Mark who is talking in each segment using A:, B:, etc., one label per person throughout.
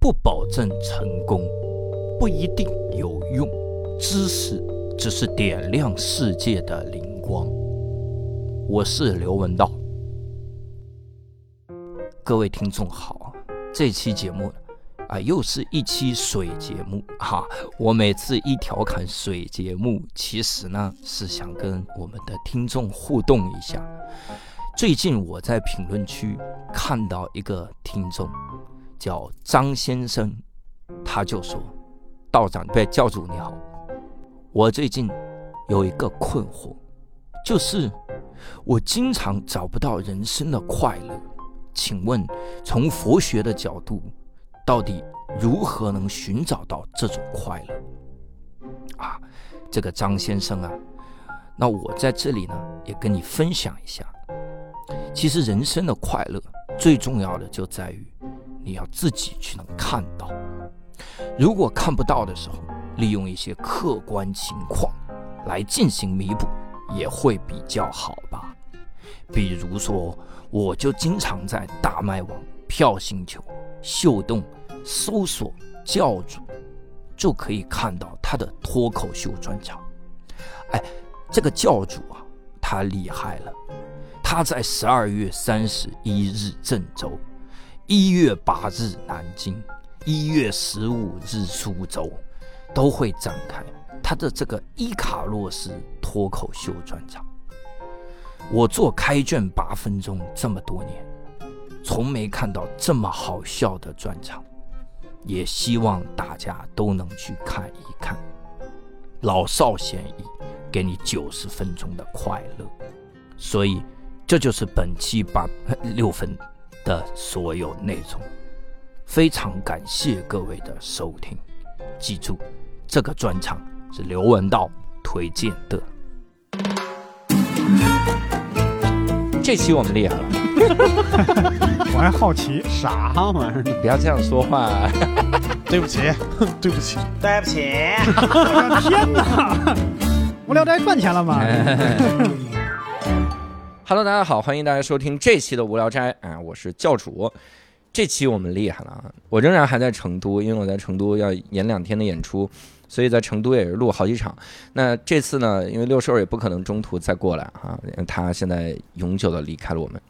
A: 不保证成功，不一定有用。知识只是点亮世界的灵光。我是刘文道，各位听众好，这期节目啊，又是一期水节目哈、啊。我每次一调侃水节目，其实呢是想跟我们的听众互动一下。最近我在评论区看到一个听众叫张先生，他就说：“道长，对教主你好，我最近有一个困惑，就是我经常找不到人生的快乐。请问，从佛学的角度，到底如何能寻找到这种快乐？”啊，这个张先生啊，那我在这里呢也跟你分享一下。其实人生的快乐最重要的就在于你要自己去能看到。如果看不到的时候，利用一些客观情况来进行弥补，也会比较好吧。比如说，我就经常在大麦网、票星球、秀动搜索教主，就可以看到他的脱口秀专场。哎，这个教主啊，他厉害了。他在十二月三十一日郑州，一月八日南京，一月十五日苏州，都会展开他的这个伊卡洛斯脱口秀专场。我做开卷八分钟这么多年，从没看到这么好笑的专场，也希望大家都能去看一看。老少咸宜，给你九十分钟的快乐，所以。这就是本期八 六分的所有内容，非常感谢各位的收听。记住，这个专场是刘文道推荐的。这期我们厉害了，
B: 我还好奇啥玩意儿呢？
A: 不要这样说 话。
C: 对 不起，对不起，
D: 对不起！
E: 哎
B: 我的天哪，无聊斋赚钱了吗？
F: 哎
G: Hello，大家好，欢迎大家收听这期的无聊斋啊、哎，我是教主。这期我们厉害了啊！我仍然还在成都，因为我在成都要演两天的演出，所以在成都也是录好几场。那这次呢，因为六兽也不可能中途再过来啊，他现在永久的离开了我们，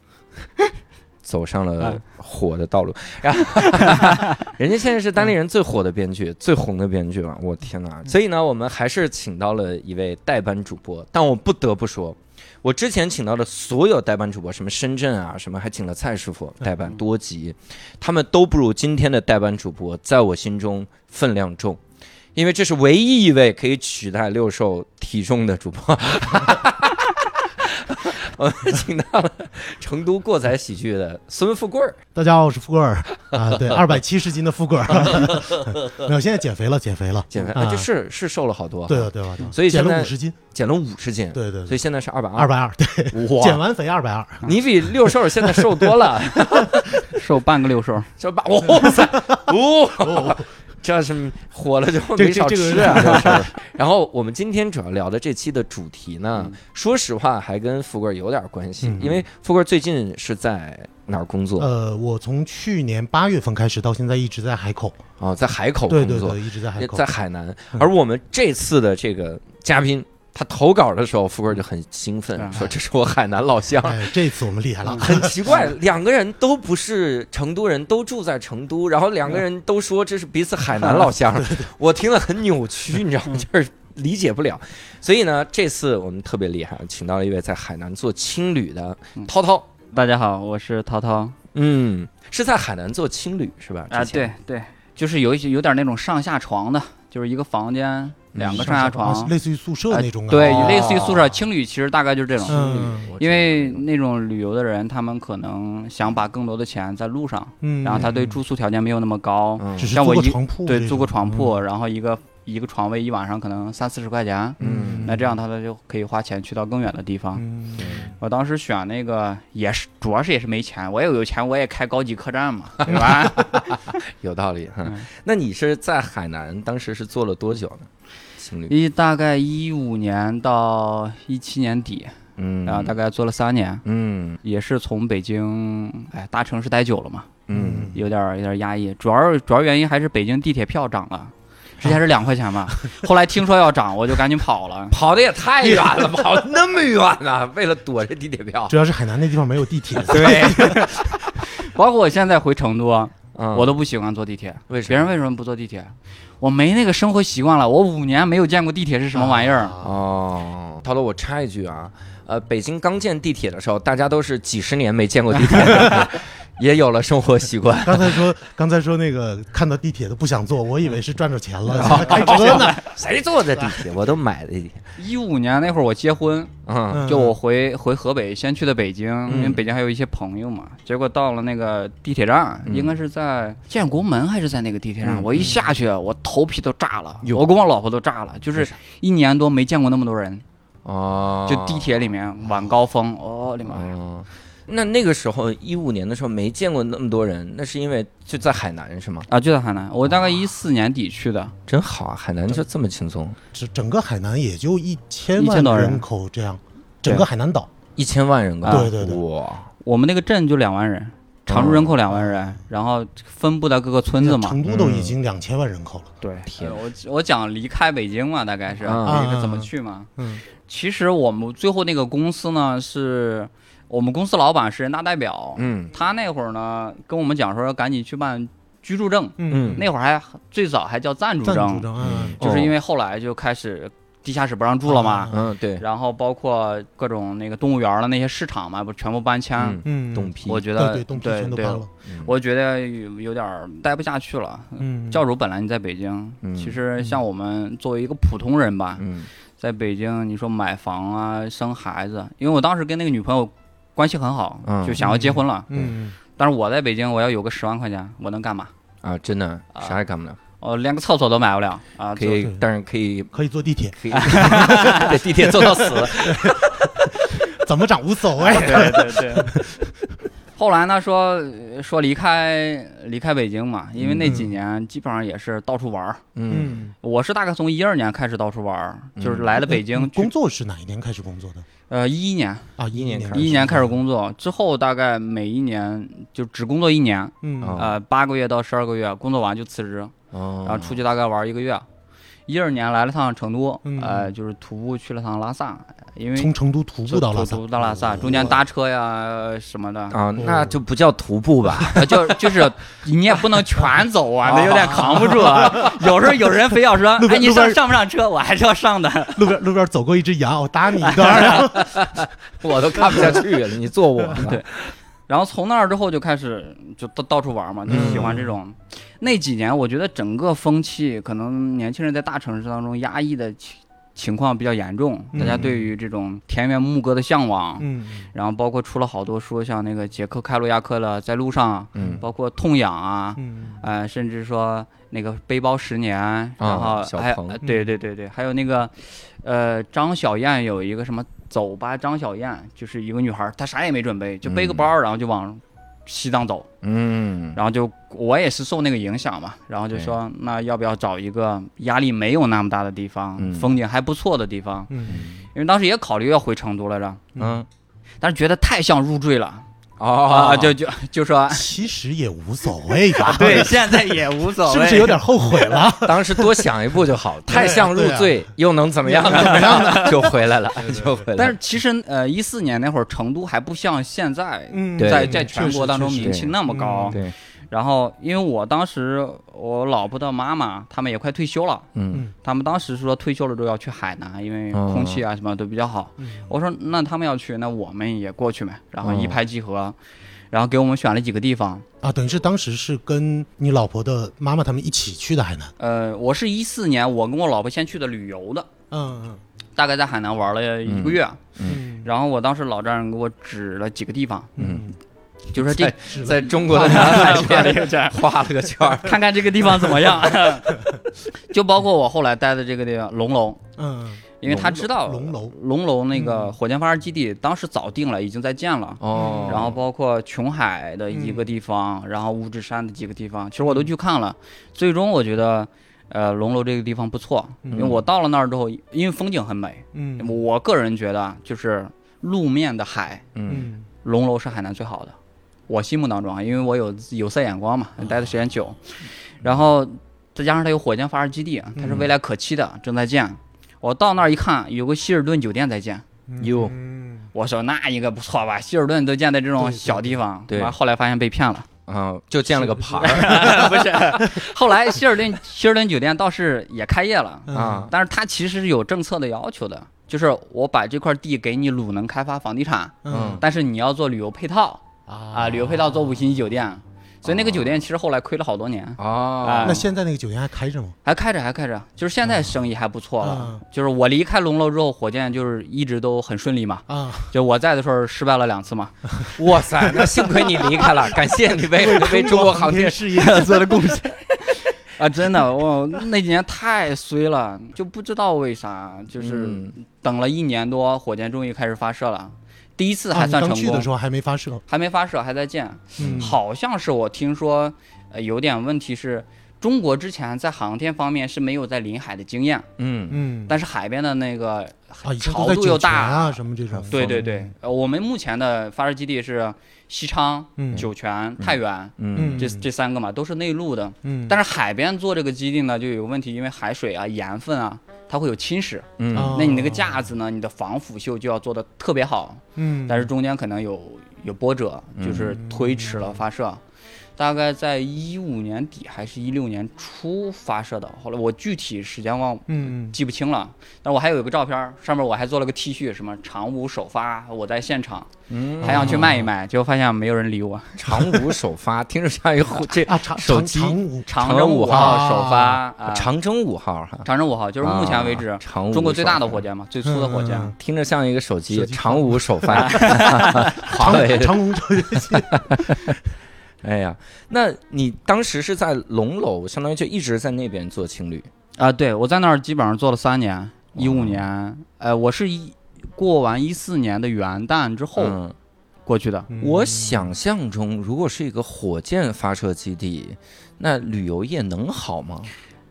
G: 走上了火的道路。然后， 人家现在是单立人最火的编剧、最红的编剧了，我天哪！所以呢，我们还是请到了一位代班主播，但我不得不说。我之前请到的所有代班主播，什么深圳啊，什么还请了蔡师傅代班多吉，他们都不如今天的代班主播在我心中分量重，因为这是唯一一位可以取代六兽体重的主播。 我们请到了成都过载喜剧的孙富贵儿，
E: 大家好，我是富贵儿啊，对，二百七十斤的富贵儿， 没有，现在减肥了，减肥了，
G: 减肥
E: 啊，
G: 这是是瘦了好多，
E: 对了啊对了，
G: 所以
E: 减
G: 现
E: 了
G: 在
E: 五十斤，
G: 减了五十斤，
E: 对对对
G: 所以现在是二百二，
E: 二百二，对，减
G: 哇，
E: 完肥二百二，
G: 你比六兽现在瘦多了，
F: 瘦半个六兽，
G: 这把 哇塞， 哦，这是火了就没少吃啊。这事 儿然后我们今天主要聊的这期的主题呢，说实话还跟富贵有点关系，
E: 嗯
G: 因为富贵最近是在哪儿工作？
E: 呃，我从去年八月份开始到现在一直在海口，
G: 哦，在海口
E: 对
G: 工
E: 对
G: 作，
E: 对，一直在海口嗯
G: 在，海南。而我们这次的这个嘉宾。他投稿的时候，富贵就很兴奋，
F: 嗯
G: 说：“这是我海南老乡。”
E: 哎，这次我们厉害了，
G: 很奇怪，两个人都不是成都人，都住在成都，然后两个人都说这是彼此海南老乡，我听了很扭曲，你知道吗？ 就是理解不了。所以呢，这次我们特别厉害，请到了一位在海南做青旅的涛涛，
F: 大家好，我是涛涛
G: 嗯，是在海南做青旅是吧？
F: 啊，
G: 之前
F: 对，对，就是有一些有点那种上下床的，就是一个房间两个上下床，
E: 啊类似于宿舍
F: 啊
E: 那种感
F: 对
E: 觉，
G: 哦，
F: 类似于宿舍青旅，其实大概就是这种。
E: 嗯
G: 我知道
F: 因为那种旅游的人，他们可能想把更多的钱在路上，
E: 嗯，
F: 然后他对住宿条件没有那么高，
G: 嗯
E: 只是
F: 像
E: 租
F: 我
E: 个
F: 一
E: 床铺这种，嗯
F: 对，租个床铺，然后一个一个床位一晚上可能三四十块钱，
G: 嗯
F: 那这样他们就可以花钱去到更远的地方。
E: 嗯，
F: 我当时选那个也是，主要是也是没钱，我也有钱，我也开高级客栈嘛，对吧？
G: 有道理哈
F: 嗯。
G: 那你是在海南当时是做了多久呢？青旅，
F: 一大概一五年到一七年底，
G: 嗯，
F: 然后大概做了三年，
G: 嗯
F: 也是从北京哎大城市待久了嘛，
G: 嗯，
F: 有点儿有点儿压抑。主要主要原因还是北京地铁票涨
G: 啊
F: 了，之前是两块 钱吧，后来听说要涨，我就赶紧跑了。
G: 跑的也太远了， 跑那么远呢，为了躲这地铁票。
E: 主要是海南那地方没有地铁，
G: 对，
F: 包括我现在回成都啊，我
G: 我
F: 都不喜欢坐地铁。
G: 嗯为什么
F: 别人为什么不坐地铁？我没那个生活习惯了，我五年没有见过地铁是什么玩意儿。
G: 啊哦，涛了，我插一句啊，呃，北京刚建地铁的时候，大家都是几十年没见过地铁，也有了 生活习惯。
E: 刚才说，刚才说那个看到地铁都不想坐，我以为是赚着钱
F: 嗯
E: 了，现在开车 呢。
G: 谁坐的地铁？ 我都买的地铁。
F: 一五年那会儿我结婚，
G: 嗯，
E: 嗯
F: 就我回回河北，先去的北京，因为
G: 嗯
F: 北京还有一些朋友嘛。结果到了那个地铁站，
G: 嗯
F: 应该是在建国门还是在哪个地铁站？
G: 嗯
F: 我一下去，我头皮都炸了，
G: 哟
F: 我跟我老婆都炸了，就是一年多没见过那么多人，
G: 哦，
F: 就地铁里面晚高峰，我的妈呀！
G: 哦，那那个时候一五年的时候没见过那么多人，那是因为就在海南是吗？
F: 啊，就在海南，我大概一四年底去的，
G: 真好啊，海南就这么轻松，
E: 整整个海南也就一千
F: 1000
E: 万
F: 多人
E: 人口这样，整个海南岛。
G: 一千万人口，
E: 对对对
G: 哇，
F: 我们那个镇就两万人，常住人口两万
G: 哦
F: 人，然后分布在各个村子嘛。
E: 成都都已经两千万人口了。
F: 对，
G: 天
F: 呃我我讲离开北京嘛，大概是
G: 啊
F: 离开怎么去嘛。
E: 嗯，
F: 其实我们最后那个公司呢，是我们公司老板是人大代表，
G: 嗯
F: 他那会儿呢跟我们讲说赶紧去办居住证，
G: 嗯，
F: 那会儿还最早还叫暂住
E: 赞
F: 证，
E: 助证，嗯
F: 就是因为后来就开始地下室不让住了嘛。
E: 啊
G: 嗯对，
F: 然后包括各种那个动物园儿的那些市场嘛，不全部搬迁。
G: 嗯，
E: 嗯，
G: 董批，嗯
F: 我觉
E: 对
F: 得
E: 对，东皮全都搬了。
F: 我觉得有有点儿待不下去了。
E: 嗯，
F: 教主本来你在北京，
G: 嗯
F: 其实像我们作为一个普通人吧，
G: 嗯
F: 在北京你说买房啊、生孩子，因为我当时跟那个女朋友关系很好，
G: 嗯
F: 就想要结婚了。
E: 嗯，
F: 但是我在北京，我要有个十万块钱，我能干嘛？
G: 啊，真的
F: 啊
G: 啥也干不了，
F: 我连个厕所都买不了啊！
G: 可
F: 就
G: 以
E: 对，
G: 但是可 以
E: 可以坐地铁，
G: 可以在地铁坐到死，
E: 怎么涨无所谓。
F: 对对对。后来呢，说呃说离开离开北京嘛，因为那几年基本上也是到处玩儿。
G: 嗯
E: 嗯，
F: 我是大概从一二年开始到处玩儿，就是来了北
E: 你
F: 京
E: 嗯
F: 去
E: 工作是哪一年开始工作的？
F: 呃一一年，
E: 啊，
G: 一
E: 一
G: 年开始
F: 一一年开始，工作之后，大概每一年就只工作一年，
E: 嗯
G: 啊
F: 呃，八个月到十二个月，工作完就辞职，
G: 哦，
F: 然后出去大概玩一个月。一二年来了趟成都，
E: 嗯
F: 呃，就是徒步去了趟拉萨，因为
E: 从成都徒步到拉萨哦
F: 徒，步到拉萨，中间搭车呀什么的，
G: 啊，那就不叫徒步吧，
F: 呃就就是 你也不能全走啊，那有点扛不 住啊。有时候有人非要说，
E: 路边
F: 哎，你
E: 路边
F: 上上不上车？我还是要上的。
E: 路边路边走过一只羊，我打你一段。
G: 我都看不下去了，你坐 我了，
F: 对然后从那儿之后就开始就到到处
E: 嗯
F: 玩嘛，就喜欢这种。那几年我觉得整个风气，可能年轻人在大城市当中压抑的情情况比较严重，
E: 嗯
F: 大家对于这种田园牧歌的向往，
E: 嗯，
F: 然后包括出了好多书，像那个捷克开罗亚克的《在路上》啊，
G: 嗯，
F: 包括《痛痒》啊，
E: 嗯，
F: 呃，甚至说那个《背包十年》，然后
G: 小
F: 还有
G: 鹏
F: 呃对对对对，还有那个呃张小燕有一个什么走吧张小燕，就是一个女孩儿，她啥也没准备，就背个
G: 嗯
F: 包儿，然后就往西藏走，
G: 嗯，
F: 然后就我也是受那个影响嘛，然后就
G: 对
F: 说那要不要找一个压力没有那么大的地方，
G: 嗯
F: 风景还不错的地方，
E: 嗯，，
F: 因为当时也考虑要回成都来着，
G: 嗯，
F: 但是觉得太像入赘了。
G: 哦
F: 啊，，就就就说
E: 其实也无所谓吧。
F: 对，现在也无所谓，
E: 是不是有点后悔了？
G: 当时多想一步就好，太像入
E: 对
G: 赘又能怎么样呢？怎么样呢？ 就回来了，就回来了。
F: 但是其实呃，一四年那会儿，成都还不像现在，
E: 嗯，
G: 对
F: 在
G: 嗯
F: 在全国当中
E: 确实
F: 名气那么高。
G: 对，
F: 然后因为我当时我老婆的妈妈他们也快退休了，
G: 嗯
F: 他们当时说退休了都要去海南，因为
E: 哦
F: 空气啊什么都比较好。
E: 嗯
F: 我说那他们要去，那我们也过去呗。然后一拍即合，然后给我们选了几个地方。
E: 啊，等于是当时是跟你老婆的妈妈他们一起去的海南。
F: 呃，我是一四年我跟我老婆先去的旅游的，
E: 嗯
F: 大概在海南玩了一个月。
E: 嗯
F: 然后我当时老丈人给我指了几个地方，
G: 嗯，
F: 就说这
E: 是
G: 在中国的 南海边画了个圈儿。
F: 看看这个地方怎么 样。就包括我后来待的这个地方龙楼，
E: 嗯
F: 因为他知道
E: 龙楼
F: 龙楼那个火箭发射基地当时早定了，已经在建了。
G: 哦
F: 然后包括琼海的一个地方，然后五指山的几个地方，其实我都去看了。最终我觉得，呃，龙楼这个地方不错，因为我到了那儿之后，因为风景很美，
E: 嗯
F: 我个人觉得就是路面的海，
G: 嗯，
E: 嗯
F: 龙楼是海南最好的。我心目当中啊，因为我有有色眼光嘛，
G: 嗯
F: 待的时间久，然后再加上它有火箭发射基地，啊
G: 嗯
F: 它是未来可期的，正在建。我到那儿一看，有个希尔顿酒店在建，
G: 哟，
F: 我说那应该不错吧？希尔顿都建在这种小地方，
G: 对
F: 完后来发现被骗 了。
G: 啊，就建了个牌儿
F: 不是， 后来希尔顿希尔顿酒店倒是也开业了，
G: 啊，
F: 但是它其实是有政策的要求的，就是我把这块地给你鲁能开发房地产，
G: 嗯
F: 但是你要做旅游配套啊，旅游配套做五星级酒店，所以那个酒店其实后来亏了好多年，
G: 哦，
E: 那现在那个酒店还开着吗？
F: 还开着还开着，就是现在
E: 嗯
F: 生意还不错了
E: 啊。
F: 就是我离开龙楼之后，火箭就是一直都很顺利嘛，
E: 啊，
F: 就我在的时候失败了两次嘛，
G: 哇塞，那幸亏你离开了，感谢你为为中国航天
E: 事业 做了贡献。
F: 啊，真的，我那几年太衰了，就不知道为啥，就是
G: 嗯
F: 等了一年多，火箭终于开始发射了，第一次
E: 啊
F: 还
E: 你
F: 算
E: 刚
F: 成
E: 去
F: 功
E: 的时，候还没发射，
F: 还没发射，还在建，
E: 嗯，
F: 好像是我听说，呃，有点问题是。中国之前在航天方面是没有在临海的经验，
G: 嗯，
E: 嗯，
F: 但是海边的那个
E: 啊，以前都
F: 潮
E: 在
F: 度又
E: 酒泉
F: 大，
E: 啊，什么这种，
F: 对对对，呃，我们目前的发射基地是西昌、
E: 嗯，
F: 酒泉、太原、
G: 嗯
E: 嗯
F: 这这三个嘛，都是内陆的。
E: 嗯，
F: 但是海边做这个基地呢，就有问题，因为海水啊、盐分啊，它会有侵蚀。
G: 嗯
E: 啊
F: 那你那个架子呢，你的防腐锈就要做的特别好，
E: 嗯，
F: 但是中间可能有有波折，
G: 嗯
F: 就是推迟了发射。大概在一五年底还是一六年初发射的，后来我具体时间忘
E: 嗯
F: 记不清了，但我还有一个照片儿，上面我还做了个 T 恤，什么长舞首发，我在现场，
G: 嗯，
F: 还想去卖一卖，结果发现没有人理我。
G: 长舞首发，听着像一户这
E: 啊，长
G: 手
E: 长
G: 机
E: 长舞
F: 长
G: 长
F: 征
G: 征
F: 五
G: 五
F: 号
E: 号
F: 首发啊，
G: 长征五号哈，
F: 长征五号就是目前为止
G: 啊长舞
F: 中国最大的
G: 首发
F: 火箭嘛，最粗的火箭。
E: 嗯
G: 听着像一个手机
E: 手机
G: 长舞首发，华
E: 长
G: 为。
E: 长舞手机，
G: 哎呀，那你当时是在龙楼，相当于就一直在那边做情侣。
F: 啊，对我在那儿基本上做了三年，一
E: 哦
F: 五年，呃，我是一过完一四年的元旦之后
G: 嗯，
F: 过去的。
G: 我
E: 嗯
G: 想象中，如果是一个火箭发射基地，那旅游业能好吗？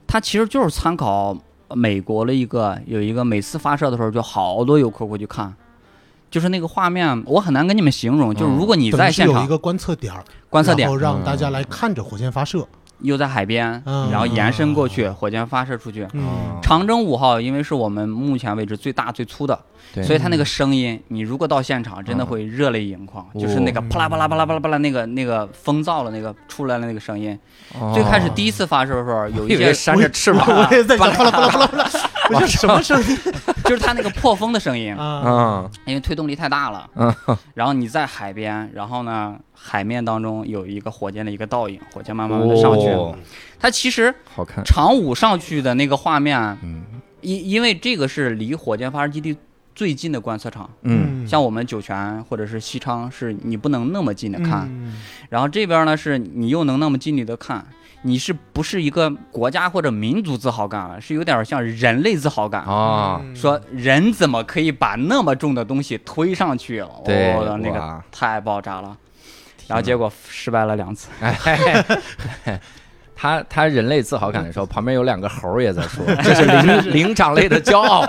F: 它其实就是参考美国的一个有一个每次发射的时候，就好多游客过去看。就是那个画面，我很难跟你们形容。就是如果你
E: 哦等
F: 在
E: 于是
F: 现
E: 有
F: 场
E: 一个观测点儿，
F: 观测点
E: 然后，让大家来看着火箭发射，
F: 又在海边，
E: 嗯
F: 然后延伸过去，火箭发射出去。
E: 嗯，
F: 长征五号因为是我们目前为止最大最粗的，
G: 对
F: 所以它那个声音，你如果到现场，真的会热泪盈眶，
G: 嗯
F: 就是那个啪啦啪啦啪啦啪啦啪啦那个那个风噪的那个出来的那个声音。
G: 哦
F: 最开始第一次发射的时候，有一
G: 以为
F: 些
G: 扇着翅膀
E: 我也在想，巴拉巴拉巴拉巴拉，
F: 嗯
E: 我想什么声 音
F: 就是它那个破风的声音，
E: 啊？
G: 啊，
F: 因为推动力太大了。
G: 嗯
F: 然后你在海边，然后呢，海面当中有一个火箭的一个倒影，火箭慢慢的上去。
G: 哦
F: 它其实
G: 好看。
F: 长舞上去的那个画面，
G: 嗯
F: 因因为这个是离火箭发射基地最近的观测场，
G: 嗯，
F: 像我们酒泉或者是西昌，是你不能那么近的看。
E: 嗯
F: 然后这边呢，是你又能那么近距离的看，你是不是一个国家或者民族自豪感了？是有点像人类自豪感。
G: 啊，
E: 嗯
F: 说人怎么可以把那么重的东西推上去？
G: 对
F: 哦，那个
G: 哇
F: 太爆炸了。然后结果失败了两次。
G: 哎嘿嘿嘿 他他人类自豪感的时候，旁边有两个猴儿也在 说，这是灵灵长类的骄傲。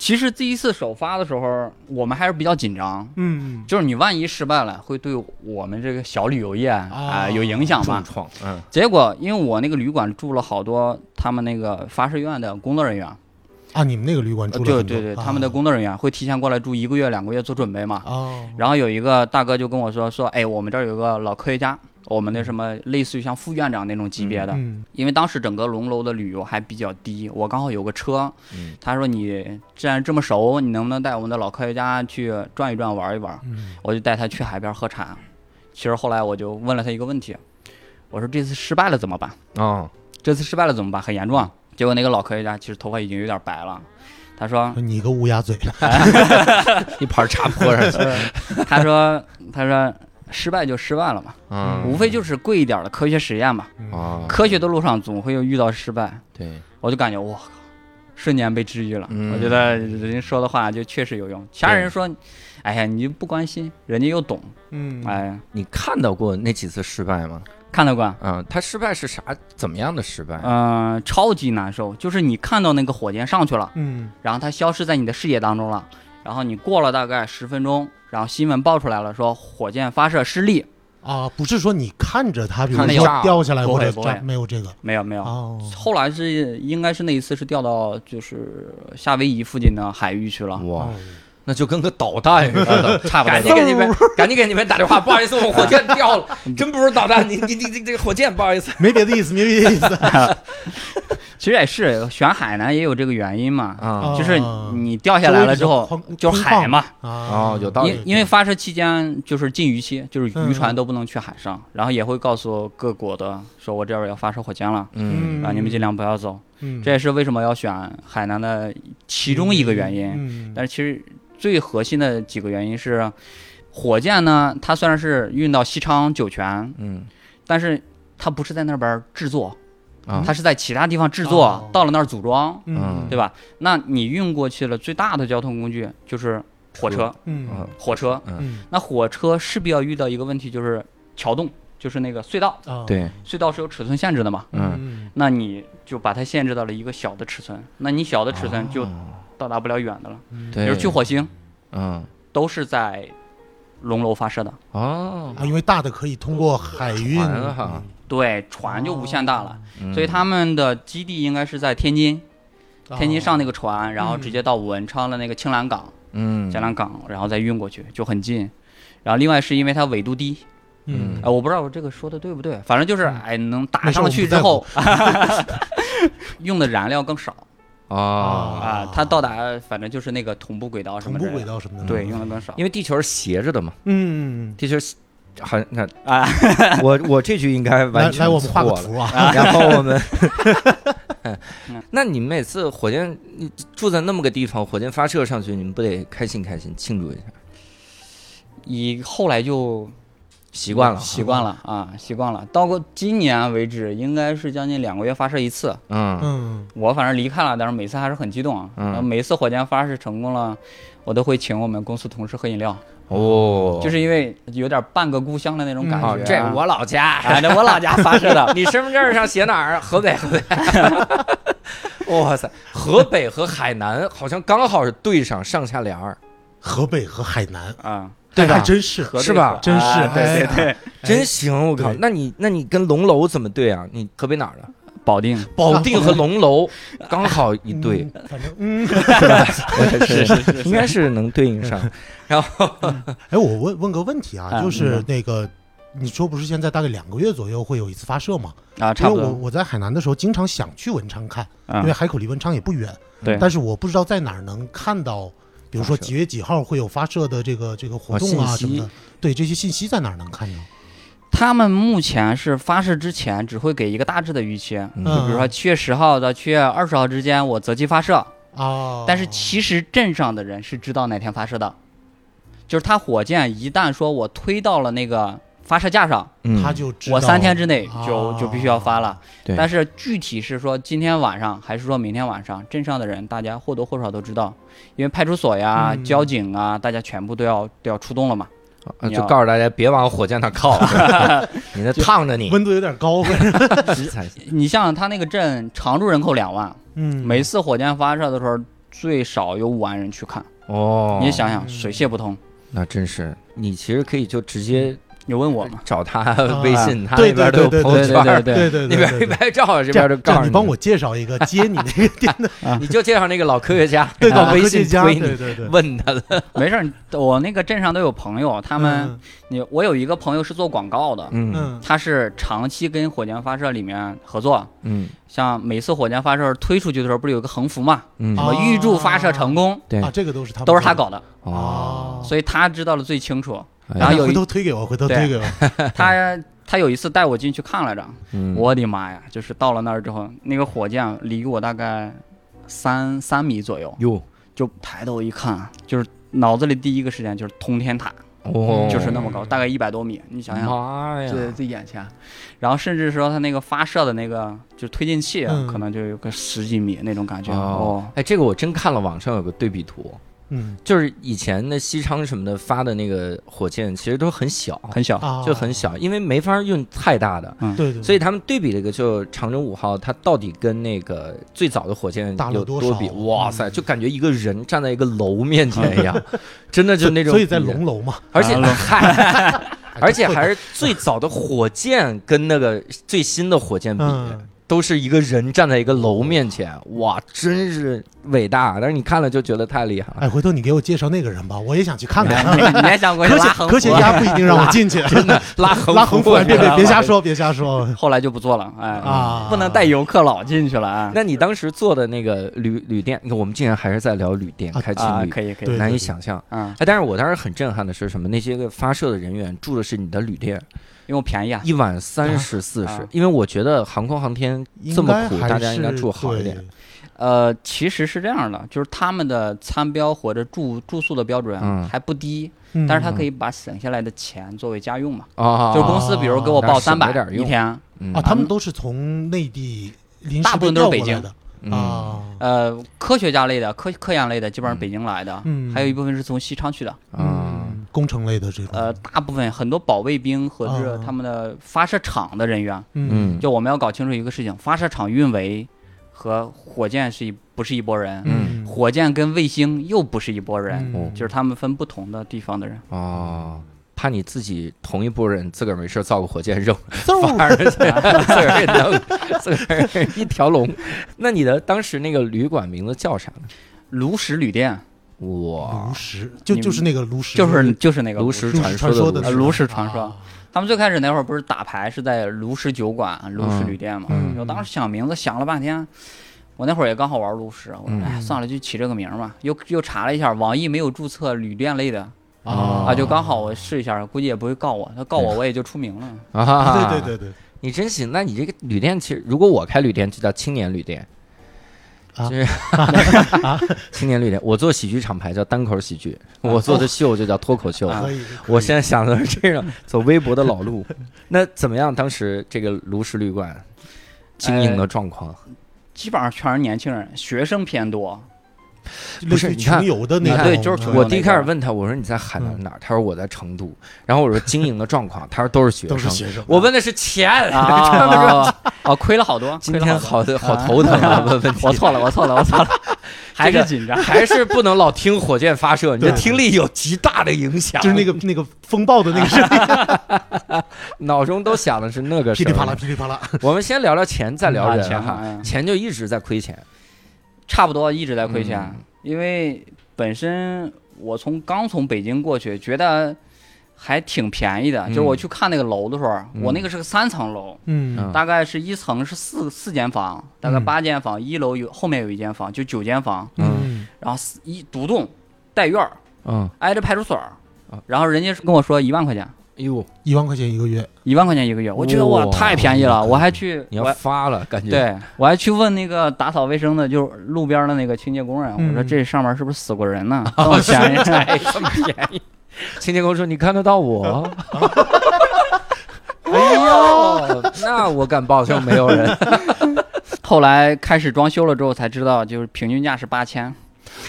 F: 其实第一次首发的时候，我们还是比较紧张，
E: 嗯，
F: 就是你万一失败了，会对我们这个小旅游业啊、
G: 哦
F: 有影响吧
G: 重？创，嗯
F: 结果因为我那个旅馆住了好多他们那个发射院的工作人员，
E: 啊，你们那个旅馆
F: 呃
E: 住了
F: 对
E: 很多
F: 对对，
E: 啊
F: 他们的工作人员会提前过来住一个月、两个月做准备嘛。
E: 哦，
F: 然后有一个大哥就跟我说说，哎，我们这儿有个老科学家，我们那什么类似于像副院长那种级别的，
E: 嗯
F: 因为当时整个龙楼的旅游还比较低，我刚好有个车，
G: 嗯
F: 他说你既然这么熟，你能不能带我们的老科学家去转一转、玩一玩？
E: 嗯
F: 我就带他去海边喝茶。其实后来我就问了他一个问题，我说这次失败了怎么办？
G: 哦，
F: 这次失败了怎么办？很严重啊。结果那个老科学家其实头发已经有点白了，他说，
E: 你个乌鸦嘴，
G: 一盘茶泼上 去，
F: 他说，他说失败就失败了嘛，
G: 嗯
F: 无非就是贵一点的科学实验嘛。
G: 啊，
F: 科学的路上总会有遇到失败，
G: 对，
F: 我就感觉哇，瞬间被治愈了。
G: 嗯
F: 我觉得人家说的话就确实有用。其他
G: 对
F: 人说，哎呀，你不关心，人家又懂，
E: 嗯
F: 哎，
G: 你看到过那几次失败吗？
F: 看到过。
G: 啊，他失败是啥？怎么样的失败？
F: 嗯、超级难受，就是你看到那个火箭上去了，
E: 嗯
F: 然后它消失在你的视野当中了，然后你过了大概十分钟，然后新闻爆出来了，说火箭发射失利，
E: 啊，不是说你看着它，比如
G: 看
F: 着
E: 说
G: 炸
E: 掉下来
F: 不
E: 或
F: 会
E: 者
F: 不
E: 炸，
F: 会
E: 没有这个
F: 没有没有。
E: 哦，
F: 后来是应该是那一次是掉到就是夏威夷附近的海域去了，
G: 哇
E: 哦，
G: 那就跟个导弹似的。
F: 差不
G: 赶
F: 多
G: 紧。给你们，赶紧给你们打电话，不好意思，我火箭掉了，真不是导弹，你你你这这火箭，不好意思。
E: 没别的意思，没别的意思
F: 其实也是选海南也有这个原因嘛，
G: 啊
E: 哦
F: 就是你 掉下来了之后就
E: 空旷啊
F: 海嘛，
G: 哦有道理
F: 因因为发射期间就是禁渔
E: 嗯
F: 期，就是渔船都不能去海上，然后也会告诉各国的说，我这边要发射火箭了，
G: 嗯，
F: 啊，你们尽量不要走。
E: 嗯
F: 这也是为什么要选海南的其中一个原因。
E: 嗯
F: 但是其实最核心的几个原因是，火箭呢，它虽然是运到西昌酒泉，
G: 嗯
F: 但是它不是在那边儿制作，
G: 啊
F: 它是在其他地方制作，
E: 哦
F: 到了那儿组装，
G: 嗯
F: 对吧？那你运过去了，最大的交通工具就是火车，
E: 嗯
F: 火车。
E: 嗯
F: 那火车势必要遇到一个问题，就是桥洞，就是那个隧道，
E: 啊，
G: 嗯对，
F: 隧道是有尺寸限制的嘛。
G: 嗯，
E: 嗯
F: 那你就把它限制到了一个小的尺寸，那你小的尺寸就
E: 哦
F: 到达不了远的了。比
G: 对，
F: 如去火星，
G: 嗯
F: 都是在龙楼发射的，
G: 哦，
E: 啊，因为大的可以通过海运
G: 船啊哈
F: 对，船就无限大了。
E: 哦
G: 嗯
F: 所以他们的基地应该是在天津，
E: 嗯
F: 天津上那
E: 哦
F: 个船，然后直接到文昌的那个青兰港，
G: 嗯
F: 江南港，然后再运过去，就很近。然后另外是因为它纬度低，
E: 嗯
F: 呃，我不知道我这个说的对不对，反正就是
E: 嗯
F: 哎，能打
E: 没事
F: 上去
E: 我不
F: 之
E: 在乎
F: 后， 用的燃料更少
G: 啊，
F: 啊，它到达反正就是那个同步轨道什
E: 同
F: 么
E: 步
F: 之类
E: 轨
F: 的，
E: 道什么
G: 嗯
E: 的，
F: 对，用的更少
G: 因为地球是斜着的嘛，
E: 嗯，嗯
G: 地球是好像那
F: 啊。
G: 我我这句应该
E: 嗯来
G: 完全
E: 来，我们画个
G: 错了
E: 图啊，
G: 然后我们，那你们每次火箭你住在那么个地方，火箭发射上去，你们不得开心开心，庆祝一下？
F: 以后来就
G: 习惯了，嗯
F: 习惯了啊，习惯了。到过今年啊为止，应该是将近两个月发射一次。
G: 嗯，
E: 嗯
F: 我反正离开了，但是每次还是很激动啊。
G: 嗯
F: 然后每一次火箭发射成功了，我都会请我们公司同事喝饮料，
G: 哦，
F: 就是因为有点半个故乡的那种感觉、
G: 啊，这我老家，。
F: 啊，那我老家发射的
G: 你身份证上写哪儿？河北，河北。哇塞，河北和海南好像刚好是对上上下联儿，
E: 河北和海南，
F: 啊，
E: 对
G: 吧
E: 还真是，
G: 是吧？
E: 真是，
F: 啊
E: 哎
F: 对对对，
G: 真行，我靠！
E: 对
G: 那你那你跟龙楼怎么对啊？你河北哪儿的？
F: 保定
G: 保定和龙楼 刚好一对，，
E: 嗯反正嗯，
G: 是是 是，应该是能对应上。然后
E: 哎，我问问个问题啊，
F: 啊
E: 就是
F: 嗯
E: 那个。你说不是现在大概两个月左右会有一次发射吗？
F: 啊，
E: 因
F: 差
E: 为
F: 不
E: 我
F: 多。
E: 我在海南的时候，经常想去文昌看，
F: 啊
E: 因为海口离文昌也不远。
F: 对
E: 但是我不知道在哪儿能看到，比如说
G: 发射
E: 几月几号会有发射的这个这个活
G: 哦
E: 动啊什
G: 信息
E: 么的。对，这些信息在哪儿能看到？
F: 他们目前是发射之前只会给一个大致的预期，
G: 嗯
F: 就比如说七月十号到七月二十号之间，我择机发射。
E: 啊，
F: 但是其实镇上的人是知道哪天发射的，就是他火箭一旦说我推到了那个发射架上，
G: 嗯
E: 他就知道
F: 我三天之内就
E: 啊
F: 就必须要发了。
G: 对
F: 但是具体是说今天晚上还是说明天晚上，镇上的人大家或多或少都知道，因为派出所呀、
E: 嗯
F: 交警啊，大家全部都要都要出动了嘛。
G: 啊就告诉大家别往火箭那靠，你那烫着你。
E: 温度有点 高，反正
F: 你像他那个镇常住人口两万，
E: 嗯，
F: 每次火箭发射的时候最少有五万人去看，
G: 哦，
F: 你想想
E: 嗯
F: 水泄不通。
G: 那真是，你其实可以就直接
F: 你问我嘛？
G: 找他微信，他
E: 对
G: 那边
E: 对
G: 都有
E: 对对
G: 朋友
E: 对
G: 圈儿，
F: 对
E: 对对
G: 那
E: 对
G: 边
E: 对
G: 一
E: 对。
G: 拍照，
E: 这
G: 这边
E: 样
G: 就
E: 这
G: 告
E: 样
G: 诉
E: 你帮我介绍一个接你那个
G: 你就介绍那个老科学家，
E: 对
G: 然后
E: 搞
G: 微
E: 科
G: 信
E: 技家，
G: 推
E: 对
G: 你，
E: 对对，
G: 问他了，
F: 没事儿，我那个镇上都有朋友，他们你我有一个朋友是做广告的，
E: 嗯
G: 嗯
E: 嗯
F: 他是长期跟火箭发射里面合作。
G: 嗯
F: 像每次火箭发射推出去的时候，不是有个横幅嘛？
G: 嗯
F: 什么预祝发射成功，
G: 对
E: 啊，这个都是他
G: 哦
E: 们
F: 都是他
E: 做
F: 搞的，
E: 的啊，
F: 所以他知道的最清楚。
G: 哎
F: 然后有
E: 回
F: 一
E: 头推给我，回头推给我，
F: 他他有一次带我进去看来着，
G: 嗯
F: 我的妈呀！就是到了那儿之后，那个火箭离我大概三三米左右，
G: 哟
F: 就抬头一看，就是脑子里第一个时间就是通天塔，
G: 哦，
F: 就是那么高，大概一百多米。你想想，
G: 妈呀，
F: 对，在眼前，然后甚至说它那个发射的那个就推进器啊，
E: 嗯
F: 可能就有个十几米那种感觉。
G: 哦
F: 哦，
G: 哎，这个我真看了网上有个对比图，
E: 嗯
G: 就是以前的西昌什么的发的那个火箭，其实都很小，
F: 很小，
E: 啊，
G: 就很，小，因为没法用太大的。
E: 对对，
G: 所
E: 以
G: 以他们对比了一个，就长征五号，它到底跟那个最早的火箭
E: 大了
G: 有
E: 多
G: 多
E: 少嗯
G: 比？哇塞，就感觉一个人站在一个楼面前一 样，真的就那种。
E: 所以在，龙楼嘛，
G: 而且
F: 啊龙
G: 嗨，而且还
E: 是
G: 是最早的火箭跟那个最新的火箭比，
E: 嗯，
G: 都是一个人站在一个楼面前，哇，真是伟大！但是你看了就觉得太 厉害了。
E: 哎，回头你给我介绍那个人吧，我也想去看看。
F: 你还想过去
E: 科
F: 拉
E: 学
F: 横
E: 科学
F: 幅啊
E: 家不一定让我进去，真的
G: 拉横
E: 拉横幅，哎别别别瞎
G: 说。
E: 说，别瞎说
F: 后来就不做了，哎
E: 啊！
F: 不能带游客老进去了啊。
G: 那你当时做的那个旅旅店，你看我们竟然还是在聊旅店
E: 啊
G: 开情
F: 啊，
G: 侣，
F: 可以可以，
E: 对
G: 难以想象。
F: 嗯，
G: 哎，但是我当时很震撼的是什么？那些个发射的人员住的是你的旅店，
F: 因为我便宜啊，
G: 一晚三十四十
F: 啊。
G: 因为我觉得航空航天这么苦，
E: 还
G: 大家应该
E: 是
G: 住好一点。
E: 对。
F: 呃，其实是这样的，就是他们的餐标或者住住宿的标准啊
G: 嗯
F: 还不低，
E: 嗯
F: 但是他可以把省下来的钱作为家用嘛，
G: 啊
F: 就是公司比如给我
G: 那
F: 报
G: 省
F: 三
G: 着
F: 百
G: 点
F: 一
G: 用
F: 天，
G: 嗯
E: 啊，他们都是从内地临时
F: 大部
E: 被
F: 分都
E: 调
F: 是北
E: 过来
F: 京
E: 的
G: 嗯
E: 啊，
F: 呃，科学家类的、科科研类的基本上北京来的，
E: 嗯
F: 还有一部分是从西昌去的，
G: 啊，
E: 嗯，工程类的这种，
F: 呃，大部分很多保卫兵和
E: 啊
F: 是他们的发射场的人员，
E: 嗯
G: 嗯
F: 就我们要搞清楚一个事情，发射场运维和火箭是一不是一拨人，
G: 嗯
F: 火箭跟卫星又不是一拨人，
E: 嗯
F: 就是他们分不同的地方的人。
G: 哦，怕你自己同一拨人自个儿没事儿造个火箭扔，
E: 嗖
G: 反而自个儿给弄，自个儿给一条龙。那你的当时那个旅馆名字叫啥呢？
F: 炉石旅店
G: 哇
E: 炉，石，就
F: 你
E: 就是那个炉石，
F: 就是就是那个
G: 炉
F: 石
E: 炉
G: 石
E: 石
G: 传
E: 传
G: 说
E: 说
G: 的
E: 的
G: 炉石
F: 呃炉石传说。
E: 啊
F: 他们最开始那会儿不是打牌是在炉石酒馆、炉石旅店嘛？
G: 嗯
F: 我当时想名字想了半天，我那会儿也刚好玩炉石，我说
G: 嗯
F: 哎算了就起这个名儿吧。又又查了一下，网易没有注册旅店类的
G: 啊
F: 啊，就刚好我试一下，估计也不会告我，他告我我也就出名了。
G: 啊！
E: 对对对对，
G: 你真行，那你这个旅店其实，如果我开旅店就叫青年旅店，
E: 啊
G: 就是青年旅店。我做喜剧厂牌叫单口喜剧，我做的秀就叫脱口秀。
E: 可以。
G: 啊我现在想的是这种走微博的老路。那怎么样？当时这个卢石旅馆经营的状况，
F: 基本上全是年轻人，学生偏
G: 啊
F: 多。
E: 可以
G: 不是
E: 类似于
G: 你看
E: 穷游的那
G: 你
E: 种，
G: 看
F: 对就是穷游
G: 我
F: 那
G: 第一
F: 边
G: 开
F: 儿
G: 始问他，我说你在海南哪儿？他说我在成都。然后我说经营的状况，他说都是学
E: 啊都是
G: 生。
E: 学生，
G: 我问的是钱， 他们说
F: 啊啊！亏了好多，
G: 今
F: 亏了
G: 天
F: 多
G: 好 好头疼啊，问问题。
F: 我错了，我错了，我错 了，还
G: 这
F: 是
G: 个
F: 紧张。
G: 还是不能老听火箭发射，你的听力有极大的影响。
E: 就是那个那个风暴的那个声音，
G: 脑中都想的是那个
E: 噼里
G: 声
E: 啪啦
G: 儿
E: 噼里啪啦，
G: 我们先聊聊嗯钱，再聊
F: 啊
G: 人
F: 钱
G: 哈。
F: 啊
G: 钱就一直在亏钱，
F: 差不多一直在亏钱，
G: 嗯
F: 因为本身我从刚从北京过去，觉得还挺便宜的。
G: 嗯
F: 就是我去看那个楼的时候，
G: 嗯
F: 我那个是个三层楼，
E: 嗯
G: 嗯
F: 大概是一层是四四间房，大概
E: 嗯
F: 八间房，一楼有后面有一间房，就九间房，
E: 嗯
F: 然后四一独栋带院儿，
G: 嗯，
F: 挨着派出所儿
G: 啊，
F: 然后人家跟我说一万块钱。
G: 哎呦，
E: 一万块钱一个月，
F: 一万块钱一个月，我觉得哇
G: 哇
F: 太便宜了，我还去
G: 你
F: 我还
G: 要发了，感觉，
F: 对，我还去问那个打扫卫生的，就是路边的那个清洁工人，啊我说
E: 嗯
F: 这上面是不是死过人 呢？这么便宜，
G: 哎，这么便宜。清洁工说：“你看得到我？”
E: 啊
G: 哎呦，那我敢保证没有 人。
F: 后来开始装修了之后才知道，就是平均价是八千。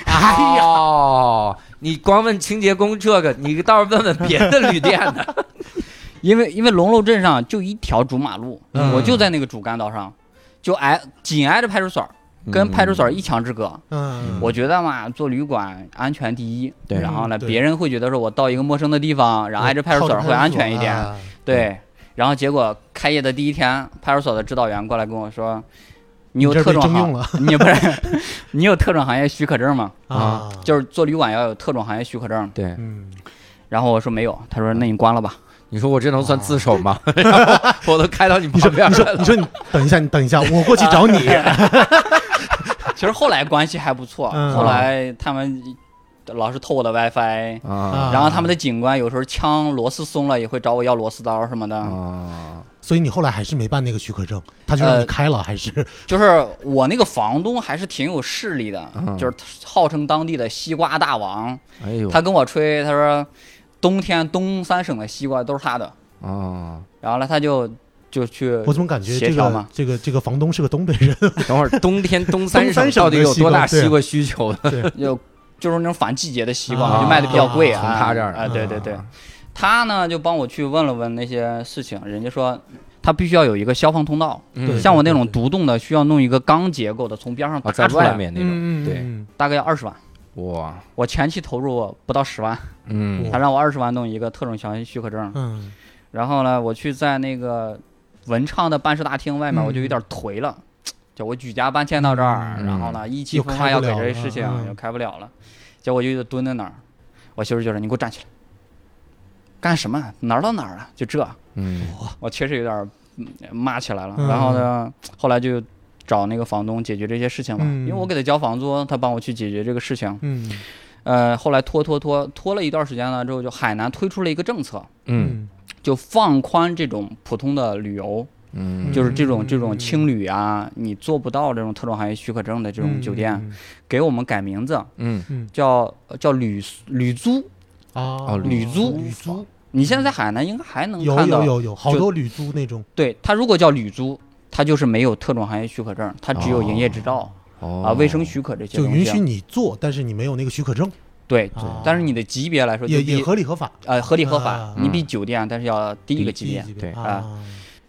G: 哎呦，哦你光问清洁工这个，你倒是问问别的旅店 的。
F: 因为因为龙楼镇上就一条主马路，
G: 嗯
F: 我就在那个主干道上，就挨紧挨着派出所，
G: 嗯
F: 跟派出所一墙之隔。
E: 嗯，
F: 我觉得嘛，做旅馆安全第一，
G: 对
F: 然后呢，
E: 嗯对
F: 别人会觉得说我到一个陌生的地方，然后挨着派出所会安全一点。
E: 啊
F: 对，然后结果开业的第一天，派出所的指导员过来跟我说：“你有
E: 这被
F: 特种
E: 征
F: 行
E: 用，了
F: 你不是你有特种行业许可证吗？
E: 啊，
F: 就是做旅馆要有特种行业许可证。
G: 对，
E: 嗯，”
F: 然后我说没有，他说：“那你关了吧。
G: 你说我这能算自首吗？然后我都开到你
E: 你说
G: 旁边
E: 你
G: 来
E: 说
G: 了
E: 你。说你等一下，你等一下，我过去找你，
F: 啊其实后来关系还不错，
E: 嗯
F: 后来他们老是偷我的 WiFi，、
G: 啊
F: 然后他们的警官有时候枪螺丝松了也会找我要螺丝刀什么的。
A: 嗯
G: 啊！
E: 所以你后来还是没办那个许可证，他就
F: 呃
E: 让你开了，还是
F: 就是我那个房东还是挺有势力的，
G: 嗯
F: 就是号称当地的西瓜大王。
G: 哎呦，
F: 他跟我吹，他说冬天东三省的西瓜都是他的，
G: 啊，
F: 然后呢他就就去
E: 我怎么感觉
F: 呃协
E: 这
F: 调嘛
E: 个这个这个房东是个东北人？
G: 等会儿冬天东
E: 东
G: 三
E: 三
G: 省
E: 省
G: 到底
E: 的
G: 有
E: 西
G: 多
E: 瓜
G: 大
E: 对
G: 西瓜需求呢？
F: 就就是那种反季节的西瓜，
E: 啊
F: 就卖的比较贵啊。
G: 从他这儿
F: 啊，对对对
E: 啊，
F: 他呢就帮我去问了问那些事情，人家说他必须要有一个消防通道，
G: 嗯
F: 像我那种
E: 对对
F: 独栋的需要弄一个钢结构的，从边上
G: 啊，
F: 搭
G: 在
F: 出来，
G: 外面那种，对，
E: 嗯
F: 大概哎要二十万。
G: 哇，
F: 我前期投入不到十万，
G: 嗯
F: 他让我二十万弄一个特种强许可证，
E: 嗯，
F: 然后呢，我去在那个文昌的办事大厅外面，
E: 嗯
F: 我就有点颓了，就我举家搬迁到这儿，
G: 嗯
F: 然后呢，意气
E: 又
F: 风
E: 开
F: 发
E: 不
F: 要给
E: 了
F: 这
E: 了
F: 事情
E: 嗯
F: 又开不了了，结果我就蹲在那儿，我媳妇就说：“你给我站起来，干什么？哪儿到哪儿了？就这。”
G: 嗯
F: 我确实有点儿嗯骂起来了。
E: 嗯
F: 然后呢，后来就找那个房东解决这些事情嘛，
E: 嗯
F: 因为我给他交房租，他帮我去解决这个事情。
E: 嗯
F: 呃，后来拖拖拖拖了一段时间了之后，就海南推出了一个政策，
G: 嗯
F: 就放宽这种普通的旅游，
G: 嗯，
F: 就是这种这种
E: 嗯
F: 青旅啊，你做不到这种特种行业许可证的这种酒店，
E: 嗯
F: 给我们改名字
G: 嗯
F: 叫叫旅旅租。
E: 啊
G: 哦
F: 旅租
E: 旅租
F: 你现在在海南应该还能
E: 有
F: 看到，
E: 有有有好多旅租那种，
F: 对它如果叫旅租，它就是没有特种行业许可证，它只有营业执照。
G: 哦
F: 啊，卫生许可这些
E: 就
F: 东西
E: 允许你做，但是你没有那个许可证，
F: 对
E: 啊，
F: 但是你的级别来说就
E: 也
F: 比
E: 也合理合法。
F: 呃合理合法
E: 啊，
F: 你比酒店但是要低一个级
E: 第一
F: 别
E: 级。别
G: 对
E: 啊，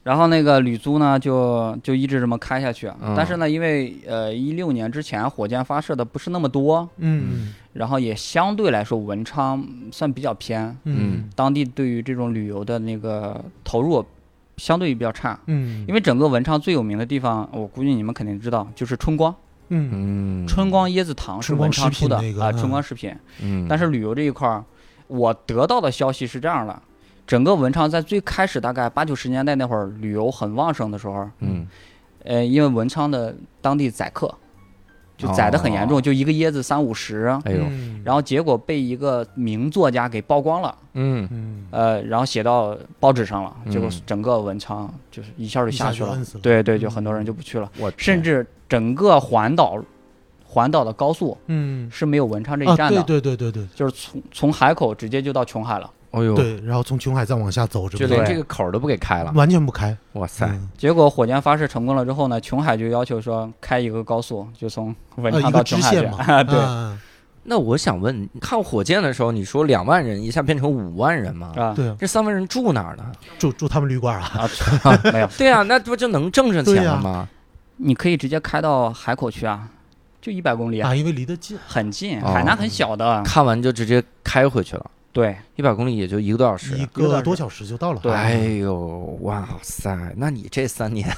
F: 然后那个旅租呢，就就一直这么开下去啊
G: 嗯。
F: 但是呢，因为呃一六年之前火箭发射的不是那么多，
E: 嗯
F: 然后也相对来说文昌算比较偏，
E: 嗯
F: 当地对于这种旅游的那个投入啊相对比较差。
E: 嗯，
F: 因
E: 为
F: 为整个文昌最有名的地方，我估计你们肯定知道，就是春光，
E: 嗯
G: 嗯
F: 春光椰子糖是
E: 春光
F: 文昌
E: 食品
F: 出的
E: 那个
F: 啊，
E: 嗯
F: 春光食品。
G: 嗯，
F: 但是旅游这一块儿，我得到的消息是这样的：整个文昌在最开始大概八九十年代那会儿，旅游很旺盛的时候，
G: 嗯
F: 呃，因为文昌的当地宰客，就宰得很严重，
G: 哦
F: 就一个椰子三五十。
G: 哎呦，
E: 嗯
F: 然后结果被一个名作家给曝光了，
G: 嗯
E: 嗯
F: 呃，然后写到报纸上了，结果
G: 嗯
F: 整个文昌就是一下就
E: 一
F: 下
E: 下
F: 去
E: 就
F: 了，
E: 摁死了
F: 对对，就
E: 嗯
F: 很多人就不去了，
G: 我
F: 甚至整个环岛，环岛的高速
E: 嗯
F: 是没有文昌这
E: 啊
F: 一站的，
E: 对对对对对
F: 就是从从海口直接就到琼海了。
G: 哎呦，
E: 对，然后从琼海再往下走，
G: 就
E: 这
G: 连
E: 个
G: 这个口儿都不给开了，
E: 完全不开，
G: 哇塞，
E: 嗯
F: 结果火箭发射成功了之后呢，琼海就要求说开一个高速，就从文
E: 呃
F: 昌
E: 一
F: 到
E: 个
F: 琼
E: 支
F: 海去。
E: 线嘛，
F: 啊， 对
E: 啊
G: 那我想问，看火箭的时候，你说两万人一下变成五万人吗？
F: 啊
E: 对啊，
G: 这三万人住哪儿呢？
E: 住住他们旅馆啊，
F: 啊，没有，
G: 对啊，那不就能挣着钱了吗？
F: 你可以直接开到海口去啊，就一百公里，
E: 啊，因为离得近，
F: 很近，
G: 哦
F: 海南很小
E: 啊
F: 的。
G: 看完就直接开回去了，
F: 对，
G: 一百公里也就一个多小
E: 一
G: 时。
E: 个多小时就到了，
F: 对
G: 哎呦，哇塞！那你这三年，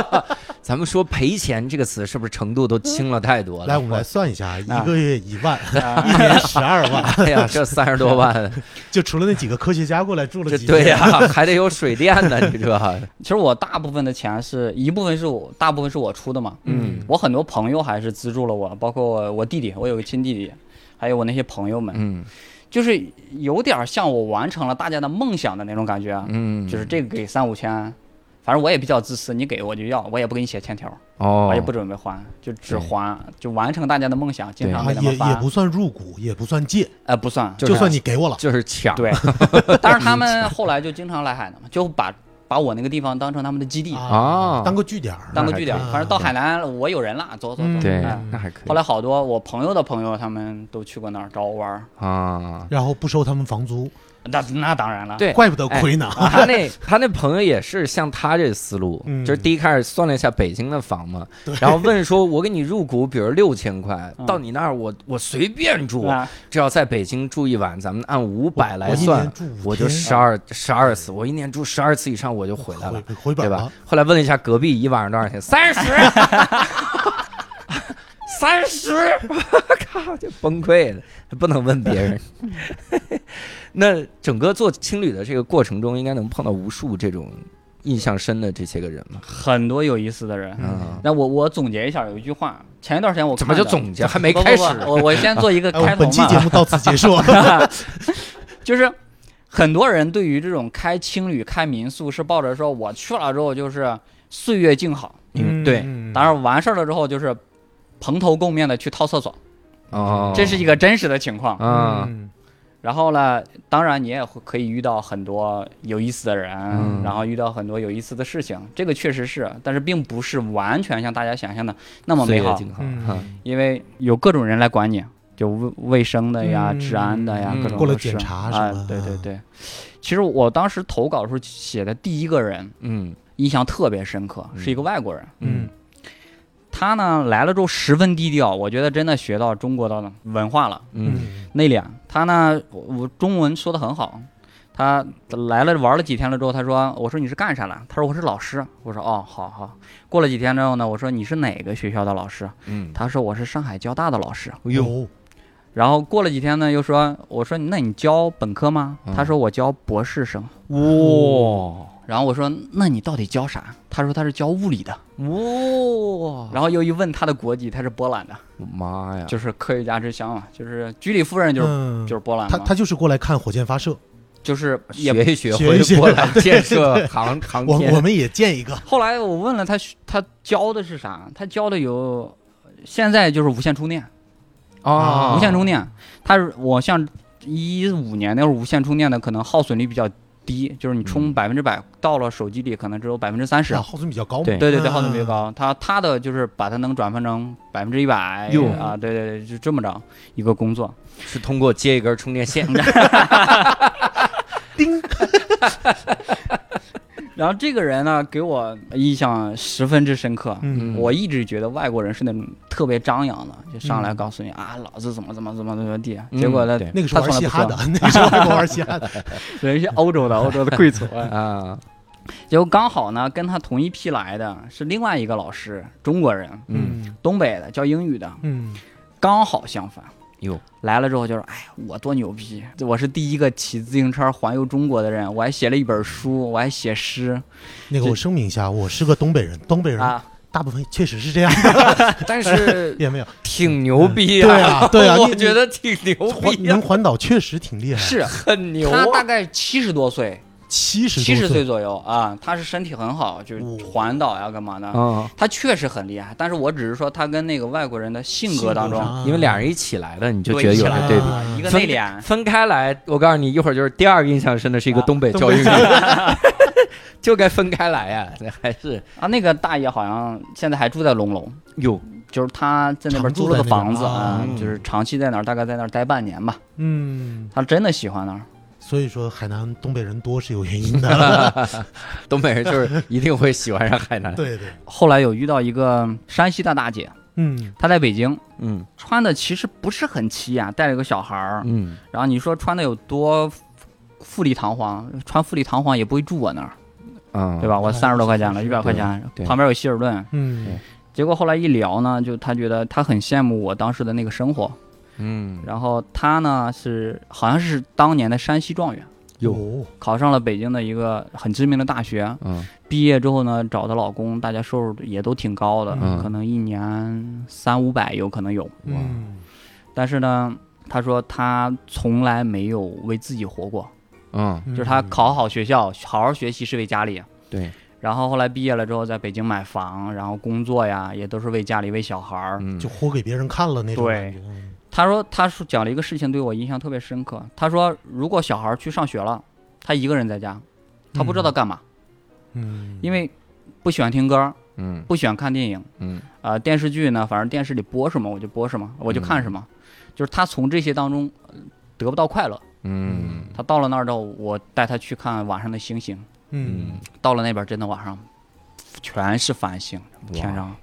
G: 咱们说赔钱这个词是不是程度都轻了太多了？
E: 来，我们来算一下啊，
F: 啊
E: 一个月一万，一年十二万，
G: 哎呀，这三十多万，
E: 就除了那几个科学家过来住了
G: 这
E: 几
G: 对
E: 天，
G: 呀、 还得有水电呢，你这，
F: 其实我大部分的钱是一部分是我大部分是我出的嘛，
G: 嗯
F: 我很多朋友还是资助了我，包括我我弟弟，我有个亲弟弟，还有我那些朋友们，
G: 嗯
F: 就是有点像我完成了大家的梦想的那种感觉。啊
G: 嗯，
F: 就是这个给三五千，反正我也比较自私，你给我就要，我也不给你写欠条，
G: 哦，
F: 我也不准备还，就只
G: 对
F: 还，就完成大家的梦想，经常
E: 啊，
F: 给他
E: 也
F: 们
E: 也
F: 发
E: 不，算入股，也不算借，
F: 呃，不算，
G: 就
E: 就是算你给我了，
G: 就是
E: 啊
G: 抢，
F: 对，但是他们后来就经常来海南嘛，就把把我那个地方当成他们的基地，
G: 啊
E: 当个据点儿，
F: 当个据点，
E: 那还可以
F: 反正到海南我有人啦，走走走，
E: 嗯
G: 对
F: 哎，
G: 那还可以。
F: 后来好多我朋友的朋友他们都去过那儿找我玩儿，
G: 啊，
E: 然后不收他们房租，
F: 那那当然了，
G: 对
E: 怪不得亏呢。
G: 他那他那朋友也是像他这思路，
E: 嗯
G: 就是第一开始算了一下北京的房嘛，然后问说，我给你入股，比如六千块，
F: 嗯
G: 到你那儿我我随便住，
F: 啊，
G: 只要在北京住一晚，咱们按五百来
E: 我一
G: 算
E: 年，住五
G: 我就
E: 天啊
G: 十二十二次，我一年住十二次以上我就回来
E: 回
G: 了，
E: 回本
G: 对
E: 儿
G: 吧
E: 了，？
G: 后来问了一下隔壁一晚上多少钱，三十。 三十， 我靠，就崩溃了，不能问别人。 那整个做青旅的这个过程中，应该能碰到无数这种印象深的这些个人嘛？
F: 很多有意思的人。
G: 嗯，
F: 那我我总结一下，有一句话，前一段时间我
G: 怎么
F: 看
G: 就
F: 的
G: 总结还没
F: 不不
G: 开始？
F: 不我我先 做一个
E: 哎，我
F: 开
E: 们
F: 头
E: 本期
F: 嘛，
E: 节目到此结束。 啊
F: 就是很多人对于这种开青旅、开民宿是抱着说我去了之后就是岁月静好，
G: 嗯，对，
E: 嗯
F: 当然完事儿了之后就是蓬头垢面的去掏厕所，
G: 哦，
F: 这是一个真实的情况。
G: 啊，
E: 嗯
F: 然后呢，当然你也会可以遇到很多有意思的人，
G: 嗯
F: 然后遇到很多有意思的事情，这个确实是，但是并不是完全像大家想象的那么
G: 岁
F: 美
G: 月
F: 好，
G: 静好，
E: 嗯
G: 哈
F: 因为有各种人来管你。就卫卫生的呀、
E: 嗯
F: 治安的呀，
G: 嗯
F: 各种
E: 过了
F: 都是
E: 检查什
F: 啊
E: 么，
F: 对对
E: 啊
F: 对。其实我当时投稿的时候写的第一个人
G: 嗯
F: 印象特别深刻，
G: 嗯
F: 是一个外国人。
G: 嗯
F: 他呢来了之后十分低调，我觉得真的学到中国的文化了，
G: 嗯
F: 内敛。他呢，我我中文说的很好。他来了玩了几天了之后，他说：“我说你是干啥的？”他说：“我是老师。”我说：“哦，好好。”过了几天之后呢，我说：“你是哪个学校的老师？”
G: 嗯，
F: 他说：“我是上海交大的老师。”
E: 有
F: 然后过了几天呢，又说：“我说那你教本科吗？”
G: 嗯
F: 他说：“我教博士生。
G: 哇
F: 然后我说：“那你到底教啥？”他说：“他是教物理的。
G: 哇”，
F: 然后又一问他的国籍，他是波兰的，
G: 我妈呀！
F: 就是科学家之乡嘛，就是居里夫人就是、
E: 嗯
F: 就是波兰
E: 他
F: 嘛，
E: 他就是过来看火箭发射，
F: 就是也
G: 学一学，
E: 学
G: 回
E: 一学
G: 过来建设航航
E: 我我
G: 天，
E: 们也建一个，
F: 后来我问了他，他教的是啥？他教的有，现在就是无线充电，
G: 啊
F: 无线充电。他是我像一五年那会儿，无线充电的可能耗损率比较低，就是你充
G: 嗯
F: 百分之百到了手机里，可能只有百分之三十
E: 啊，。耗损比较高嘛。
G: 对
F: 对对对，
E: 嗯
F: 耗损比较高。他他的就是把它能转换成百分之一百
G: 哟
F: 啊，对对对，就这么着一个工作。
G: 是通过接一根充电 线。
F: 然后这个人呢，给我印象十分之深刻。
G: 嗯
F: 我一直觉得外国人是那种特别张扬的，就上来告诉你、啊，老子怎么怎么怎么怎么地。
G: 嗯
F: 结果呢，
G: 对
E: 那个时候
F: 他
E: 玩
F: 从
E: 嘻
F: 来不
E: 哈
F: 说
E: 的， 那个时候还玩嘻哈的，
F: 人家欧洲的欧 洲的贵族。
G: 啊，
F: 结果刚好呢，跟他同一批来的是另外一个老师，中国人，
G: 嗯，
F: 东北的教英语的，
E: 嗯，
F: 刚好相反。
G: 哟，
F: 来了之后就是，哎呀，我多牛逼！我是第一个骑自行车环游中国的人，我还写了一本书，我还写诗
E: 那个我声明一下，我是个东北人，东北人
F: 啊。
E: 大部分确实是这样，
G: 但 是
E: 也没 有
G: 挺牛逼
E: 对啊对啊
G: 我
E: 你
G: 觉得挺牛
E: 环
G: 逼啊，
E: 能环岛确实挺厉害，
F: 是
G: 很牛
F: 他大
G: 啊，
F: 概七十多岁，
E: 七十
F: 七十岁
E: 岁，
F: 左右啊，他是身体很好，就
E: 哦
F: 环岛呀、干嘛的。
G: 啊，
F: 他确实很厉害，但是我只是说他跟那个外国人的性格当中，
G: 因为俩人一起来的，你就觉得有
F: 对一起
G: 了
F: 来
G: 嗯对比。
E: 啊
F: 一个
G: 分
F: 内敛，
G: 分开来，我告诉你，一会儿就是第二个印象深的是一个
F: 啊
G: 东北教育， 就该分开来呀，这还是
F: 啊，那个大爷好像现在还住在龙龙，
G: 哟，
F: 就是他在那边租了个房子啊
E: 常住在那边啊，
G: 嗯
F: 就是长期在那儿，大概在那儿待半年吧。
E: 嗯，
F: 他真的喜欢那儿，
E: 所以说海南东北人多是有原因的，
G: 东北人就是一定会喜欢上海南。
E: 对对，
F: 后来有遇到一个山西的大姐，
E: 嗯，
F: 她在北京，
G: 嗯
F: 穿的其实不是很起眼，带了个小孩儿，
G: 嗯
F: 然后你说穿的有多富丽堂皇，穿富丽堂皇也不会住我那儿，
G: 啊，
F: 对吧？我
E: 哦
F: 三十多块钱了，
E: 是
F: 一
E: 是
F: 百块
G: 对
F: 钱，
G: 对
F: 旁边有希尔顿，
E: 嗯，
F: 结果后来一聊呢，就他觉得他很羡慕我当时的那个生活，
G: 嗯，
F: 然后他呢是好像是当年的山西状元，
G: 哟，
E: 有
F: 考上了北京的一个很知名的大学，
G: 嗯
F: 毕业之后呢找的老公，大家收入也都挺高的，
G: 嗯
F: 可能一年三五百有可能有，
G: 哇
E: 嗯，
F: 但是呢。他说他从来没有为自己活过，
G: 嗯，
F: 就是他考好学校，好好学习是为家里，
G: 对，
F: 然后后来毕业了之后在北京买房，然后工作呀也都是为家里为小孩儿，
G: 嗯
E: 就活给别人看了那种
F: 对
E: 感觉，嗯
F: 他说，他说讲了一个事情对我影响特别深刻。他说，如果小孩儿去上学了，他一个人在家，他不知道干嘛，
E: 嗯，
F: 因为不喜欢听歌，
G: 嗯
F: 不喜欢看电影，
G: 嗯
F: 啊、电视剧呢，反正电视里播什么我就播什么，我就看什么，就是他从这些当中呃得不到快乐。
G: 嗯
F: 他到了那儿之后，我带他去看晚上的星星，
E: 嗯，
F: 到了那边儿真的晚上全是繁星，
G: 嗯
F: 天上，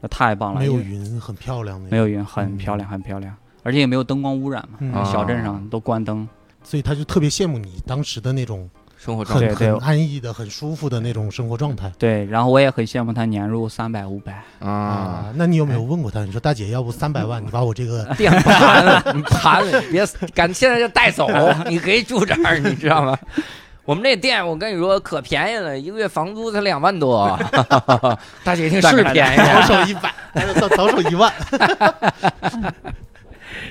F: 那太棒了，
E: 没有
F: 因为
E: 云，很漂亮的，
F: 没有云，很漂亮，很漂亮，而且也没有灯光污染嘛，
E: 嗯
G: 啊
F: 小镇上都关灯。
E: 所以他就特别羡慕你当时的那种
G: 生活状态
F: 对
E: 很
F: 对
E: 很安逸的、很舒服的那种生活状态
F: 对，然后我也很羡慕他年入三百五百，
G: 啊。。
E: 那你有没有问过他？你说大姐，要不三百万，你把我这 个
G: 电盘了，你盘了，你别赶，现在就带 走，你可以住这儿，你知道吗？我们这店，我跟你说可便宜了，一个月房租才两万 多。大姐一听是便宜
E: 倒
G: 啊，
E: 手一百，倒倒手一万，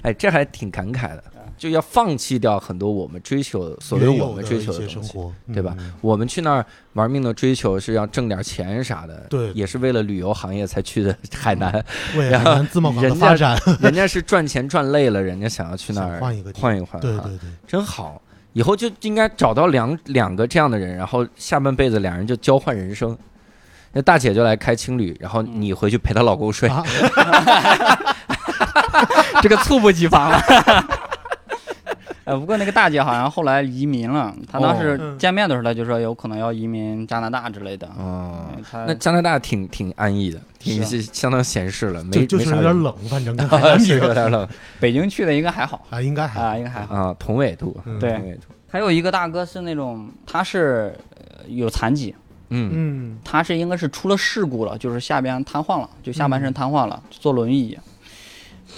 G: 哎，这还挺感慨的，就要放弃掉很多我们追求，所谓
E: 原
G: 我
E: 有
G: 们
E: 的
G: 追
E: 一
G: 求
E: 些
G: 的
E: 生
G: 东西。
E: 活，
G: 对吧
E: 嗯？
G: 我们去那儿玩命的追求是要挣点钱啥的，
E: 对
G: 也是为了旅游行业才去的 海南。
E: 为
G: 然
E: 海
G: 后
E: 南自贸港的
G: 人
E: 发
G: 家啊
E: 展，
G: 人家是赚钱赚累了，人家想要去那儿
E: 想换一个地方
G: 换一换，啊
E: 对
G: 哈
E: 对对，
G: 真好，以后就应该找到两两个这样的人，然后下半辈子俩人就交换人生。那大
E: 嗯
G: 姐就来开青旅，然后你回去陪她老公睡，
E: 啊，
F: 这个猝不及防了。 呃，不过那个大姐好像后来移民了，她当时
E: 嗯
F: 见面的时候，她就说有可能要移民加拿大之类的。
E: 啊
G: 哦，
F: 嗯她
G: 那加拿大挺挺安逸的，挺
F: 是
G: 相当闲适了，
E: 就
G: 没
E: 就是有 点，冷，啊反正跟
G: 没
E: 海
G: 啥
E: 南
G: 人
E: 比
G: 是，有点冷
F: 北京去的应该还好
E: 啊，应该还
F: 啊，应该还好。
G: 啊，同纬度，
E: 嗯
F: 对
G: 同纬度，
F: 还有一个大哥是那种，他是呃有残疾，
G: 嗯，
B: 嗯，
F: 他是应该是出了事故了，就是下边瘫痪了，就下半身瘫痪了，坐轮椅。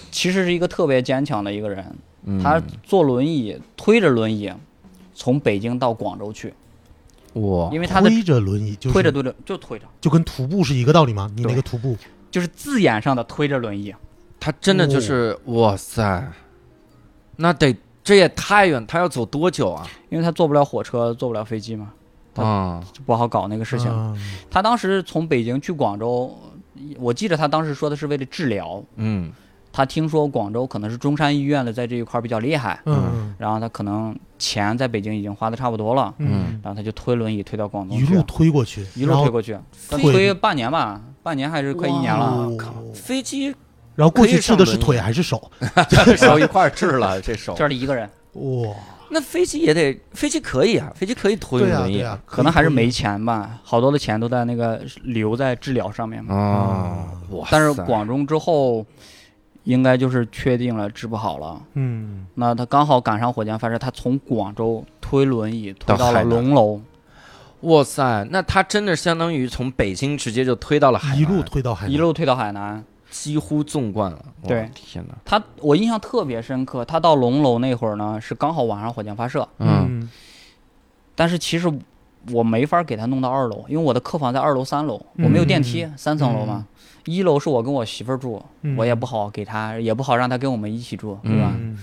F: 其实是一个特别坚强的一个人，
G: 嗯
F: 他坐轮椅推着轮椅从北京到广州去，
G: 哇，
F: 因为他的
E: 推着轮椅，就是
F: 推着推着就推着，
E: 就跟徒步是一个道理吗？你那
F: 对
E: 个徒步
F: 就是字眼上的推着轮椅。
G: 他真的就是
E: 嗯
G: 哇塞，那得这也太远，他要走多久啊？
F: 因为他坐不了火车，坐不了飞机嘛，他
E: 嗯
G: 啊，
F: 就不好搞那个事情。
E: 啊
F: 他当时从北京去广州，我记得他当时说的是为了治疗，
G: 嗯，
F: 他听说广州可能是中山医院的在这一块儿比较厉害，
E: 嗯
F: 然后他可能钱在北京已经花的差不多了，
G: 嗯
E: 嗯，
F: 然后他就推轮椅推到广东
E: 一
F: 去，
E: 路推过去，
F: 一路推过去，他
E: 飞
F: 推半年吧，半年还是快一年
E: 然
F: 了。
E: 后哦
G: 飞机
E: 然后过
G: 可
E: 去
G: 以上
E: 治的是
G: 轮椅
E: 腿还是手？
G: 手一块儿治了这手，
F: 这里一个人，
E: 哇，
G: 那飞机也得，飞机可以啊，飞机可以推
E: 对呀
G: 轮
E: 对啊
G: 椅
E: 呀，
F: 可能还是没钱吧，好多的钱都在那个留在治疗上面嘛。
G: 啊，哇塞！
F: 但是广东之后，应该就是确定了治不好了。
E: 嗯，
F: 那他刚好赶上火箭发射，他从广州推轮椅推
G: 到
F: 到了
G: 海南
F: 龙楼，
G: 哇塞，那他真的相当于从北京直接就推到了海南，
E: 一路推到海南，
F: 一路推到海南。
G: 几乎纵贯了。哇
F: 对
G: 天哪，
F: 他我印象特别深刻，他到龙楼那会儿呢，是刚好晚上火箭发射，
G: 嗯，
E: 嗯
F: 但是其实我没法给他弄到二楼，因为我的客房在二楼、三楼，
G: 嗯
F: 我没有电梯，三层楼嘛。一楼是我跟我媳妇儿住，
E: 嗯
F: 我也不好给他，也不好让他跟我们一起住，对吧？
G: 嗯
E: 嗯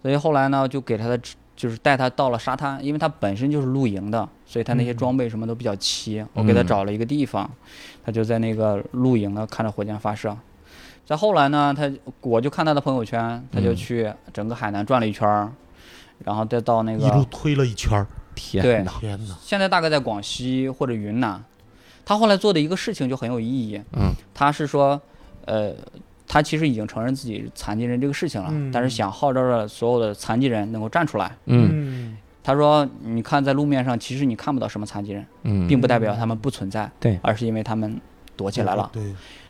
F: 所以后来呢，就给他的就是带他到了沙滩，因为他本身就是露营的，所以他那些
E: 嗯
F: 装备什么都比较齐。我给他
G: 嗯
F: 找了一个地方，他就在那个露营呢，看着火箭发射。再后来呢，他我就看他的朋友圈，他就
G: 嗯
F: 去整个海南转了一圈儿，然后再到那
E: 一路
F: 个啊
E: 推了一圈儿，
G: 天
F: 对
G: 哪，
E: 天哪！
F: 现在大概在广西或者云南。他后来做的一个事情就很有意义，
G: 嗯，
F: 他是说，呃，他其实已经承认自己是残疾人这个事情了，
E: 嗯
F: 但是想号召着所有的残疾人能够站出来。
G: 嗯
E: 嗯，
F: 他说：“你看，在路面上，其实你看不到什么残疾人，
G: 嗯，
F: 并不代表他们不存在，
G: 对
F: 而是因为他们躲起来了。
E: 对，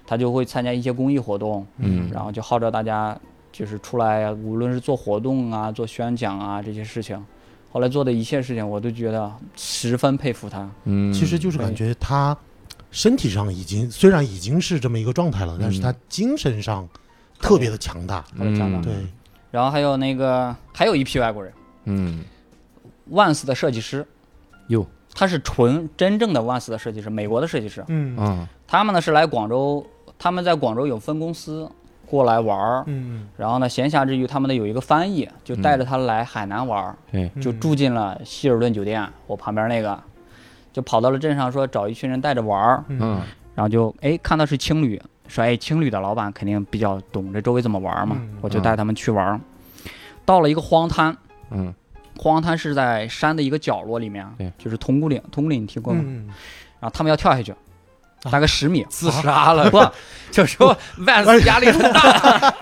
F: 他就会参加一些公益活动，
G: 嗯
F: 然后就号召大家，就是出来，无论是做活动啊、做宣讲啊这些事情。后来做的一切事情，我都觉得十分佩服他。
G: 嗯，
E: 其实就是感觉他身体上已经虽然已经是这么一个状态了，但是
G: 嗯
E: 他精神上特别的强大。
F: 他的家长
G: 嗯
E: 对，
F: 然后还有那个，还有一批外国人
G: 嗯，
F: ，Vans 的设计师，
G: 哟，
F: 他是纯真正的 Vans 的设计师，美国的设计师。
E: 嗯
G: 啊，
F: 他们呢是来广州，他们在广州有分公司过来玩儿，
E: 嗯，
F: 然后呢，闲暇之余，他们的有一个翻译，就带着他来海南玩儿，
G: 对，
E: 嗯
F: 就住进了希尔顿酒店，我旁边那个，就跑到了镇上说找一群人带着玩儿，
G: 嗯
F: 然后就哎看到是青旅，说哎青旅的老板肯定比较懂这周围怎么玩儿嘛，
E: 嗯
F: 我就带他们去玩儿，到了一个荒滩，
G: 嗯
F: 荒滩是在山的一个角落里面
G: 对，
F: 就是铜鼓岭，铜鼓岭你听过吗？
E: 嗯，啊
F: 然后他们要跳下去，大概十米，
G: 自杀了，
F: 不，
G: 就说万 斯压力很大，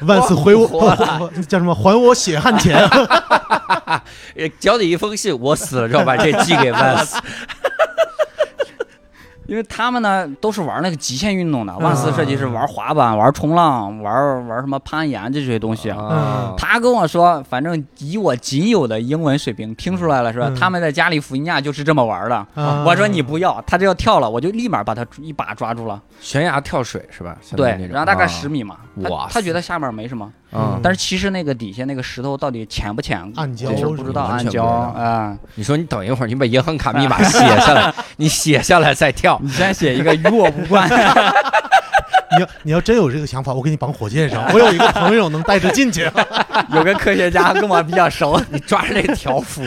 E: 万斯回 我
G: 我活了
E: 叫什么？还我血汗 钱！
G: 脚底一封信，我死了之后把这寄给 万斯，
F: 因为他们呢都是玩那个极限运动的，万斯
E: 啊
F: 设计是玩滑板、玩冲浪、玩玩什么攀岩这些东西。
G: 啊
F: 他跟我说，反正以我仅有的英文水平，听出来了是吧？
E: 嗯
F: 他们在加利福尼亚就是这么玩的。
E: 啊
F: 我说你不要，他这要跳了，我就立马把他一把抓住了。
G: 悬崖跳水是吧？相当于那
F: 对，
G: 种
F: 然后大概
G: 啊
F: 十米嘛，
G: 哇
F: 他他觉得下面没什么，
G: 啊
E: 嗯！
F: 但是其实那个底下那个石头到底浅不浅，
E: 暗礁
F: 就是是
E: 吧
F: 不知道
G: 完
F: 暗
G: 全不知
F: 礁
G: 道
F: 啊。
G: 你说你等一会儿，你把银行卡
F: 嗯
G: 密码写下来，你写下来再跳。
F: 你先写一个与我无关，
E: 你要你要真有这个想法，我给你绑火箭上。我有一个朋友能带着进去。
F: 有个科学家跟我比 较熟，
G: 你抓着这条幅，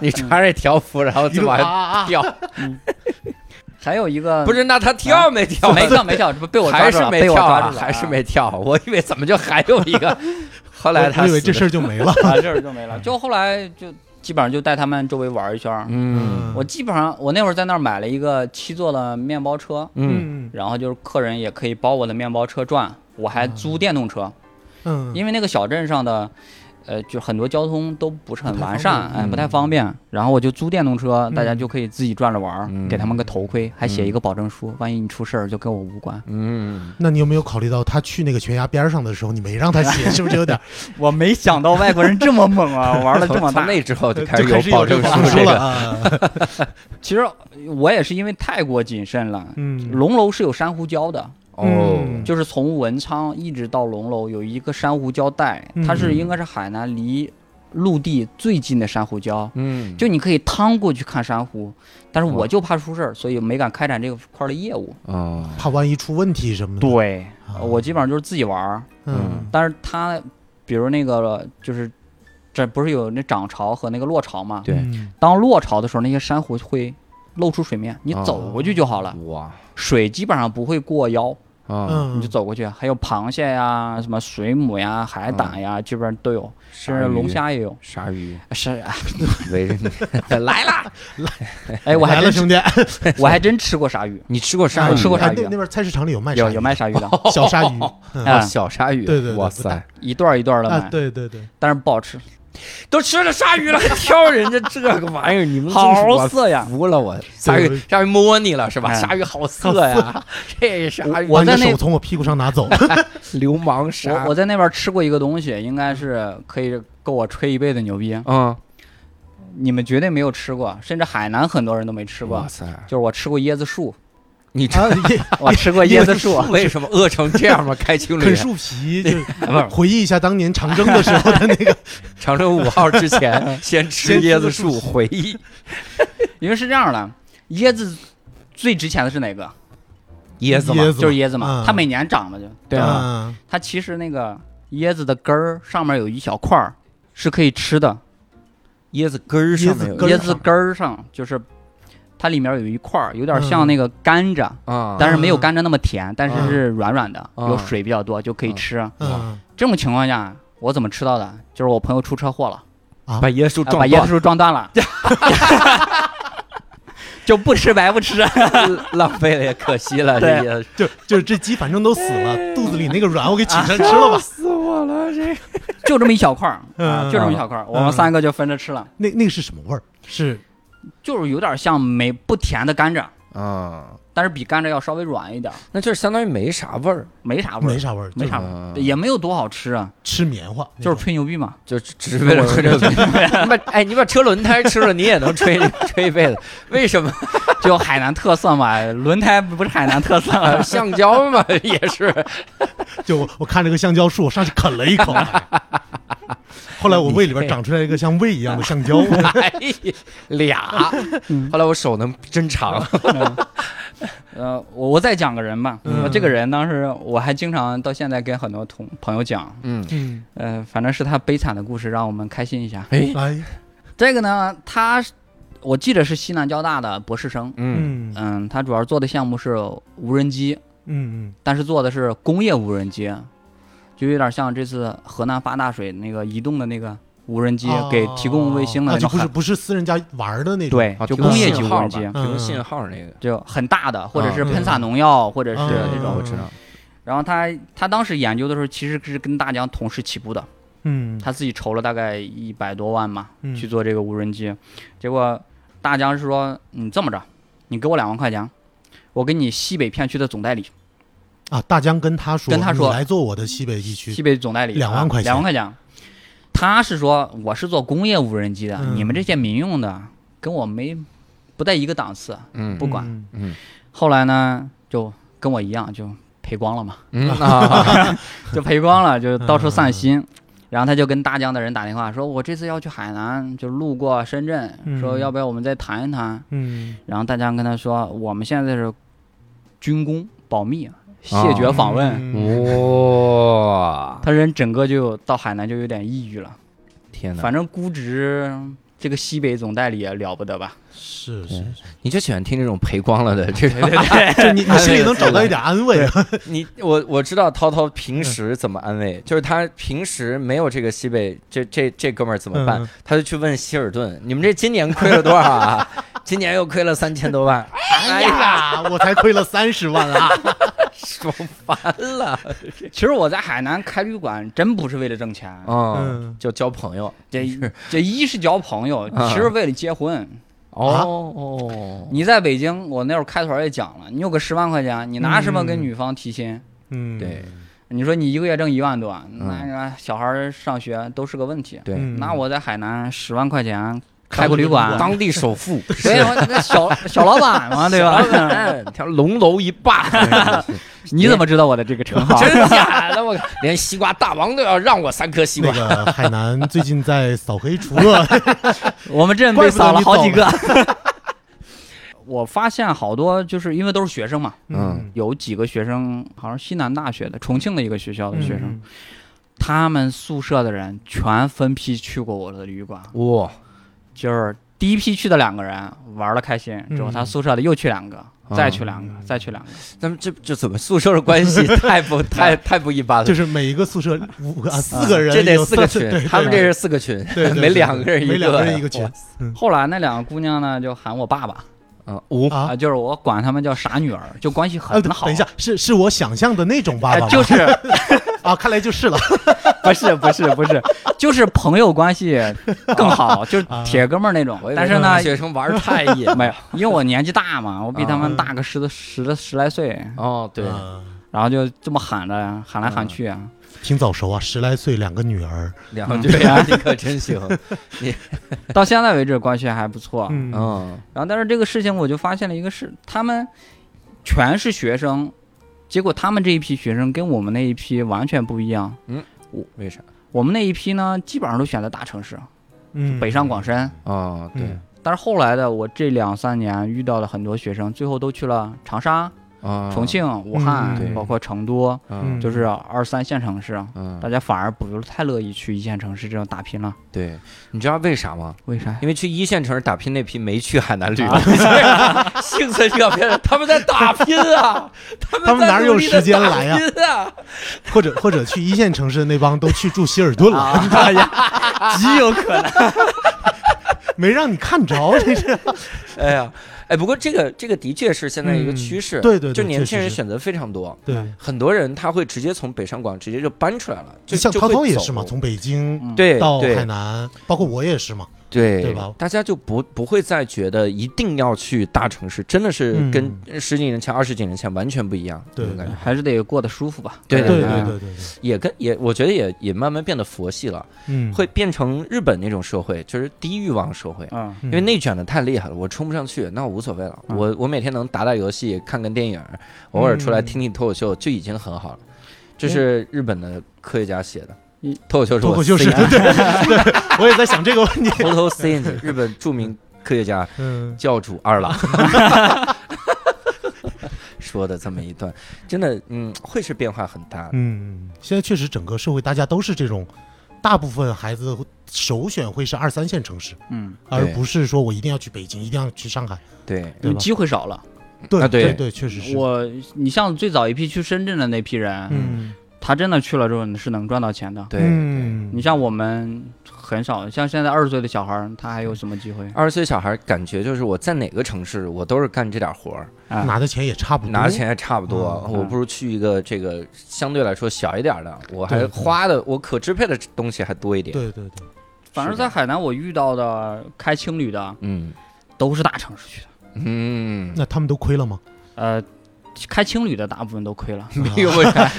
G: 你抓着这条幅，然后就往下
E: 啊
G: 跳。
F: 还有一个
G: 不是，那他跳没跳？
F: 没跳没跳，这不被我抓
G: 还
F: 住
G: 是
F: 了，
G: 没
F: 被我
G: 跳
F: 抓
G: 啊，
F: 住了，
G: 还是没跳。我以为怎么就还有一 个，后来他
E: 我以为这
G: 儿，
E: 事儿就没了。
F: 啊，这儿就没了。就后来就基本上就带他们周围玩一圈儿。
G: 嗯
F: 我基本上我那会儿在那儿买了一个七座的面包车，
G: 嗯
E: 嗯
F: 然后就是客人也可以包我的面包车转，我还租电动车，
E: 嗯，
F: 因为那个小镇上的，呃，就很多交通都不是很完善，
E: 不太方
F: 哎，
G: 便
F: 不太方便。然后我就租电动车，
E: 嗯
F: 大家就可以自己转着玩儿，
G: 嗯
F: 给他们个头盔，还写一个保证书，万一你出事儿就跟我无关。
G: 嗯，
E: 那你有没有考虑到他去那个悬崖边上的时候，你没让他写，是不是有点儿
F: 我没想到外国人这么猛 啊，玩了这么
G: 从
F: 大。
G: 那之后就
E: 就
G: 开始 有
E: 有
G: 保
E: 这
G: 证
E: 个保证
G: 书这
E: 了
G: 个，
E: 啊？
F: 其实我也是因为太过谨慎了。
E: 嗯，
F: 龙楼是有珊瑚礁的，
G: 哦
E: 嗯，
F: 就是从文昌一直到龙楼有一个珊瑚礁带，
E: 嗯
F: 它是应该是海南离陆地最近的珊瑚礁。
G: 嗯，
F: 就你可以趟过去看珊瑚，但
E: 嗯
F: 是我就怕出事儿，所以没敢开展这个块儿的业务。
G: 哦，
E: 怕万一出问题什么的。，
F: 对
E: 啊
F: 我基本上就是自己玩儿，
E: 嗯
F: 但是它，比如那个就是，这不是有那涨潮和那个落潮嘛？
G: 对
E: 嗯
F: 当落潮的时候，那些珊瑚会露出水面，你走过去就好了，
G: 哇
F: 水基本上不会过腰，
G: 啊，
E: 哦嗯，
F: 你就走过去。还有螃蟹呀、什么水母呀、海胆
E: 嗯
F: 呀，基本上都有，甚至龙虾也有。
G: 鲨鱼
F: 是啊，
G: 围着你来啦，
F: 哎，我还
E: 来了，
F: 真吃
E: 兄弟，
F: 我还真吃过 鲨鱼，
G: 你吃过鲨鱼？
F: 吃过鲨
E: 哎
F: 鱼
E: 那那边菜市场里有卖哎鲨
F: 有
E: 鱼
F: 有卖鲨鱼的，
E: 的小鲨鱼，嗯
F: 啊
G: 哦小鲨鱼，
E: 对对对
G: 哇
E: 不大
G: 塞，
F: 一段儿一段儿的
E: 啊，
F: 买，
E: 对对对，
F: 但是不好吃，
G: 都吃了鲨鱼了，还挑人家这个玩意儿，你们真是
F: 好
G: 我
F: 色呀！
G: 服了我，鲨鱼
E: 对
G: 鲨鱼摸你了是吧？
F: 哎
G: 鲨鱼好色呀，这鲨鱼
F: 我
E: 把你的
F: 在那
E: 手从我屁股上 拿走，
G: 流氓鲨
F: 我，我在那边吃过一个东西，应该是可以够我吹一辈子牛逼，
G: 嗯，
F: 你们绝对没有吃过，甚至海南很多人都没吃过
G: 哇。塞，
F: 就是我吃过椰子树，
G: 你这
E: 啊也
F: 我吃过椰子树，啊
G: 为什么饿成这样吗？开 青旅
E: 啃树皮，就回忆一下当年长征的时候的那个，
G: 长征五号之前，先吃
E: 先吃
G: 椰
E: 椰
G: 子
E: 子
G: 树
E: 树
G: 回忆。
F: 因为是这样的，椰子最值钱的是哪个？
G: 椰子嘛，
E: 椰子
F: 就是椰子嘛，
E: 嗯
F: 它每年长嘛就。
G: 对啊，
E: 啊，
F: 它其实那个椰子的根儿上面有一小块儿是可以吃的，
G: 椰子根儿上面有
E: 根
F: 椰
E: 儿
F: 子根儿上就是它里面有一块儿，有点
E: 嗯
F: 像那个甘蔗。
G: 啊，
F: 但是没有甘蔗那么甜，但是
E: 嗯
F: 是软软的，
G: 嗯
F: 有水比较多，就可以吃。
E: 嗯
F: 这种情况下，我怎么吃到的？就是我朋友出车祸了，
G: 把椰子树
F: 啊把
G: 撞
F: 椰
G: 断
F: 子，树撞断了，就不吃白不吃。
G: 浪费了也可惜了。这
F: 对
G: 椰子
E: 就就是这鸡反正都死了，肚子里那个卵我给挤出来吃了 吧。
G: 死我了，这
F: 就这么一小块儿，啊，
E: 嗯
F: 就这么一小块儿，我们三个就分着吃了，
E: 那那个是什么味儿？是
F: 就是有点像没不甜的甘蔗，
G: 啊，
F: 但是比甘蔗要稍微软一点，
G: 那就是相当于没啥味儿，
F: 没啥味
E: 没
F: 儿，
E: 啥味儿，
F: 没
E: 就是
F: 啥味
G: 啊
F: 儿，也没有多好吃啊，
E: 吃棉花，
F: 就是吹牛逼嘛。
G: 就只只是为了吹这 个。你把哎，你把车轮胎吃了，你也能吹 吹一辈子？为什 么？
F: 就海南特色嘛， 轮胎不是海南特 色，
G: 橡胶嘛，也是。
E: 那种就我我看这个橡胶树，我上去啃了一口，后来我胃里边长出来一个像胃一样的橡胶，
G: 哎，俩。后来我手能真长，
F: 呃，我我再讲个人吧。
E: 嗯
F: 我这个人当时我还经常到现在跟很多同朋友讲，
G: 嗯，
E: 嗯，
F: 呃，反正是他悲惨的故事，让我们开心一下。
G: 哎，
E: 哎，
F: 这个呢，他是我记得是西南交大的博士生，
G: 嗯
E: 嗯嗯
F: 嗯，他主要做的项目是无人机，
E: 嗯
F: 但是做的是工业无人机，就有点像这次河南发大水那个移动的那个无人机
E: 哦
F: 给提供卫星的
E: 啊
F: 那
E: 就
F: 种
E: 不是啊
F: 很，
E: 不是私人家玩儿的那种，
F: 对，就工业级无人机
G: 提。供信号那个，
F: 就很大的，或者是
E: 啊
F: 喷洒农药，或者是
E: 对
F: 那
G: 啊这
F: 种
G: 种我知道。
F: 然后他他当时研究的时候，其实是跟大疆同时起步的，
E: 嗯，
F: 他自己筹了大概一百多万嘛，
E: 嗯
F: 去做这个无人机。结果大疆是说，你这么着，你给我两万块钱，我给你西北片区的总代理，
E: 啊，大疆跟他说，
F: 跟他说
E: 你来做我的西北地区
F: 西，北总代理
E: 两万块钱
F: 两万块钱。他是说我是做工业无人机的，
E: 嗯
F: 你们这些民用的跟我没不在一个档次。
G: 嗯
F: 不管
E: 嗯
G: 嗯
F: 后来呢，就跟我一样，就赔光了嘛。
G: 嗯 啊，
F: 就赔光了，就到处
E: 嗯
F: 散心。然后他就跟大疆的人打电话，说我这次要去海南，就路过深圳，
E: 嗯
F: 说要不要我们再谈一谈。
E: 嗯
F: 然后大疆跟他说，我们现在是军工保密，啊谢绝访问。
E: 嗯
G: 哇，
F: 他人整个就到海南就有点抑郁了，
G: 天哪！
F: 反正估值这个西北总代理也了不得吧？
E: 是是，是
G: 你就喜欢听这种赔光了的这种。
E: 就你你心里能找到一点安慰，嗯
G: 你我我知道涛涛平时怎么安慰，就是他平时没有这个西北这这这哥们儿怎么办
E: 嗯？
G: 他就去问希尔顿，你们这今年亏了多少 啊？今年又亏了三千多万。
E: 哎呀，我才亏了三十万啊！
G: 说烦了
F: 其实我在海南开旅馆真不是为了挣钱，
G: 啊，
E: 嗯，
G: 就交朋友
F: 这这一是交朋友，
G: 啊
F: 其实为了结婚。
G: 哦
F: 你在北京，我那会儿开团也讲了，你有个十万块钱，你拿什么跟
E: 嗯
F: 女方提亲？
E: 嗯，
G: 对
F: 你说你一个月挣一万多，那个小孩儿上学都是个问题。
G: 对，
E: 嗯
F: 那我在海南十万块钱开个旅馆，
G: 当地首 富，
F: 对， 我那小小老板嘛，对吧？
G: 哎条龙楼一霸，
F: 你怎么知道我的这个称 号？
G: 真假的？我 连西瓜大王都要让我三颗西
E: 那
G: 瓜，
E: 个海南最近在扫黑除恶，
F: 我们镇被扫了好几个。 我发现好多就是因为都是学生嘛，
G: 嗯
F: 有几个学生好像西南大学的，重庆的一个学校的嗯学生，
E: 嗯
F: 他们宿舍的人全分批去过我的旅馆，
G: 哇，
F: 就是第一批去的两个人玩的开心，之后
E: 嗯
F: 他宿舍里又去两个，
G: 啊
F: 再去两个，再去两个，
G: 咱们这这怎么宿舍的关 系太不太太不一般了
E: 就？是每一个宿舍五个啊四个人，
G: 这得
E: 有
G: 四个
E: 对对
G: 群，他们这是四个群
E: 对对，对
G: 每两个人一
E: 每两个人一个
G: 个
E: 群
F: 后来那两个姑娘呢，就喊我爸爸
G: 啊，五
E: 啊
F: 啊，就是我管他们叫傻女儿，就关系
E: 啊！
F: 很好。
E: 等一下，，是是我想象的那种爸
F: 哎
E: 爸，吗，
F: 就是
E: 啊，看来就是了。
F: 不是不是不是，就是朋友关系更好， 就是铁哥们儿那种
G: 我以。为
F: 啊但是呢
G: 中，学生玩 太野
F: 没有，因为我年纪大嘛，我比他们大个十多十多十来岁，
G: 哦，对，
E: 啊
F: 然后就这么喊着喊来喊去啊。
E: 挺早熟啊，十来岁两个女儿，
G: 两个对呀，你可真行，
F: 到现在为止关系还不错。
E: 嗯
G: 嗯
F: 然后，但是这个事情我就发现了一个事，他们全是学生，结果他们这一批学生跟我们那一批完全不一样。
G: 为啥？
F: 我们那一批呢，基本上都选择大城市，
E: 嗯
F: 北上广深。
G: 哦，对
E: 嗯
F: 但是后来的我这两三年遇到的很多学生，最后都去了长沙、
G: 啊，
F: 重庆、武汉，
G: 对
F: 包括成都，
G: 嗯
E: 嗯
F: 就是二三线城市，啊大
G: 嗯，
F: 家反而不太乐意去一线城市这样打拼了。
G: 对，你知道为啥吗？
F: 为啥？
G: 因为去一线城市打拼那批没去海南旅游， 幸存者偏差，他们在打拼啊，他们
E: 他们
G: 在
E: 哪儿有
G: 努力地
E: 时间
G: 打
E: 来啊
G: 拼 啊？
E: 或者或者去一线城市那帮都去住希尔顿 了，
F: 哎呀， 极有可能。
E: 没让你看着，这是
G: 哎呀，哎，不过这个这个的确是现在一个趋势，
E: 嗯对对对
G: 就年轻
E: 确
G: 人
E: 实是
G: 选择非常多，
E: 对。
G: 很多人他会直接从北上广直接就搬出来了，就
E: 像
G: 就
E: 涛
G: 会
E: 涛也
G: 走
E: 是嘛，从北京
F: 嗯
G: 对
E: 到
G: 对
E: 海南，包括我也是嘛。
G: 对
E: 对吧
G: 大家就不不会再觉得一定要去大城市，真的是
E: 嗯
G: 跟十几年前、二十几年前完全不一样，
E: 对
G: 这种感觉
F: 还是得过得舒服吧。
G: 对
E: 对对
G: 对
E: 对对对，
G: 也跟也我觉得也也慢慢变得佛系了，
E: 嗯，
G: 会变成日本那种社会，就是低欲望社会。
F: 嗯，
E: 因
G: 因为内卷的太厉害了，我冲不上去，那我无所谓了。
F: 嗯
G: 我我每天能打打游戏、看看电影，偶尔出来
E: 嗯
G: 听听脱口秀就已经很好了。这是日本的科学家写的
F: 一，
G: 脱口秀是
E: 脱
G: 我
E: 口秀是
G: C
E: 对对，我也在想这个问题。
G: 头头 C 日本著名科学家
E: 嗯
G: 教主 二郎说的这么一段，真的，嗯，会是变化很大的。
E: 嗯，现在确实整个社会大家都是这种，大部分孩子首选会是二三线城市，
F: 嗯，
E: 而不是说我一定要去北京，一定要去上海。
G: 对，
F: 因
E: 对
F: 为
E: 吧
F: 机会少了。
E: 对
G: 啊对
E: 对对，确实是。
F: 我，你像最早一批去深圳的那批人，
E: 嗯
F: 他真的去了之后你是能赚到钱的。
G: 对，
E: 嗯，
F: 你像我们很少，像现在二十岁的小孩儿，他还有什么机会？
G: 二十岁小孩感觉就是我在哪个城市，我都是干这点活儿，
F: 啊
E: 拿的钱也差不多，
G: 拿的钱也差不多，
E: 嗯
G: 我不如去一个这个相对来说小一点的，我还
E: 对
G: 花的我可支配的东西还多一点。
E: 对对对，
F: 反正
G: 是的
F: 在海南，我遇到的开青旅的
G: 嗯
F: 都是大城市去的。
G: 嗯，
E: 那他们都亏了吗？
F: 呃，开青旅的大部分都亏了。
G: 没有，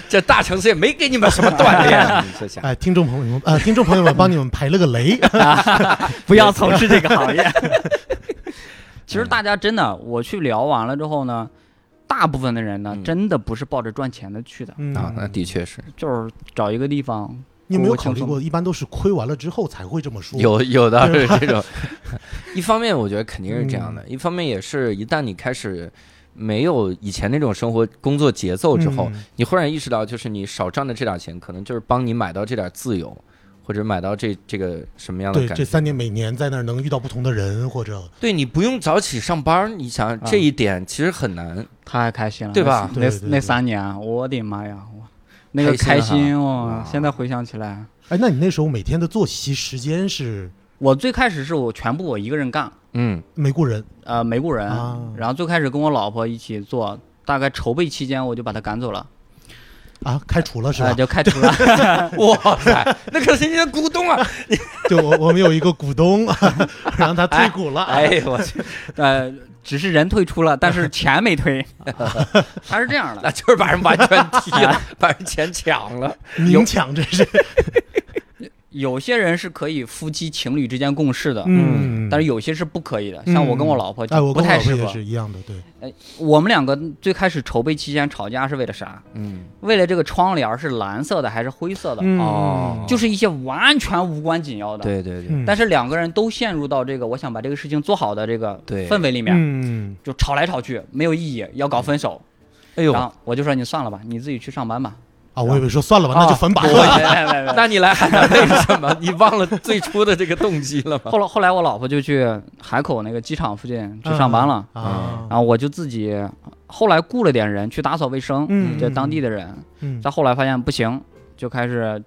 G: 这大城市也没给你们什么 锻炼，你这想。
E: 哎，听众朋友们，呃，听众朋友们，帮你们排了个雷。
F: 不要从事这个 行业。其实大家真的，我去聊完了之后呢，大部分的人呢
G: 嗯，
F: 真的不是抱着赚钱的去的，
E: 嗯
G: 啊，那的确是
F: 就是找一个地方。
E: 你有没有
F: 我
E: 考虑
F: 轻松
E: 过，一般都是亏完了之后才会这么说。
G: 有有的是这种。 一方面，我觉得肯定是这样的；
E: 嗯
G: 一方面也是，一旦你开始没有以前那种生活工作节奏之后，
E: 嗯
G: 你忽然意识到，就是你少赚的这点钱，可能就是帮你买到这点自由，或者买到这这个什么样的
E: 对
G: 感
E: 这
G: 觉。
E: 三年每年在那儿能遇到不同的人，或者
G: 对你不用早起上班，你想
E: 啊
G: 这一点其实很难。
F: 太开心了，
G: 对吧
F: 那
E: 对对对
F: 那三年，我的妈呀，我那个
G: 开
F: 开
G: 心啊
F: 心哦
G: 哇！
F: 现在回想起来，
E: 哎，那你那时候每天的作息时间是
F: 我最开始是我全部我一个人干，
G: 嗯
E: 没雇人
F: 呃，没雇人
E: 啊，
F: 然后最开始跟我老婆一起做，大概筹备期间我就把他赶走了，
E: 啊，开除了是
F: 啊
E: 吧？
F: 就开除了。
G: 哇塞，那可是人家股东啊！
E: 就我我们有一个股东， 让他退股了。
G: 哎呦我去，
F: 呃，只是人退出了，但 是钱没退，他是这样
G: 那
F: 的。
G: 就是把人完全踢了，把人钱抢了。
E: 哎明抢这是，
F: 有些人是可以夫妻情侣之间共事的，
G: 嗯
F: 但是有些是不可以的。像我跟我老婆
E: 哎，
F: 就
E: 我
F: 不
E: 跟我
F: 太
E: 老婆
F: 适
E: 也
F: 合。
E: 是一样的，对，
F: 我们两个最开始筹备期间吵架是为了啥？
G: 嗯，
F: 为了这个窗帘是蓝色的还是灰色
E: 嗯
F: 的？
G: 哦，
F: 就是一些完全无关紧要的。。
G: 对对对，
E: 嗯
F: 但是两个人都陷入到这个我想把这个事情做好的这个
G: 对
F: 氛围里面，
E: 嗯，
F: 就吵来吵去，没有意义，要搞分手。
G: 哎呦
F: 然，后我就说你算了吧，你自己去上班吧。
E: 啊，我以为说算了吧，那就 分吧。
F: 没 没没没
G: 那你来海南为什么？你忘了最初的这个动机了吗？
F: 后来后来我老婆就去海口那个机场附近去上班了，
E: 啊
F: 然，后我就自己后来雇了点人去打扫卫生，
E: 嗯
F: 就当地的人。
E: 嗯
F: 再后来发现不行，就开始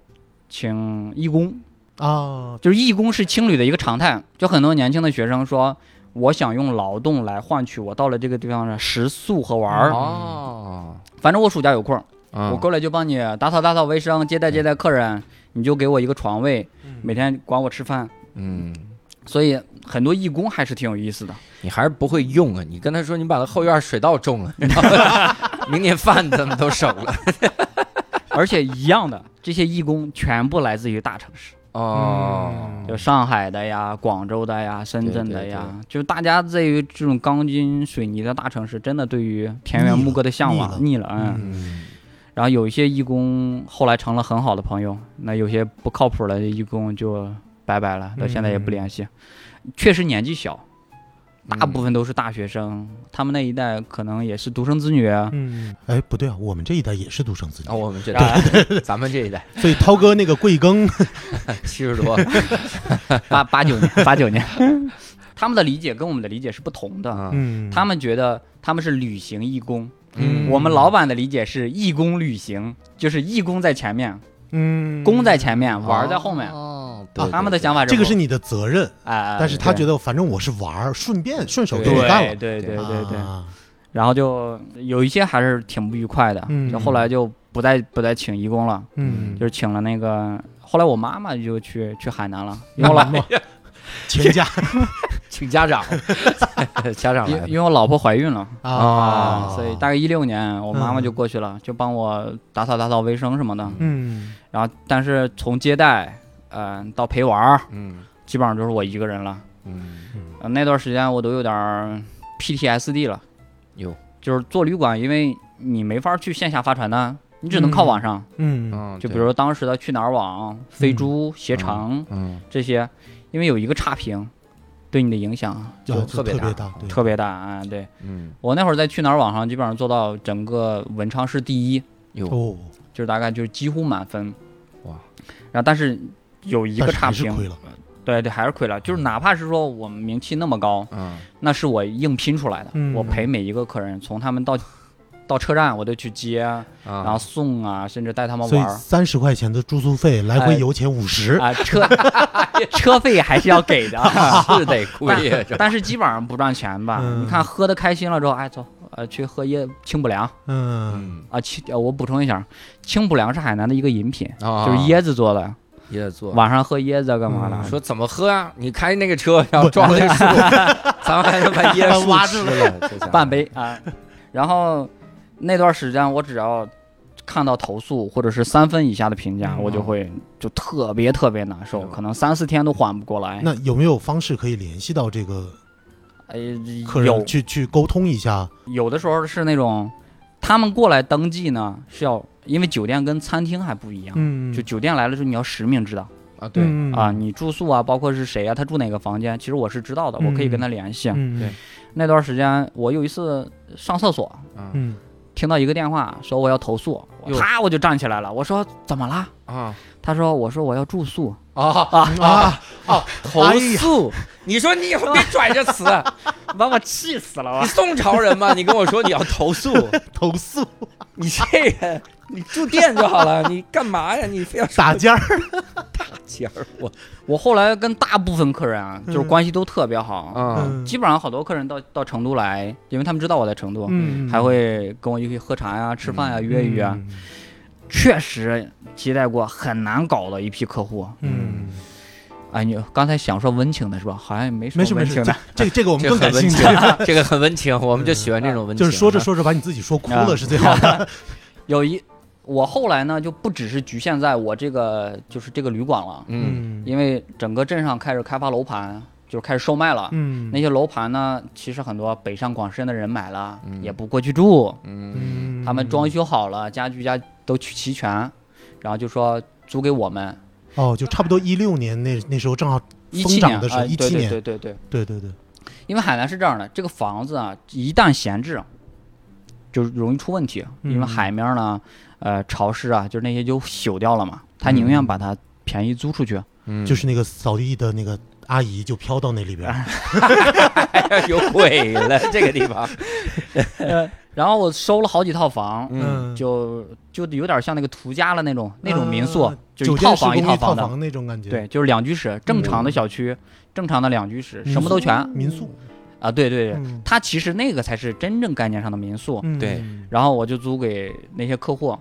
F: 请义工，
E: 啊，
F: 就是义工是青旅的一个常态，就很多年轻的学生说。我想用劳动来换取我到了这个地方的食宿和玩
G: 嗯
F: 儿，
G: 哦，
F: 反正我暑假有空，我
G: 我
F: 过来就帮你打扫打扫卫生，接待接待客人，你就给我一个床位，每天管我吃饭，
G: 嗯，
F: 所以很多义工还是挺有意思的。
G: 你还是不会用啊！你跟他说你把他后院水稻种了，你知道吗明年饭咱们都省了。
F: 而且一样的，这些义工全部来自于大城市，
G: 哦，
F: 就上海的呀、广州的呀、深圳的呀，
G: 对
F: 就大家在于这种钢筋水泥的大城市，真的对于田园牧歌的向往腻了，嗯。
G: 嗯，
F: 然后有一些义工后来成了很好的朋友，那有些不靠谱的义工就拜拜了，到现在也
G: 嗯
F: 不联系。确实年纪小，大部分都是大学生，他们那一代可能也是独生子女。
E: 嗯，哎，不对啊，我们这一代也是独生子
G: 那
F: 嗯
E: 女，
G: 哦我们这代， 咱们这一代
E: 所以涛哥那个贵庚，
G: 七十多，
F: 八八九年，八九年， 他们的理解跟我们的理解是不同的。
G: 嗯
E: 嗯，
F: 他们觉得他们是旅行义工，
G: 嗯
F: 我们老板的理解是义工旅行，就是义工在前面，
E: 嗯，
F: 工在前面，玩儿在后面。
G: 哦，对
F: 他们的想，法是
E: 这个
F: 不
E: 是你的责任，
F: 哎，
E: 但是他觉
F: 对
E: 得反正我是玩儿，顺便顺手就
G: 对
E: 给干了
F: 对，对对对对，
E: 啊
F: 然后就有一些还是挺不愉快的，
E: 嗯
F: 就后来就不再不再请义工了，
E: 嗯，
F: 就是请了那个。后来我妈妈就去去 海南了，因为我老
E: 全 家
G: 请家长， 家长
F: 因
G: 来
F: 因为我老婆怀孕了
G: 啊
F: 所以大概一六年我妈妈就过去了，就帮我打扫打扫卫生什么的。
E: 嗯
F: 然后但是从接待，嗯、到陪玩儿，
G: 嗯
F: 基本上就是我一个人了。
G: 嗯，
F: 呃那段时间我都有点儿 PTSD 了，
G: 有，
F: 就是做旅馆，因为你没法去线下发传单，你只能靠
E: 嗯
F: 网上。
E: 嗯
G: 嗯
F: 就比如，说当时的去哪儿网、飞猪、携程
G: 嗯，
F: 这些，因为有一个差评，对你的影响
E: 就
G: 特
E: 特
G: 别
E: 别
G: 大
E: 大，对
F: 特别大啊。对
G: 嗯，
F: 我那会儿在去哪儿网上基本上做到整个文昌市第一，
G: 有
E: 哦，
F: 就是大概就是几乎满分。
G: 哇！
F: 然后但是有一
E: 但
F: 个
E: 是
F: 差
E: 还是
F: 评，
E: 亏了，
F: 对对，还是亏了。就是哪怕是说我们名气那么高，
G: 嗯
F: 那是我硬拼出来的，
E: 嗯
F: 我陪每一个客人，从他们到。到车站我都去接，然后
G: 啊，
F: 送啊，甚至带他们
E: 所
F: 玩
E: 以
F: 儿。
E: 三十块钱的住宿费，来
F: 哎
E: 回油钱五十，
F: 啊，车 车费还是要给的，
G: 是得贵呀， 这
F: 但是基本上不赚钱吧？
E: 嗯
F: 你看喝的开心了之后，哎，走，呃，去喝椰清补凉
E: 嗯，
G: 嗯
F: 啊。清、呃我补充一下，清补凉是海南的一个饮品，
G: 啊，
F: 就是椰子做的，
G: 椰子
E: 嗯
G: 做。
F: 晚上喝椰子啊干嘛的？
G: 说怎么喝啊？你开那个车，然后撞了那 树，咱们还能把椰树
E: 挖
G: 吃
E: 住
G: 了，这家伙
F: 半杯啊。然后那段时间，我只要看到投诉或者是三分以下的评价，
E: 嗯
F: 我就会就特别特别难受，
G: 嗯
F: 可能三四天都缓不过来。
E: 那有没有方式可以联系到这个
F: 哎，
E: 客
F: 有
E: 人去去沟通一下？
F: 有的时候是那种，他们过来登记呢，是要因为酒店跟餐厅还不一样，
E: 嗯
F: 就酒店来了之后你要实名知道、
G: 啊，对，
F: 啊，，你住宿啊，包括是谁啊，他住哪个房间，其实我是知道的，我可以跟他联系。
E: 嗯
G: 对
F: 那段时间我有一次上厕所，
G: 嗯
E: 嗯
F: 听到一个电话说我要投诉，
G: 哟
F: 啪我就站起来了，我说怎么啦？
G: 啊
F: 他说我说我要住宿，
G: 啊
E: 啊，
G: 投诉，你说你以后别拽这词，
F: 把我气死了
G: 你！宋朝人吗？你跟我说你要投诉，
E: 投诉
G: 你这人，你住店就好了，你干嘛呀？你非要
E: 打尖儿，
G: 钱儿我
F: 我后来跟大部分客人啊，就是
E: 嗯
F: 关系都特别好，
G: 啊，
E: 嗯
F: 基本上好多客人到到成都来，因为他们知道我在成都，
E: 嗯
F: 还会跟我一起喝茶呀、吃饭呀、约一约。啊
E: 嗯
F: 确实接待过很难搞的一批客户。
E: 嗯，
F: 哎，你刚才想说温情的是吧？好像也没说
E: 没事没
F: 温
E: 事
F: 情，
E: 这
F: 的。
E: 这这个我们
A: 这
E: 更
A: 很
E: 感
A: 温
E: 兴趣
A: 情，，
G: 啊
A: 这个很温情，我们就喜欢这种温情
E: 就
A: 啊。
E: 是说着说着把你自己说哭
F: 啊
E: 了是最好的。
F: 有一我后来呢，就不只是局限在我这个就是这个旅馆了，
G: 嗯，
E: 嗯
F: 因为整个镇上开始开发楼盘，就是开始售卖了。
E: 嗯
F: 那些楼盘呢，其实很多北上广深的人买了，
G: 嗯
F: 也不过去住，
E: 嗯
F: 他们装修好了，家具家都齐齐全，然后就说租给我们。
E: 哦，就差不多一六年那那时候正好，
F: 一
E: 疯
F: 七
E: 涨
F: 年
E: 的时
F: 啊
E: 候
F: 对
E: 17年
F: 对对对对，
E: 对对对，
F: 因为海南是这样的，这个房子啊，一旦闲置，就容易出问题，
E: 嗯
F: 因为海面呢，呃，潮湿啊，就是那些就朽掉了嘛。他宁
E: 嗯
F: 愿把它便宜租出去，
G: 嗯
E: 就是那个扫地的那个阿姨就飘到那里 边儿，
G: 有鬼了，这个地方，
F: 然后我收了好几套房，
G: 嗯，
F: 就就有点像那个途家了那种那种民宿，
E: 啊
F: 就
E: 酒
F: 一套
E: 店施工
F: 房一套
E: 一
F: 房的，
E: 房那种感觉，，
F: 对，就是两居室，正常的小区，正常的两居室，什么都全
E: 民宿，
F: 啊，对对对，
E: 嗯
F: 它其实那个才是真正概念上的民宿，
E: 嗯
G: 对
F: 然后我就租给那些客户。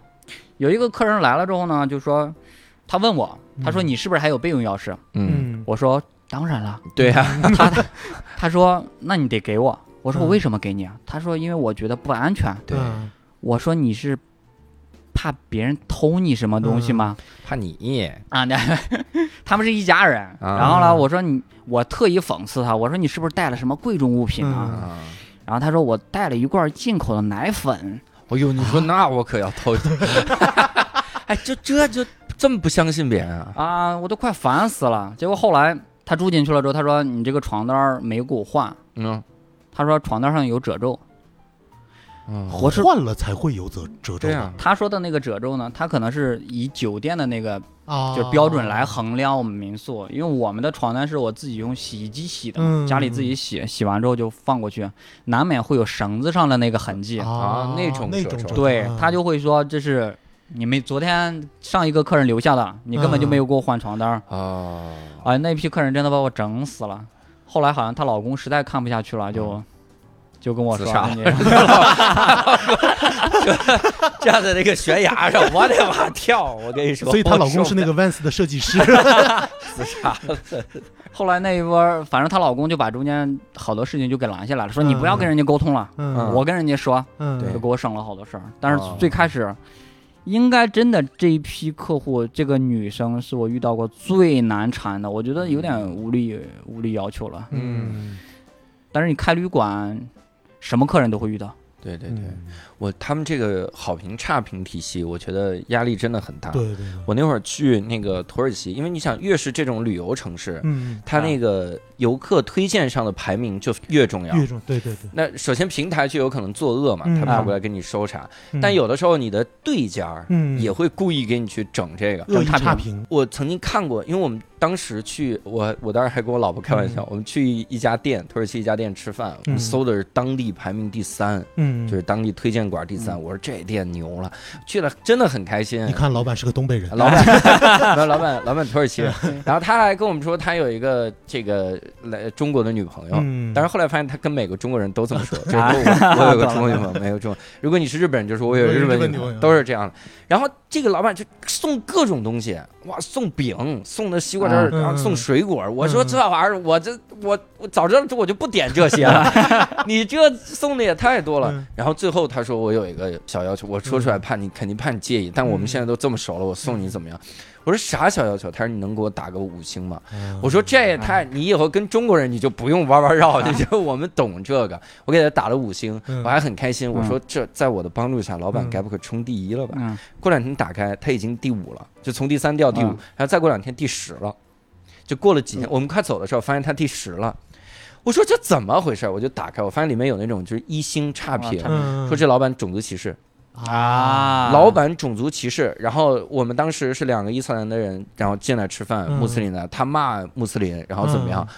F: 有一个客人来了之后呢，就说他问我，他说
E: 嗯
F: 你是不是还有备用钥匙？
G: 嗯，
E: 嗯，
F: 我说当然了。
G: 对啊呀，
F: 他他他说那你得给我。我说
E: 嗯
F: 我为什么给你啊？他说因为我觉得不安全。
G: 对
E: 嗯
F: 我说你是怕别人偷你什么东西吗？
G: 怕你，
F: 啊，那 他们是一家人。
G: 啊
F: 然后呢，我说你，我特意讽刺他，我说你是不是带了什么贵重物品啊？
G: 啊，
F: 然后他说我带了一罐进口的奶粉。
G: 哎呦，你说那我可要偷， 哎，就这就这么不相信别人啊？
F: 啊，我都快烦死了。结果后来他住进去了之后，他说你这个床单儿没给我换，
G: 嗯，
F: 他说床单上有褶皱。
G: 嗯
F: 我是
E: 换了才会有褶褶皱
G: 对呀
E: 吧，
F: 他说的那个褶皱呢，他可能是以酒店的那个
E: 啊，
F: 就是标准来衡量我们民宿，因为我们的床单是我自己用洗衣机洗的嘛，
E: 嗯
F: 家里自己洗，洗完之后就放过去，难免会有绳子上的那个痕迹。
G: 啊
E: 啊，
G: 那种
E: 那
G: 褶
E: 种
G: 皱
E: 褶
F: 对
E: 啊
F: 他就会说这是你们昨天上一个客人留下的，你根本就
G: 嗯
F: 没有给我换床单儿。
G: 哦，
F: 哎，那批客人真的把我整死了。后来好像她老公实在看不下去了，就、就跟我
G: 嗯自
F: 说
G: 杀：“
F: 你
G: 站在那个悬崖上，我 得往下跳，我跟你说，
E: 所以她老公是那
G: 个
E: 个 Vans 的设计 师，
G: 自杀了，
F: 后来那一波儿，反正她老公就把中间好多事情就给拦下来了，说
E: 嗯
F: 你不要跟人家沟通了，
G: 嗯
F: 我跟人家说，
E: 嗯，
G: 对
F: 就给我省了好多事儿。但是
G: 哦
F: 最开始，应该真的这一批客户，这个女生是我遇到过最难缠的，我觉得有点无理无理要求了。
G: 嗯，
F: 但是你开旅馆，什么客人都会遇到。
G: 对对对，
E: 嗯
G: 我他们这个好评差评体系，我觉得压力真的很大。
E: 对对对，
G: 我那会儿去那个土耳其，因为你想，越是这种旅游城市，
E: 嗯，
G: 它那个游客推荐上的排名就越重要。
E: 越种对对对，
G: 那首先平台就有可能作恶嘛，
E: 嗯
G: 他跑过来跟你收啥。
E: 嗯
G: 但有的时候你的对家儿
E: 嗯
G: 也会故意给你去整这个。
E: 恶意
F: 差
E: 差
F: 评
E: 评，
G: 我曾经看过，因为我们当时去，我我当时还跟我老婆开玩笑，我们去一家店，土耳其一家店吃饭，我们
E: 嗯
G: 搜的是当地排名第三，
E: 嗯，
G: 就是当地推荐馆第三。
F: 嗯
G: 我说这店牛了，去了真的很开心
E: 你。看老板是个东北人，
G: 老板， 没有老板，老板土耳其人。
E: 嗯
G: 然后他还跟我们说，他有一个这个来中国的女朋友。
E: 嗯，
G: 但是后来发现，他跟每个中国人都这么 说，就是我我有个中国女朋友，没有中国。如果你是日本人，就说我有日
E: 我有
G: 本女
E: 日本女
G: 朋
E: 朋
G: 友，
E: 友
G: 都是这样的。然后这个老板就送各种东西，哇，送饼，送的西瓜汁儿，
E: 嗯
G: 然后送水果。我说
E: 嗯
G: 这玩意儿，我这我我早知道我就不点这些了， 你这送的也太多了。
E: 嗯
G: 然后最后他说我有一个小要求，我说出来怕你肯定怕你介意，但我们
E: 嗯
G: 现在都这么熟了，我送你怎么样？我说啥小要求？他说你能给我打个五星吗？
E: 嗯
G: 我说这也太，你以后跟中国人你就不用弯弯绕，你就 我们懂这个。我给他打了五星，
E: 嗯
G: 我还很开心。我说这在我的帮助下，老板
E: 嗯
G: 该不会冲第一了吧？
F: 嗯，
G: 过两天打开，他已经第五了，就从第三掉第五
F: 嗯，
G: 然后再过两天第十了，就过了几天，我们快走的时候发现他第十了。我说这怎么回事？我就打开，我发现里面有那种就是一星差评
F: 哇，
E: 嗯
G: 说这老板种族歧视，
F: 啊，
G: 老板种族歧视。然后我们当时是两个伊斯兰的人，然后进来吃饭，
E: 嗯
G: 穆斯林的，他骂穆斯林，然后怎么样？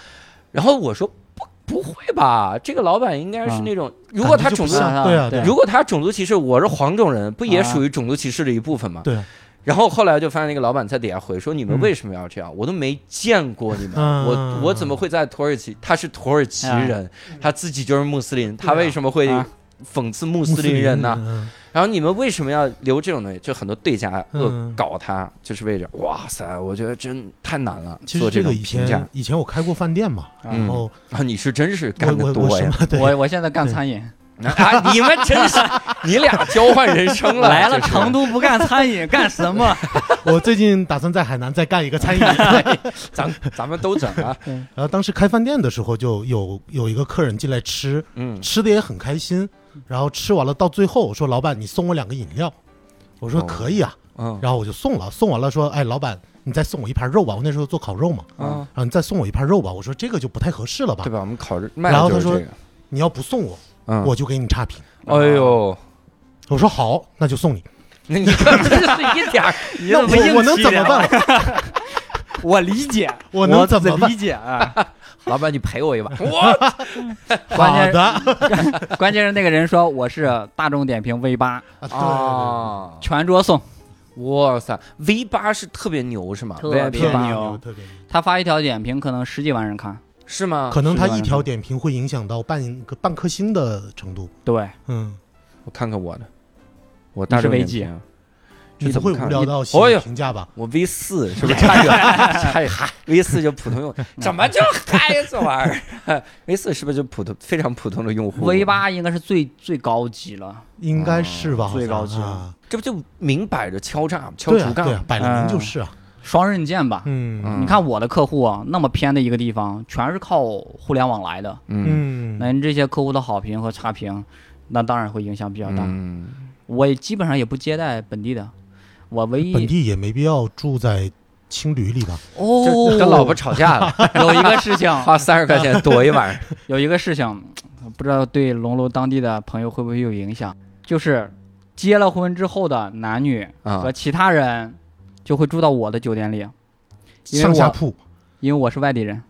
G: 然后我说不不会吧，这个老板应该是那种，如果他种
E: 感觉就不
G: 族
F: 是啊
E: 像对啊对啊
G: 如果他种族歧视，我是黄种人，不也
F: 啊
G: 属于种族歧视的一部分吗？
E: 对啊，
G: 然后后来就发现那个老板在底下回说：“你们为什么要这样？我都没见过你们，
E: 嗯
G: 我我怎么会在土耳其？他是土耳其人，他自己就是穆斯林，他为什么会
F: 啊
G: 讽刺穆斯林人呢？
E: 嗯？
G: 然后你们为什么要留这种东西？就很多对家恶
E: 嗯
G: 搞他，就是为着哇塞，我觉得真太难了，
E: 其
G: 做
E: 实这
G: 种
E: 个以
G: 评价
E: 前以前我开过饭店嘛，
F: 嗯
E: 然后
G: 啊，你是真是
E: 我
G: 干
E: 我
G: 得
E: 我
G: 多
E: 什
G: 呀！
E: 么对，
F: 我我现在干餐饮，
G: 啊，你们真是你俩交换人生了，
F: 来了
G: 就是
F: 成，都不干餐饮干什么？
E: 我最近打算在海南再干一个餐饮。
G: 咱咱们都整啊，
E: 然后当时开饭店的时候，就有有一个客人进来吃，
G: 嗯，
E: 吃的也很开心。然后吃完了，到最后说：“老板，你送我两个饮料。”我说
G: 哦：“
E: 可以啊。”
G: 嗯
E: 然后我就送了，送完了说：“哎，老板，你再送我一盘肉吧。”我那时候做烤肉嘛，
G: 啊，
E: 然后你再送我一盘肉吧。我说这个就不太合适了吧
G: 对？吧？我们考虑卖
E: 然
G: 的
E: 后他
G: 就是这
E: 说
G: 个，
E: 你要不送我，
G: 嗯，
E: 我就给你差评。
G: 哎呦，
E: 我说好，那就送你。
G: 那 你看真是一点儿，
E: 那
F: 怎么硬
E: 我我能
F: 气
E: 怎么
F: 了
E: 办？
F: 我理解，
E: 我能怎么办
F: 理？解啊？
A: 老板，你陪我一把。
G: 我
F: 关
E: 好
F: 键
E: 的，
F: 关键是那个人说我是大众点评 V 八，
G: 啊，
F: 全桌送。
G: 哇塞，V 八是特别牛是吗
F: 特别
E: 对对对
G: ？VIP
E: 特别
F: 牛
E: 牛，特别牛。
F: 他发一条点评，可能十几万人看。
G: 是吗？
E: 可能他
F: 啊是吧
E: 一条点评会影响到半个半颗星的程度。
F: 对，
E: 嗯，
G: 我看看我的，我大众
F: 你是
G: 点
F: V 几
G: 评，
E: 你不
G: 你怎么
E: 会
G: 看
E: 无聊到
G: 你
E: 写
F: 哎
G: 哦呦
E: 评价吧？
G: 我 V 四是不是差远了？差远，V 四就普通用户，怎么就还这玩意儿 ？V 四是不是就普通非常普通的用户
F: V 八应该是最最高级了，
E: 应该是吧？
F: 哦最高级了
E: 啊，
G: 这不就明摆着敲诈敲
E: 对啊
G: 竹杠
E: 对啊，摆
F: 嗯
E: 了明就是啊。
F: 双刃剑吧。
E: 嗯
G: 嗯
F: 你看我的客户啊，那么偏的一个地方，全是靠互联网来的。
G: 嗯
E: 嗯，
F: 那你这些客户的好评和差评，那当然会影响比较大。
G: 嗯
F: 我也基本上也不接待本地的，我唯一
E: 本地也没必要住在青旅里吧？
F: 哦
G: 这，跟老婆吵架了，
F: 有一个事情，
G: 花三十块钱躲一晚上。
F: 有一个事情，不知道对龙楼当地的朋友会不会有影响，就是结了婚之后的男女
G: 啊
F: 和其他人就会住到我的酒店里，因为
E: 上下
F: 我
E: 铺
F: 因为我是外地人，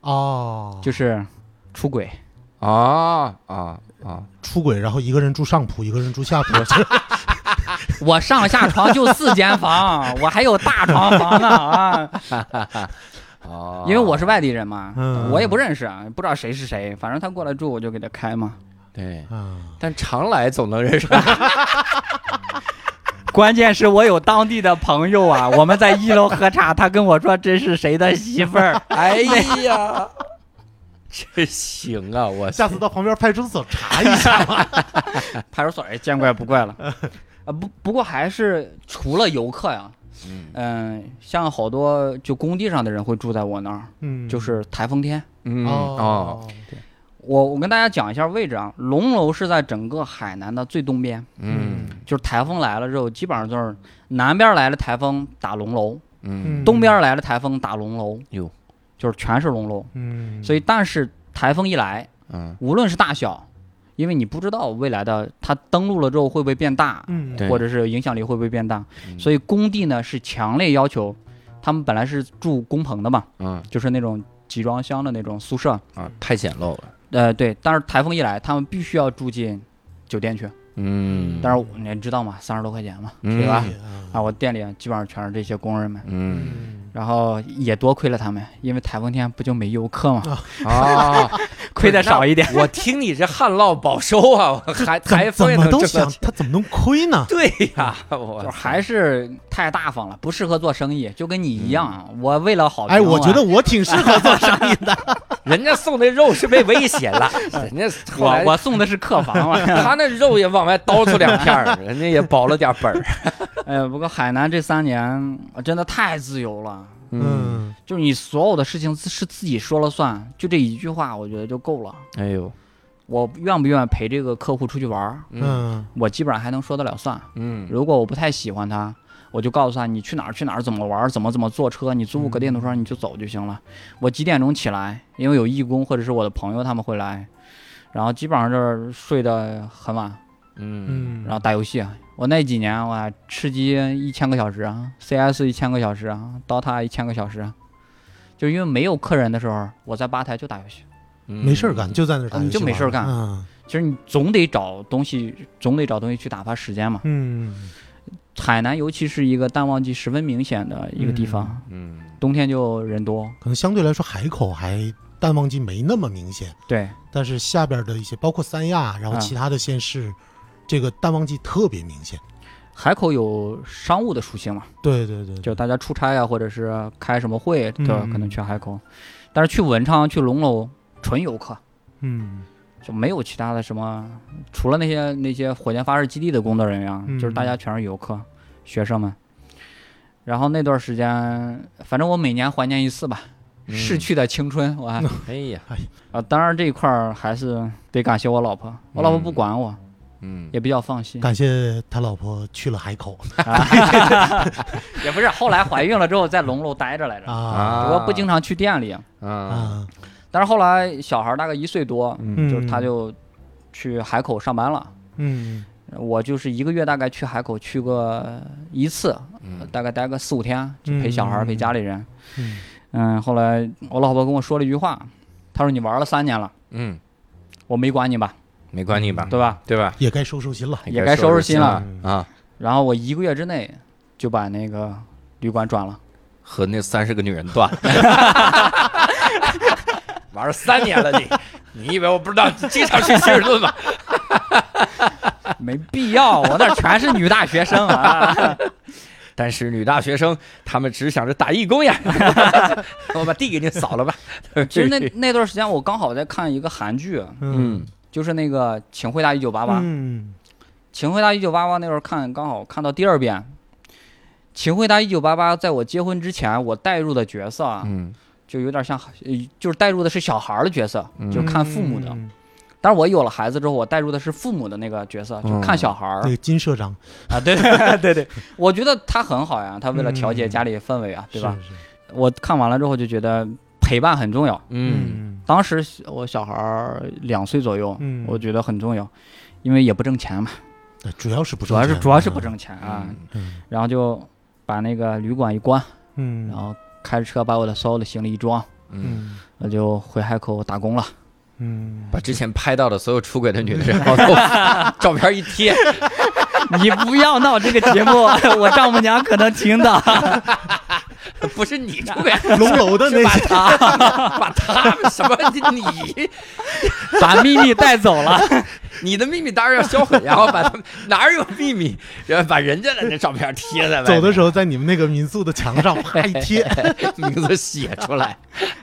E: 哦，
F: 就是出轨。
G: 啊啊啊！
E: 出轨，然后一个人住上铺，一个人住下铺。
F: 我上下床就四间房， 我还有大床房呢啊！
G: 哦
F: 因为我是外地人嘛，
E: 嗯
F: 我也不认识，啊，不知道谁是谁，反正他过来住我就给他开嘛。
G: 哦对，
E: 啊，
G: 但常来总能认识。
F: 关键是我有当地的朋友啊，我们在一楼喝茶，他跟我说这是谁的媳妇儿，
G: 哎呀，这行啊！我
E: 下次到旁边派出所查一 下吧。
F: 派出所也见怪不怪了。
G: 嗯
F: 啊，不不过还是除了游客呀，
G: 嗯
F: 嗯、像好多就工地上的人会住在我那儿，
E: 嗯，
F: 就是台风天。
G: 嗯哦
E: 哦，
F: 我我跟大家讲一下位置啊，龙楼是在整个海南的最东边，
G: 嗯
F: 就是台风来了之后，基本上就是南边来了台风打龙楼，
G: 嗯
F: 东边来了台风打龙楼，
G: 哟
F: 就是全是龙楼。
E: 嗯，
F: 所以，但是台风一来，
G: 嗯
F: 无论是大小，因为你不知道未来的它登陆了之后会不会变大，
E: 嗯，
G: 对
F: 或者是影响力会不会变大，
G: 嗯
F: 所以工地呢是强烈要求，他们本来是住工棚的嘛，
G: 嗯
F: 就是那种集装箱的那种宿舍，
G: 啊，太简陋了。
F: 呃，对，但是台风一来，他们必须要住进酒店去，
G: 嗯
F: 但是我你知道嘛，三十多块钱嘛，
G: 嗯
F: 对吧？啊，
E: 啊，
F: 我店里基本上全是这些工人们，
G: 嗯
F: 然后也多亏了他们，因为台风天不就没游客嘛，
E: 嗯
G: 啊，
F: 亏的少一点。
G: 我听你这旱涝保收啊，我还台
E: 怎
G: 风
E: 怎
G: 也
E: 么
G: 能
E: 都
G: 挣
E: 想
G: 到钱。
E: 他怎么能亏呢？
G: 对呀，我
F: 就是还是太大方了，不适合做生意，就跟你一样。啊我为了好评，啊
E: 哎，我觉得我挺适 合做生意的。
G: 人家送那肉是被威胁 了，
E: 哎
G: 人家后来
F: 我我送的是客房 嘛。
G: 他那肉也往外叨出两 片儿，人家也保了点本儿。
F: 哎呀，不过海南这三年呃真的太自由了，
G: 嗯，
E: 嗯，
F: 就是你所有的事情自是自己说了算，就这一句话，我觉得就够了。
G: 哎呦，
F: 我愿不愿意陪这个客户出去玩儿，
E: 嗯
F: 我基本上还能说得了算。
G: 嗯
F: 如果我不太喜欢他，我就告诉他你去哪儿去哪儿怎么玩儿，怎么怎么坐车，你租个电动车你就走就行了。我几点钟起来？因为有义工或者是我的朋友他们会来，然后基本上就是睡得很晚，
G: 嗯
E: 嗯，
F: 然后打游戏。啊我那几年我还吃鸡一千个小时啊，CS 一千个小时啊，DOTA 一千个小时啊，就因为没有客人的时候，我在吧台就打游戏。
E: 嗯没事儿干，就在那儿打
F: 啊
E: 游
F: 你
E: 戏玩儿，
F: 就没事儿干
E: 嗯
F: 其实你总得找东西，总得找东西去打发时间嘛。
E: 嗯
F: 海南尤其是一个淡旺季十分明显的一个地方，
G: 嗯，
F: 冬天就人多。
E: 可能相对来说海口还淡旺季没那么明显，
F: 对，
E: 但是下边的一些包括三亚，然后
F: 啊
E: 其他的县市，这个淡旺季特别明显。
F: 海口有商务的属性嘛，
E: 对对对，
F: 就大家出差啊，或者是开什么会，对吧？
E: 嗯
F: 可能去海口，但是去文昌、去龙楼纯游客，
E: 嗯，
F: 就没有其他的什么，除了那些那些火箭发射基地的工作人员啊，
E: 嗯
F: 就是大家全是游客、学生们。然后那段时间，反正我每年怀念一次吧，
G: 嗯
F: 逝去的青春，我还啊、
G: 哎呀，
F: 当然这一块儿还是得感谢我老婆，我老婆不
G: 嗯
F: 管我，
G: 嗯，
F: 也比较放 心。
E: 感谢他老婆去了海口
F: 也不是，后来怀孕了之后在龙楼待着来着，
E: 啊
F: 我不经常去店里。嗯
G: 啊，
E: 啊，
F: 但是后来小孩大概一岁多，
G: 嗯
E: 嗯
F: 就是他就去海口上班了。
E: 嗯
F: 我就是一个月大概去海口去个一次，
G: 嗯
F: 大概待个四五天，就陪小孩、
E: 嗯
F: 陪家里人。
E: 嗯
F: 嗯，后来我老婆跟我说了一句话，她说：“你玩了三年了，
G: 嗯，
F: 我没管你吧，
G: 没管你吧，
F: 对吧
G: 对吧？
E: 也该收收心了。
F: 也嗯该收拾心了
G: 收拾心啊！？”
F: 然后我一个月之内就把那个旅馆转了。
G: 和那三十个女人 断，玩了三年了你，你以为我不知道你经常去希尔顿吗？
F: 没必要，我那全是女大学生 啊！
G: 但是女大学生她们只想着打义工呀， 我把地给你扫了 吧。
F: 其实那那段时间我刚好在看一个韩剧，
G: 嗯
F: 就是那个《请回答一九八八》。
E: 嗯
F: 请回答一九八八那时候看刚好看到第二遍，请回答一九八八在我结婚之前我带入的角色啊，
G: 嗯
F: 就有点像，呃就是带入的是小孩儿的角色，
G: 嗯
F: 就看父母的。
E: 嗯
F: 但是我有了孩子之后，我带入的是父母的那个角色，就看小孩儿、
E: 那个金社长
F: 啊， 对对对，我觉得他很好呀，他为了调节
E: 嗯
F: 家里氛围啊，对吧？？
E: 是是
F: 我看完了之后就觉得陪伴很重要。
G: 嗯，
F: 当时我小孩儿两岁左右，
E: 嗯
F: 我觉得很重要，因为也不挣钱嘛，
E: 对主要是不挣
F: 主要是
E: 钱
F: 主要是不。挣钱啊，
E: 嗯
F: 然后就把那个旅馆一关，
E: 嗯，
F: 然后开着车把我的所有的行李一装，
G: 嗯，
E: 嗯
F: 我就回海口打 工了。
E: 嗯，
G: 把之前拍到的所有出轨的女的 然后照片一贴，
F: 你不要闹这个节目， 我丈母娘可能听到。
G: 不是你出 轨，
E: 龙楼的那
G: 把
E: 些
G: 他 把他们什么你
F: 把秘密带走 了，
G: 你的秘密当然要销毁，然后把他们哪有秘密，然后把人家的那照片贴在外面
E: 走的时候在你们那个民宿的墙上啪一贴，
G: 名字写出来，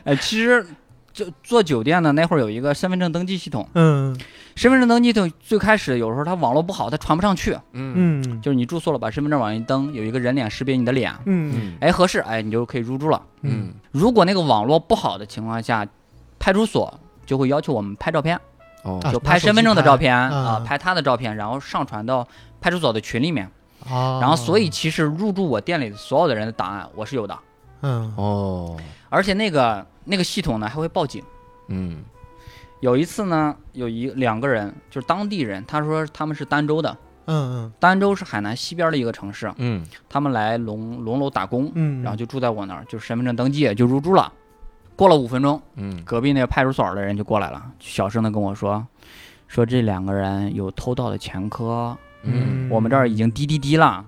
F: 呃，其实就做酒店的那会儿有一个身份证登记系统，
E: 嗯
F: 身份证登记系统最开始有时候它网络不好，它传不上去，
G: 嗯
E: 嗯
F: 就是你住宿了把身份证往上一登，有一个人脸识别你的脸，
E: 嗯
F: 哎合适，哎你就可以入住了。
G: 嗯
F: 如果那个网络不好的情况下，派出所就会要求我们拍照片。
G: 哦
E: 啊
F: 就
E: 拿
F: 拍
E: 手
F: 身份
E: 机
F: 证的
E: 拍
F: 照片啊、
E: 啊
F: 拍他的照片，然后上传到派出所的群里面。
E: 啊，
F: 然后，所以其实入驻我店里所有的人的档案我是有的，
E: 嗯
G: 哦
F: 而且那个那个系统呢还会报警。
G: 嗯
F: 有一次呢，有一两个人就是当地人，他说他们是儋州的，
E: 嗯
F: 儋州是海南西边的一个城市，
G: 嗯
F: 他们来龙龙楼打工，
E: 嗯，
F: 然后就住在我那儿，就是身份证登记就入住了。过了五分钟，
G: 嗯
F: 隔壁那个派出所的人就过来了，小声的跟我说，说这两个人有偷盗的前科，
G: 嗯
F: 我们这儿已经滴滴滴了，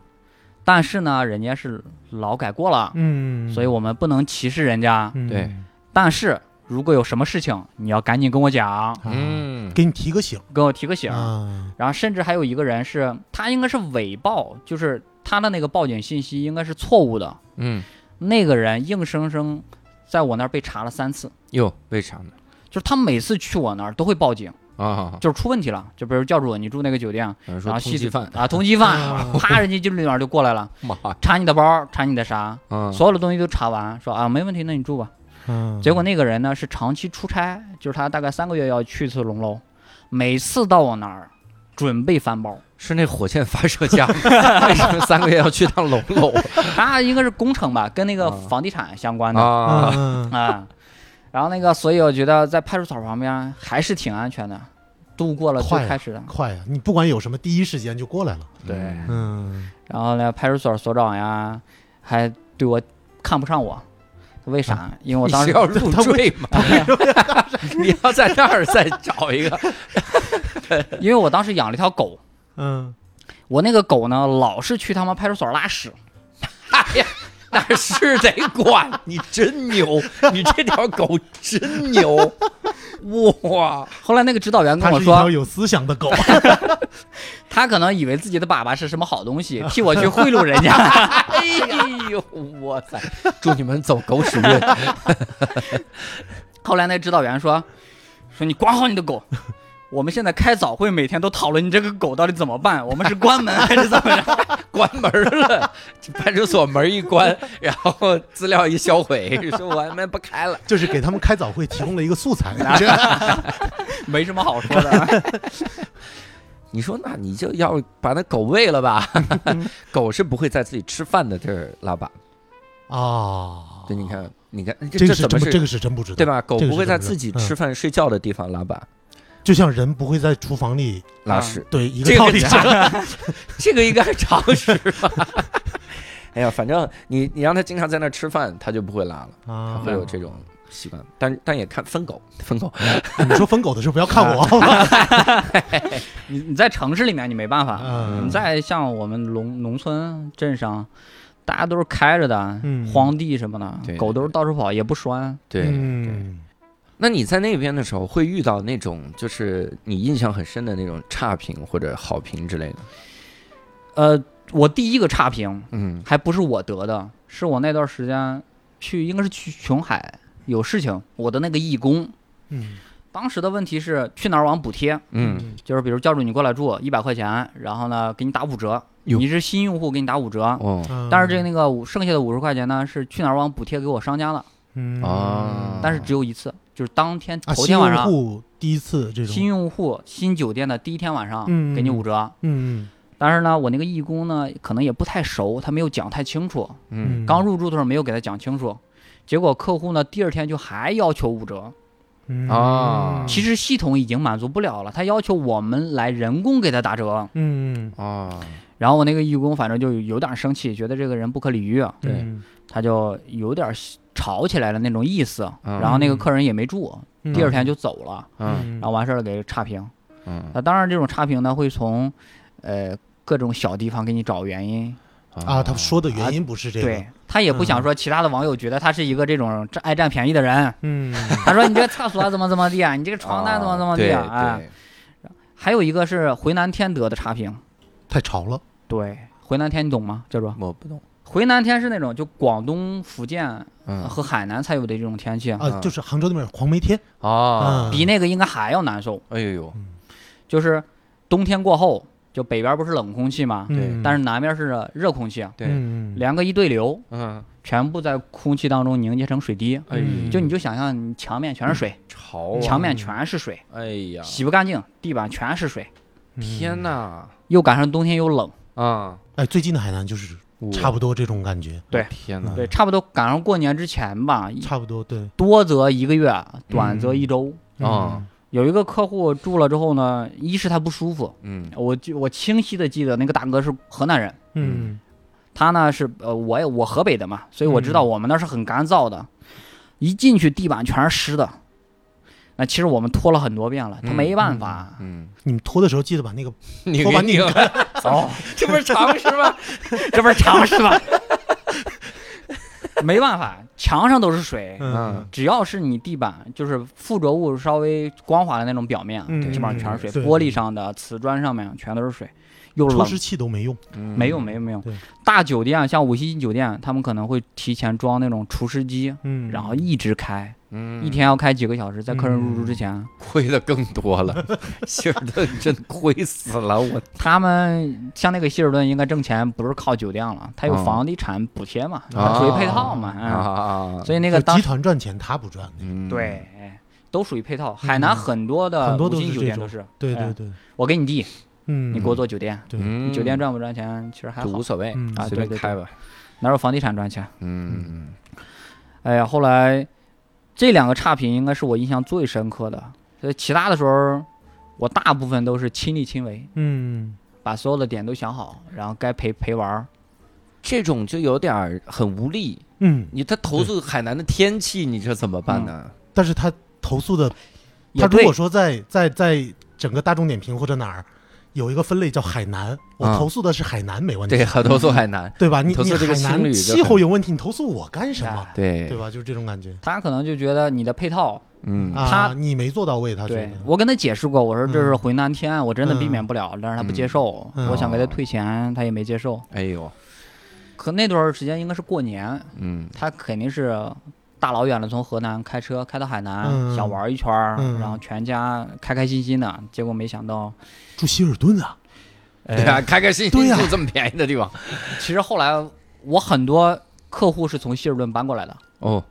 F: 但是呢，人家是劳改过了，
E: 嗯，
F: 所以我们不能歧视人家。
E: 嗯
G: 对
F: 但是如果有什么事情，你要赶紧跟我讲，
E: 嗯，
G: 嗯
E: 给你提个醒
F: 跟我提个醒。
E: 啊，
F: 然后甚至还有一个人是，他应该是伪报，就是他的那个报警信息应该是错误的。
G: 嗯
F: 那个人硬生生在我那儿被查了三次，
G: 哟，为啥呢？
F: 就是他每次去我那儿都会报警，
G: 啊，
F: 就是出问题了，就比如教主你住那个酒店，
G: 有人
F: 然
G: 说
F: 后
G: 通
F: 系
G: 缉犯，
F: 啊通缉犯
E: 啊，
F: 啪人家就立马就过来了，
G: 妈呀，
F: 查你的包，查你的啥，
G: 嗯
F: 所有的东西都查完，说啊没问题，那你住吧。
E: 嗯，
F: 结果那个人呢是长期出差，就是他大概三个月要去一次龙楼，每次到我那儿准备翻包，
G: 是那火箭发射家， 为什么三个月要去趟龙楼
F: 他应该是工程吧，跟那个
G: 啊
F: 房地产相关的
G: 啊？
F: 啊
E: 啊，
F: 然后那个，所以我觉得在派出所旁边还是挺安全的，度过了
E: 快
F: 最
E: 呀
F: 开始的。
E: 快啊！你不管有什么，第一时间就过来了。
G: 对
E: 嗯
F: 然后呢，派出所所长呀还对我看不上我，为啥？
E: 啊
F: 因为我
G: 你
F: 当
G: 是
F: 时
G: 要入赘吗？ 你要在那儿再找一个，
F: 因为我当时养了一条狗，
E: 嗯
F: 我那个狗呢，老是去他妈派出所拉屎。
G: 哎呀，那是得管你，真牛！你这条狗真牛！哇，
F: 后来那个指导员跟
E: 它
F: 我
E: 是一条
F: 说，
E: 有思想的狗，
F: 他可能以为自己的粑粑是什么好 东西，替我去贿赂人家。
G: 哎呦，哇塞！祝你们走狗屎运！
F: 后来那指导员说：“说你管好你的狗，我们现在开早会，每天都讨论你这个狗到底怎么办，我们是关门还是怎么 着
G: 关门 了，这派出所门一关，然后资料一销毁，说我们不开了。
E: 就是给他们开早会提供了一个素 材。？”
F: 没什么好说的。
G: 你说，那你就要把那狗喂 了吧？狗是不会在自己吃饭的地儿拉粑。
E: 啊，
G: 对，你看，你看，
E: 这
G: 这
E: 个是
G: 怎
E: 真
G: 么
E: 不，这
G: 是？
E: 个是真不知道，
G: 对？吧？狗
E: 这个
G: 不会
E: 是
G: 在
E: 真不
G: 自
E: 知
G: 己
E: 道嗯啊
G: 吃饭、睡觉的地方拉粑
E: 就像人不会在厨房里
G: 拉
F: 啊
G: 屎。
E: 对一
G: 这
E: 个
G: 个
E: 道理。啊
G: 这个应该是常识 吧？哎呀，反正你你让他经常在那儿吃饭，他就不会拉了，他
E: 啊
G: 会，有这种习惯。但但也看分狗，分狗。
E: 你说疯狗的时候不要看 我，好吧？
F: 你你在城市里面你没办法，
E: 嗯
F: 你在像我们农农村镇上，大家都是开着的，
E: 嗯
F: 荒地什么
G: 对
F: 的，狗都是到处跑，也不拴。
E: 嗯，
G: 那你在那边的时候会遇到那种就是你印象很深的那种差评或者好评之类的？
F: 呃，我第一个差评
G: 嗯，
F: 还不是我得的，是我那段时间去应该是去琼海有事情，我的那个义工。
E: 嗯
F: 当时的问题是去哪儿网补贴，
G: 嗯，
F: 就是比如教主你过来住一百块钱，然后呢给你打五折，
G: 哟
F: 你是新用户给你打五折，
G: 哦，
E: 嗯
F: 但是这个那个五剩下的五十块钱呢是去哪儿网补贴给我商家了，
E: 嗯
G: 啊
F: 但是只有一次，就是当天
E: 啊，
F: 头
E: 新
F: 天晚
E: 用
F: 上
E: 户第一次这
F: 新
E: 种，
F: 用户新酒店的第一天晚上
E: 嗯
F: 给你五折，
E: 嗯
F: 但是呢我那个义工呢可能也不太熟，他没有讲太清楚，
G: 嗯，
E: 嗯，
F: 刚入住的时候没有给他讲清楚。结果客户呢，第二天就还要求五折。
E: 嗯
G: 啊
F: 其实系统已经满足不了了，他要求我们来人工给他打折。
E: 嗯
G: 哦，
F: 然后我那个义工反正就有点生气，觉得这个人不可理喻，啊
G: 对
E: 嗯
F: 他就有点吵起来了那种意思。
G: 嗯
F: 然后那个客人也没住，
E: 嗯
F: 第二天就走了，
G: 嗯
E: 嗯
F: 然后完事儿了给差评。
G: 嗯
F: 那当然，这种差评呢会从，呃。各种小地方给你找原因，
G: 嗯
E: 啊，他说的原因不是这个，
F: 对他也不想说其他的网友觉得他是一个这种占爱占便宜的人，
E: 嗯
F: 他说你这厕所怎么怎么地啊，你这个床单怎么怎么地啊，
G: 啊
F: 哎，还有一个是回南天得的差评，
E: 太潮了，
F: 对，回南天你懂吗，教主
G: 对？我不懂。
F: 回南天是那种就广东、福建
G: 嗯
F: 和海南才有的这种天气，
E: 啊，就是杭州那边黄梅天，
F: 啊
G: 哦，
E: 嗯
F: 比那个应该还要难受。
G: 哎呦呦，
F: 就是冬天过后，就北边不是冷空气嘛，
G: 对
E: 嗯
F: 但是南边是热空气，啊
G: 对
E: 嗯
F: 两个一对流，
G: 嗯，
F: 全部在空气当中凝结成水滴。
G: 哎呦，
E: 嗯
F: 就你就想象，你墙面全是水，
G: 潮啊！
F: 墙面全是水，
G: 哎呀，
F: 洗不干净，地板全是水，
G: 天！哪！
F: 又赶上冬天又冷，
G: 啊，
E: 哎，最近的海南就是嗯差不多这种感觉，
F: 对
G: 天哪！
F: 对，差不多赶上过年之前吧，
E: 差不多对
F: 多则一个月，短则一周。
G: 啊
E: 嗯
F: 有一个客户住了之后呢，一是他不舒服，
G: 嗯
F: 我记我清晰的记得那个大哥是河南人，
E: 嗯
F: 他呢是呃我也我河北的嘛，所以我知道
G: 嗯
F: 我们那儿是很干燥的，一进去地板全是湿的。那其实我们拖了很多遍了，他
G: 嗯
F: 没办法。
G: 嗯，
E: 你们拖的时候记得把那个
G: 你
E: 拖把
G: 你
E: 拧
G: 哦， 这不是常识吗？
F: 这不是墙是吧？ 没办法，墙上都是水，
G: 嗯
F: 只要是你地板就是附着物稍微光滑的那种表面，啊
E: 嗯
F: 基本上全是水，
E: 对
F: 玻璃上的、瓷砖上面全都是水，又
E: 除
F: 冷
E: 湿器都没用，
G: 嗯
F: 没有没有没有
E: 对，
F: 大酒店啊像五星级酒店，他们可能会提前装那种除湿机，
E: 嗯
F: 然后一直开，
G: 嗯
F: 一天要开几个小时，在客人入
E: 嗯
F: 住之前，
G: 亏的更多了， 希尔顿真亏死了我。
F: 他们像那个希尔顿应该挣钱不是靠酒店了，他有
G: 哦
F: 房地产补贴嘛，它属于配套嘛，
G: 啊
F: 嗯，
G: 啊！
F: 所以那
E: 那
F: 个当
E: 集团赚钱他不赚，
G: 嗯，
F: 对。哎都属于配套，海南很多的
E: 嗯很多
F: 五
E: 都
F: 星
E: 是
F: 酒
E: 这
F: 店都
E: 种
F: 是，
E: 对
F: 哎
E: 对对，
F: 我给你地，
E: 嗯，
F: 你给我做酒店，
E: 对
G: 嗯，
F: 酒店赚不赚钱其实还
G: 就
F: 好
G: 无，所谓，
E: 嗯
F: 啊
G: 随
F: 对
G: 便
F: 对
G: 开吧。
F: 哪有房地产赚钱？
G: 嗯，
F: 哎呀，后来这两个差评应该是我印象最深刻的，所以其他的时候我大部分都是亲力亲为，
E: 嗯
F: 把所有的点都想好，然后该陪陪玩儿。
G: 这种就有点儿很无力。
E: 嗯，
G: 你他投诉海南的天气，你这怎么办呢？
F: 嗯
E: 但是他投诉的，
F: 也
E: 他如
F: 对
E: 果说在在在整个大众点评或者哪儿。有一个分类叫海南，我
G: 啊
E: 投诉的是海南没问题，
F: 啊
G: 对，好投诉海南，
F: 嗯
E: 对吧？你
G: 投诉
E: 你
G: 这个
E: 海
G: 青旅
E: 南
G: 就
E: 气
G: 很
E: 候有问题，你投诉我干什么
F: 哎？
G: 对
E: 对吧？就是这种感觉
F: 他可能就觉得你的配套，
G: 嗯，
E: 啊，
F: 他
E: 你没做到位，他觉
F: 对
E: 得
F: 我跟他解释过，我说这是
E: 嗯
F: 回南天，啊我真的避
E: 嗯
F: 免不了，但是他不接受，
E: 嗯
F: 我想给他
G: 哦
F: 退钱，他也没接受。
G: 哎呦，
F: 可那段时间应该是过年，
G: 嗯，
F: 他肯定是大老远的从河南开车开到海南，
E: 嗯
F: 想玩一圈儿，
E: 嗯
F: 然后全家开开心心的。结果没想到，
E: 住希尔顿啊，
F: 哎
G: 对啊，开开心
E: 对
G: 心
E: 呀
G: 住这么便宜的地方，
F: 其实后来我很多客户是从希尔顿搬过来的，
G: 哦，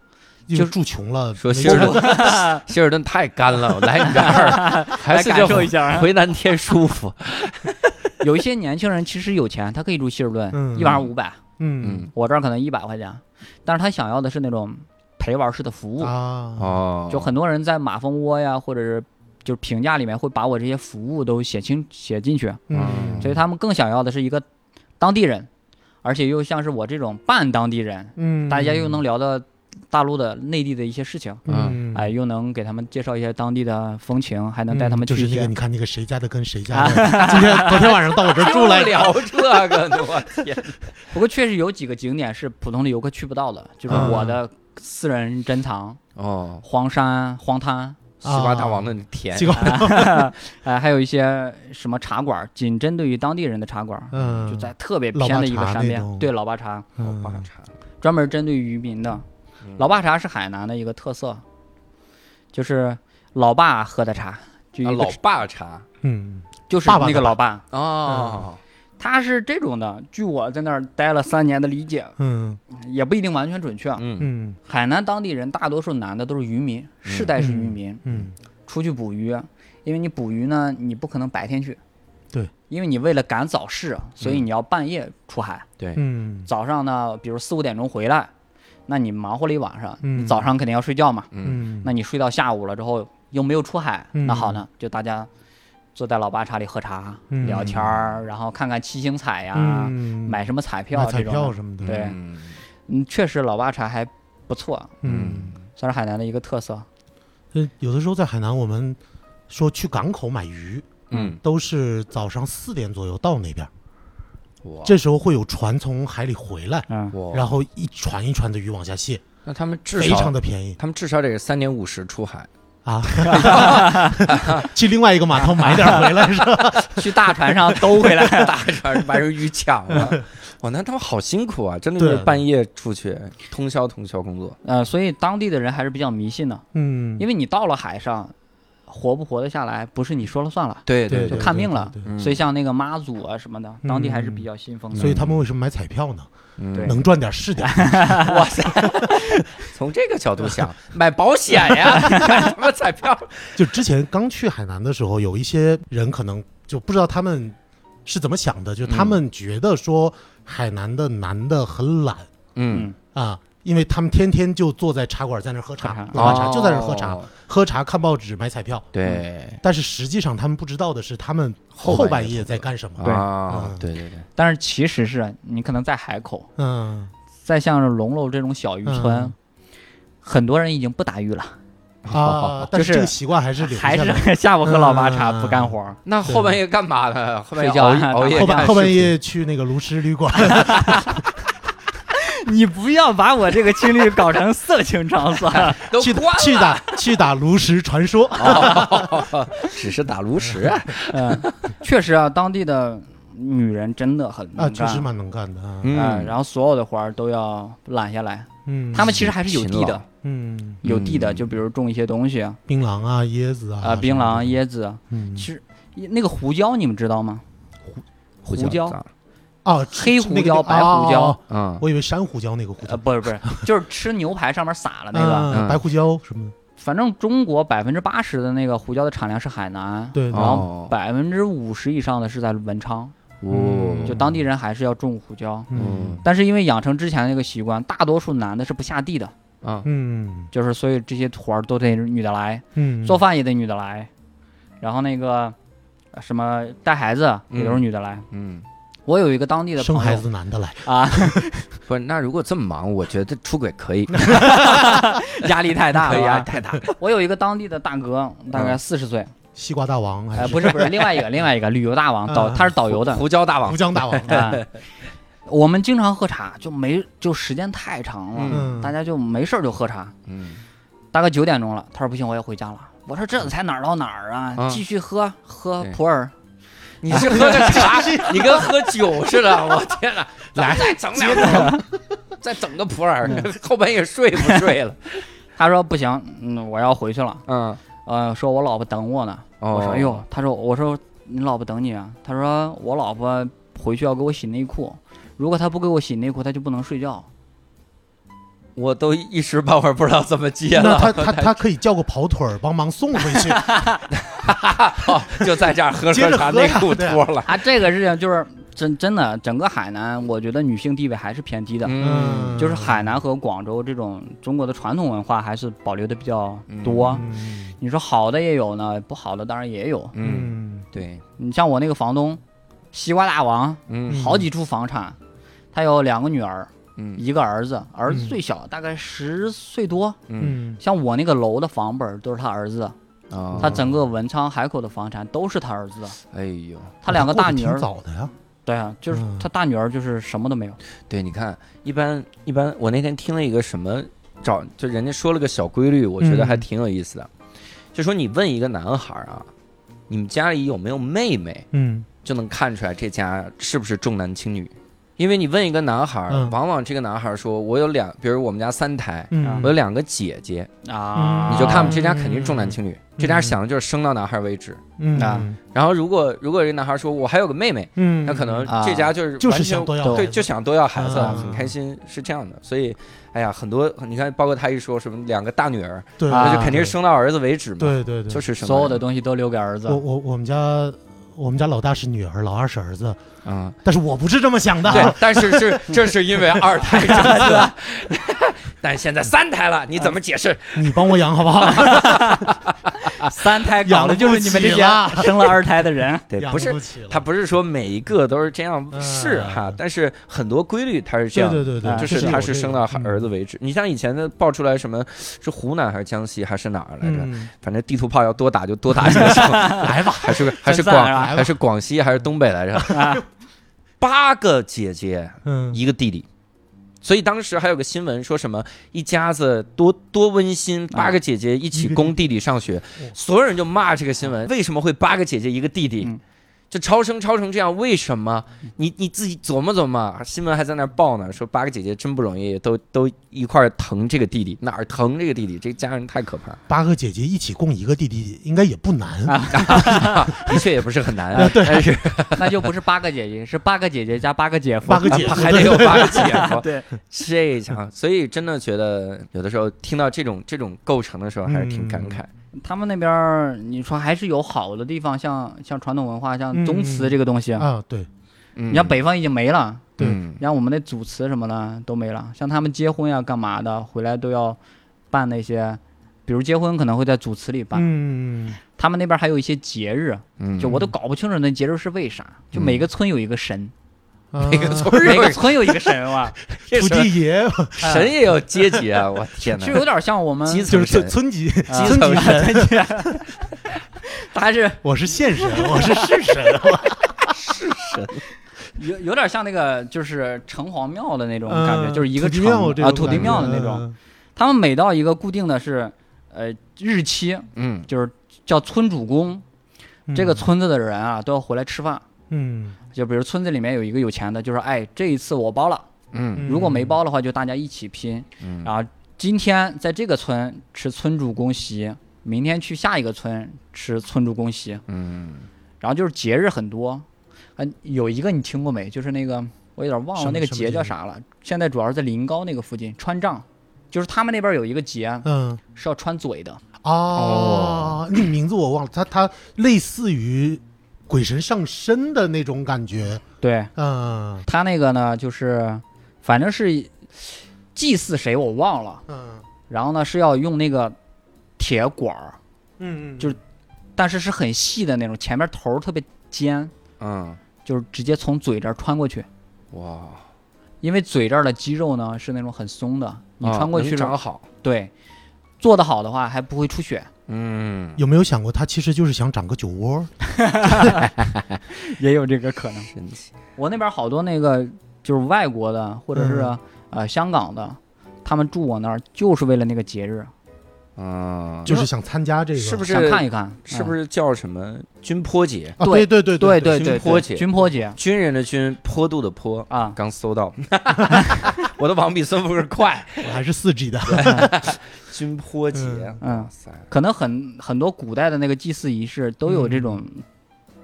E: 因
F: 就
E: 为
F: 是
E: 住穷了，
G: 说
E: 没
G: 希尔
E: 做
G: 顿， 希尔顿太干了，我来你这儿还是
F: 来
G: 就
F: 感受一下。啊
G: 回南天舒服，
F: 有一些年轻人其实有钱，他可以住希尔顿，
E: 嗯
F: 一晚上五百，
E: 嗯
G: 嗯，
F: 我这儿可能一百块钱，但是他想要的是那种陪玩式的服务，
E: 啊，
G: 哦，
F: 嗯就很多人在马蜂窝呀，或者是就是评价里面会把我这些服务都写清写进去，
E: 嗯，
F: 所以他们更想要的是一个当地人，而且又像是我这种半当地人，
E: 嗯，
F: 大家又能聊到大陆的内地的一些事情，
E: 嗯
F: 哎，又能给他们介绍一些当地的风情，还能带他们
E: 就
F: 去
E: 是
F: 一
E: 那
F: 啊些
E: 个，你看那个谁家的跟谁家的， 今天昨天晚上到我这儿住来
G: 不，聊这个呢，我天，
F: 不过确实有几个景点是普通的游客去不到的，就是
E: 嗯
F: 我的私人珍藏，
G: 哦，
F: 黄山、黄滩，
G: 西瓜大王的甜啊
E: 结，果
F: 哎，还有一些什么茶馆，仅针对于当地人的茶馆，
E: 嗯
F: 就在特别偏的一个
E: 老爸茶
F: 山边
E: 那，种
F: 对，老爸茶，
G: 好吧
E: 嗯，
G: 茶，
F: 专门针对渔民的。
G: 嗯
F: 老爸茶是海南的一个特色，就是老爸喝的茶，就一
G: 啊
F: 个
G: 老爸茶
E: 嗯，
F: 就是
E: 爸爸
F: 那个
E: 的
F: 老爸，
G: 哦，
F: 他是这种的。据我在那儿待了三年的理解，
E: 嗯
F: 也不一定完全准确。啊
G: 嗯
E: 嗯
F: 海南当地人大多数男的都是渔民，世代是渔民，
E: 嗯
F: 出去捕鱼，因为你捕鱼呢，你不可能白天去。
E: 对，
F: 因为你为了赶早市，啊所以你要半夜出海。
E: 嗯
F: 早上呢，比如四五点钟回来，那你忙活了一晚上，
E: 嗯
F: 你早上肯定要睡觉嘛。
G: 嗯
E: 嗯，
F: 那你睡到下午了之后又没有出海，
E: 嗯
F: 那好呢，就大家坐在老爸茶里喝茶、
E: 嗯
F: 聊天儿，然后看看七星彩呀、
E: 嗯
F: 买什么彩票
E: 买彩
F: 这种
E: 票
F: 的。
E: 什么的，
F: 对
G: 嗯
F: 嗯，确实老爸茶还不错，
E: 嗯，
F: 算是海南的一个特色。嗯
E: 呃有的时候在海南我们说去港口买鱼，
G: 嗯，
E: 都是早上四点左右到那边儿，
G: 哇，
E: 这时候会有船从海里回来，
F: 嗯，
G: 哇
E: 然后一船一船的鱼往下卸，
G: 那他们至
E: 非
G: 少
E: 常的便宜
G: 他们至少得三点五十出海，
E: 啊。 去另外一个码头买点儿回来是吧？
F: 去大船上兜 回来。
G: 大船把人鱼抢了，哇，那他们好辛苦啊，真的是
E: 对
G: 半夜出去，通宵通宵工作，
F: 呃，所以当地的人还是比较迷信的，
E: 嗯
F: 因为你到了海上，活不活得下来不是你说了算了。
G: 对
E: 对
G: 对
F: 就，看命了
E: 对对
G: 嗯
F: 所以像那个妈祖啊什么的，当地还是比较信奉
E: 对嗯
F: 的。
E: 所以他们为什么买彩票呢？
G: 嗯
F: 对
E: 能赚点儿是 点儿。
G: 哇塞，从这个角度想， 买保险呀， 买什么彩票？
E: 就之前刚去海南的时候，有一些人可能就不知道他们是怎么想
F: 嗯
E: 的，就他们觉得说海南的男的很懒
G: 嗯，
E: 啊，因为他们天天就坐在茶馆在那儿喝茶
F: 喝茶，
E: 老茶就在那儿喝茶，
G: 哦，
E: 喝茶看报纸买彩票。
G: 对，
E: 但是实际上他们不知道的是，他们后半夜在干什么。
G: 啊
E: 嗯
G: 对对对，
F: 但是其实是你可能在海口，
E: 嗯，
F: 在像是龙楼这种小渔村，
E: 嗯
F: 很多人已经不打鱼了，
E: 啊，但
F: 哦就是
E: 是这个习惯还是留下嗯
F: 还
E: 来。
F: 是 下午喝老爸茶不干活儿。
G: 那后半夜干嘛呢？后半夜
F: 睡觉
G: 熬
F: 啊
G: 夜
F: 打
G: 熬 夜
E: 后
G: 看
E: 半后半
G: 视频
E: 夜去那个卢师旅馆，
F: 你不要把我这个经历搞成色情场 所。
G: 都
E: 去
G: 关
E: 去打去打炉石传 说，
G: 哦，只是打炉石啊，
F: 嗯，确实啊，当地的女人真的很
E: 啊，
F: 能
E: 确
F: 干。
E: 实蛮能干的啊。
F: 啊
G: 嗯，
F: 然后所有的活儿都要揽下来，
E: 嗯，
F: 他们其实还是有地
G: 勤
F: 的
G: 劳，
E: 嗯，
F: 有地的，
G: 嗯
F: 就比如种一些东西啊，
E: 槟榔啊，椰子啊，
F: 呃槟榔、
E: 什么的
F: 椰子，
E: 嗯
F: 其实那个胡椒你们知道吗？胡椒
G: 咋了
E: 哦，
F: 黑
E: 是
F: 胡
E: 那个
F: 椒
E: 叫
F: 白胡椒
E: 哦哦哦
G: 嗯，
E: 我以为山胡椒那个胡
F: 呃，
E: 椒，
F: 不是不是，就是吃牛排上面撒了那个，
G: 嗯
E: 嗯白胡椒什么的，
F: 反正中国百分之八十的那个胡椒的产量是海南，
E: 对，
F: 然后百分之五十以上的是在文昌，
G: 哦，
E: 嗯
F: 就当地人还是要种胡椒。
E: 嗯
F: 但是因为养成之前那个习惯，大多数男的是不下地的，
G: 啊，
E: 嗯
F: 就是所以这些活儿都得女的来，
E: 嗯，
F: 做饭也得女的来，然后那个呃什么带孩子也都是女的来。
G: 嗯，
F: 我有一个当地的朋
E: 生
F: 友
E: 孩子男的来，
F: 啊，
G: 不是，那如果这么忙，我觉得出轨可 以，
F: 压力太大
G: 可以
F: 了
G: 啊，
F: 啊。
G: 太大了，嗯
F: 我有一个当地的大哥，大概四十岁，
E: 西瓜大王还
F: 呃，
E: 是
F: 不 是不是，另外一个另外一个旅游大王
G: 嗯
F: 导，他是导游的
G: 胡椒大
E: 胡
G: 王，
E: 江大 王？
F: 啊。我们经常喝茶，就没就时间太长了，
E: 嗯
F: 大家就没事儿就喝茶。
G: 嗯，
F: 大概九点钟了，他说不行，我要回家了。我说这才哪儿到哪儿啊？
G: 嗯
F: 继续喝喝
G: 对
F: 普洱，
G: 你嗯 是喝着茶，你跟喝酒似的，我天 哪！来，嗯再整两口， 再整个普洱， 后半夜睡不睡了？
F: 他说不行，嗯，我要回去了。
G: 嗯，
F: 呃，说我老婆等我呢。
G: 哦
F: 我说哎呦，他说我说你老婆等你啊？他说我老婆回去要给我洗内裤，如果她不给我洗内裤，她就不能睡觉。
G: 我都一时半会儿不知道怎么接
E: 那
G: 了。
E: 他他他可以叫个跑腿儿帮忙送回 去，
G: 就在这儿喝
E: 接
G: 喝
E: 着
G: 茶，
E: 喝
G: 内
E: 呀
G: 裤
E: 对
G: 脱了。
F: 啊，这个事情就是真真的，整个海南，我觉得女性地位还是偏低的。
E: 嗯，
F: 就是海南和广州这种中国的传统文化还是保留的比较多。
E: 嗯
F: 你说好的也有呢，不好的当然也有。
G: 嗯，
E: 嗯
G: 对，
F: 你像我那个房东，西瓜大王，
G: 嗯
F: 好几处房产，他有两个女儿，
G: 嗯
F: 一个儿子，儿子
E: 嗯
F: 最小大概十岁多。
G: 嗯
E: 嗯
F: 像我那个楼的房本儿都是他儿子，
G: 啊
F: 他整个文昌、海口的房产都是他儿子
E: 哦
F: 的。
G: 哎呦，
F: 他两个大女
E: 挺
F: 儿，
E: 早的呀，
F: 对啊，就是
E: 嗯
F: 他大女儿就是什么都没有。
G: 对，你看，一般一般，我那天听了一个什么找，就人家说了个小规律，我觉得还
E: 嗯
G: 挺有意思的，就说你问一个男孩儿啊，你们家里有没有妹妹，
E: 嗯
G: 就能看出来这家是不是重男轻女，因为你问一个男孩儿，
E: 嗯
G: 往往这个男孩儿说，我有两，比如我们家三胎，
E: 嗯
G: 我有两个姐姐，
F: 啊，
G: 你就看我们这家肯定重男轻女，这家
E: 嗯
G: 想的就是生到男孩儿为止。
E: 嗯
F: 啊
G: 然后如果如果这男孩说我还有个妹妹，
E: 嗯，
G: 那可能
F: 啊
G: 这家就是
E: 就是
G: 完全
E: 想多要
G: 对，
E: 孩子
G: 就想多要孩子，
E: 啊
G: 很开心，是这样的。所以，哎呀，很多你看，包括他一说什么两个大女儿，
E: 对，
F: 啊
G: 那就肯定是生到儿子为止嘛，，
E: 对对对，
G: 就是什么
F: 所有的东西都留给儿子
E: 我。我我们家我们家老大是女儿，老二是儿子，
G: 啊，
E: 但是我不是这么想的啊，
G: 对，但是是正是因为二胎 政策，但现在三胎了，你怎么解释？
E: 你帮我养好不好？
F: 三胎搞的就是你们这
E: 养
F: 些 生了二胎的人。
G: 对，
E: 养
G: 不是
E: 不。起了
G: 他不是说每一个都是这样
E: 嗯
G: 是哈，但是很多规律它是这
E: 对
G: 样的
E: 对对对，
F: 啊
G: 就是
E: 有
G: 他是
E: 这
G: 生
E: 个嗯
G: 到儿子，为止。你像以前的爆出来什么是湖南还是江西还是哪儿来着？
E: 嗯，
G: 反正地图炮要多打就多打几个省， 来吧，还是还是
F: 真赞
G: 广
F: 啊
G: 还是广西还是东北来着？八个姐姐
E: 嗯
G: 一个弟弟。所以当时还有个新闻说什么一家子多多温馨，八个姐啊姐一起供弟弟哦啊上学，所有人就骂这个新闻，为什么会八个姐姐一个弟弟
F: 嗯？
G: 就超生超成这样，为什么？你你自己琢磨琢磨，新闻还在那儿报呢，说八个姐姐真不容易，都都一块儿疼这个弟弟，哪儿疼这个弟弟？这家人太可怕，
E: 八个姐姐一起供一个弟弟，应该也不难。
G: 啊的确也不是很难啊。但是
F: 那就不是八个姐姐，是八个姐姐加八个姐夫。
E: 八个姐夫
G: 还得有八个姐夫，
F: 对，
G: 这一场，所以真的觉得有的时候听到这种这种构成的时候，还是挺感慨。
F: 他们那边儿你说还是有好的地方，像像传统文化，像
E: 嗯
F: 宗祠这个东西，
E: 啊，对，
G: 嗯，
F: 你像北方已经没了，
E: 对
G: 嗯
F: 你像我们的主祠什么的都没了，像他们结婚呀、干嘛的，回来都要办那些，比如结婚可能会在主祠里办，
E: 嗯，
F: 他们那边还有一些节日，
G: 嗯
F: 就我都搞不清楚那节日是为啥，就每个村有一个神，
E: 那
G: 个村
F: 每个村有一个神啊哇，
E: 嗯土地爷
G: 神也有阶级啊！我天
F: 就
G: 哪，
F: 有点像我们
G: 基
E: 就
G: 层
E: 是
G: 神，
E: 村级
F: 啊
E: 村级神，
F: 还是
E: 我是县神，我是市神，
F: 有有点像那个就是城隍庙的那种
E: 嗯
F: 感觉，就是一个
E: 土地
F: 城
E: 庙这
F: 啊
E: 种
F: 土地
E: 感觉嗯
F: 庙的那种。。他们每到一个固定的是呃日期，
G: 嗯，
F: 就是叫村主公，
E: 嗯
F: 这个，村子的人啊都要回来吃饭。
E: 嗯，
F: 就比如村子里面有一个有钱的，就说哎这一次我包了，
G: 嗯
F: 如果没包的话就大家一起拼，
G: 嗯
F: 然后今天在这个村吃村主公席，明天去下一个村吃村主公席，
G: 嗯，
F: 然后就是节日很多，嗯、有一个你听过没？就是那个我有点忘
E: 什么
F: 了那个
E: 什么
F: 节
E: 节
F: 叫
E: 日
F: 啥了。现在主要是在临高那个附近川藏，就是他们那边有一个节
E: 嗯，
F: 是要穿嘴的，
E: 哦，那个名字我忘了，他他类似于鬼神上身的那种感觉，
F: 对
E: 嗯
F: 他那个呢就是反正是祭祀谁我忘了，
E: 嗯
F: 然后呢是要用那个铁管儿，
E: 嗯
F: 就是但是是很细的那种，前面头儿特别尖，
G: 嗯，
F: 就是直接从嘴这儿穿过去。
G: 哇，
F: 因为嘴这儿的肌肉呢是那种很松的，你
G: 啊
F: 穿过
G: 能
F: 去了
G: 长好，
F: 对，做得好的话还不会出血。
G: 嗯，
E: 有没有想过，他其实就是想长个酒窝？
F: 也有这个可能。
G: 神奇，
F: 我那边好多那个就是外国的，或者是、
E: 嗯
F: 呃香港的，他们住我那儿就是为了那个节日，
G: 啊，
E: 就是想参加这个？
G: 是不是
F: 想看一看，嗯
G: 是不
F: 是？
G: 是叫什么军坡节？
E: 啊，对对对
F: 对
E: 对
G: 军
F: 对对，
G: 坡节
F: 军坡节
G: 军人的军，坡度的坡。
F: 啊，
G: 刚搜到， 我的网比孙博士快。
E: 我还是四 G 的。
G: 军坡节，
F: 嗯
G: 哇塞，
F: 可能很很多古代的那个祭祀仪式都有这种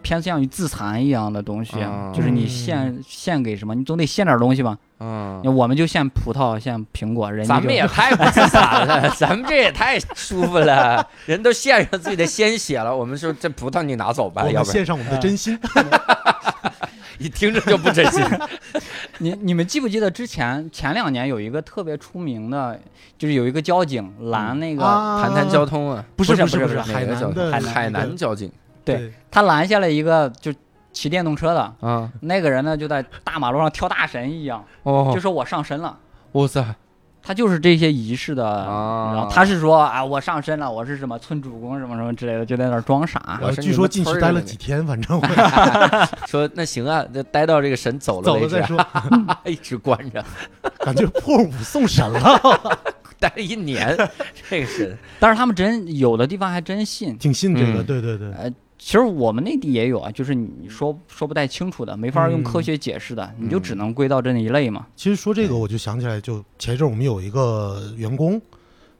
F: 偏向于自残一样的东西，
G: 嗯啊
F: 就是你献献给什么，你总得献点东西吧。
G: 嗯，
F: 我们就献葡萄，献苹果，人家
G: 咱们
F: 就
G: 也太不自残了， 咱们这也太舒服了，人都献上自己的鲜血了，我们说这葡萄你拿走吧，
E: 我
G: 要
E: 们
G: 不然嗯
E: 献上我们的真心，
G: 一听着就不真 心。
F: 你你们记不记得之前前两年有一个特别出名的，就是有一个交警拦那个，
E: 啊
G: 谈谈交通啊，
E: 不是
G: 不
E: 不是
G: 不
E: 不是海
G: 哪个
E: 南
G: 交通
E: 的
G: 海
E: 那
G: 海
E: 个
G: 南交警
F: 对他拦下了一个就骑电动车的
G: 啊，
F: 那个人呢，就在大马路上跳大神一样，
G: 哦
F: 就，说我上身了。
G: 哇塞，
F: 他就是这些仪式的，
G: 啊
F: 然后他是说啊，我上身了，我是什么村主公什么什么之类的，就在那儿装傻
G: 我。
E: 然后
G: 是
E: 呃据
G: 你
E: 说
G: 们
E: 进
G: 村
E: 去
G: 儿
E: 待
G: 的
E: 了
G: 那
E: 几天，反 正
G: 说那行啊，就待到这个神走了
E: 走
G: 为
E: 了
G: 止
E: 再
G: 啊，
E: 说，
G: 一直关着，
E: 感觉破五送神了，
G: 待了一 年，这个神
F: 但是他们真有的地方还真信。
E: 挺信这个。
G: 嗯
E: 对对对，
F: 其实我们内地也有啊，就是你说说不太清楚的，没法用科学解释的，你就只能归到这一类嘛。
E: 其实说这个，我就想起来，就前一阵我们有一个员工，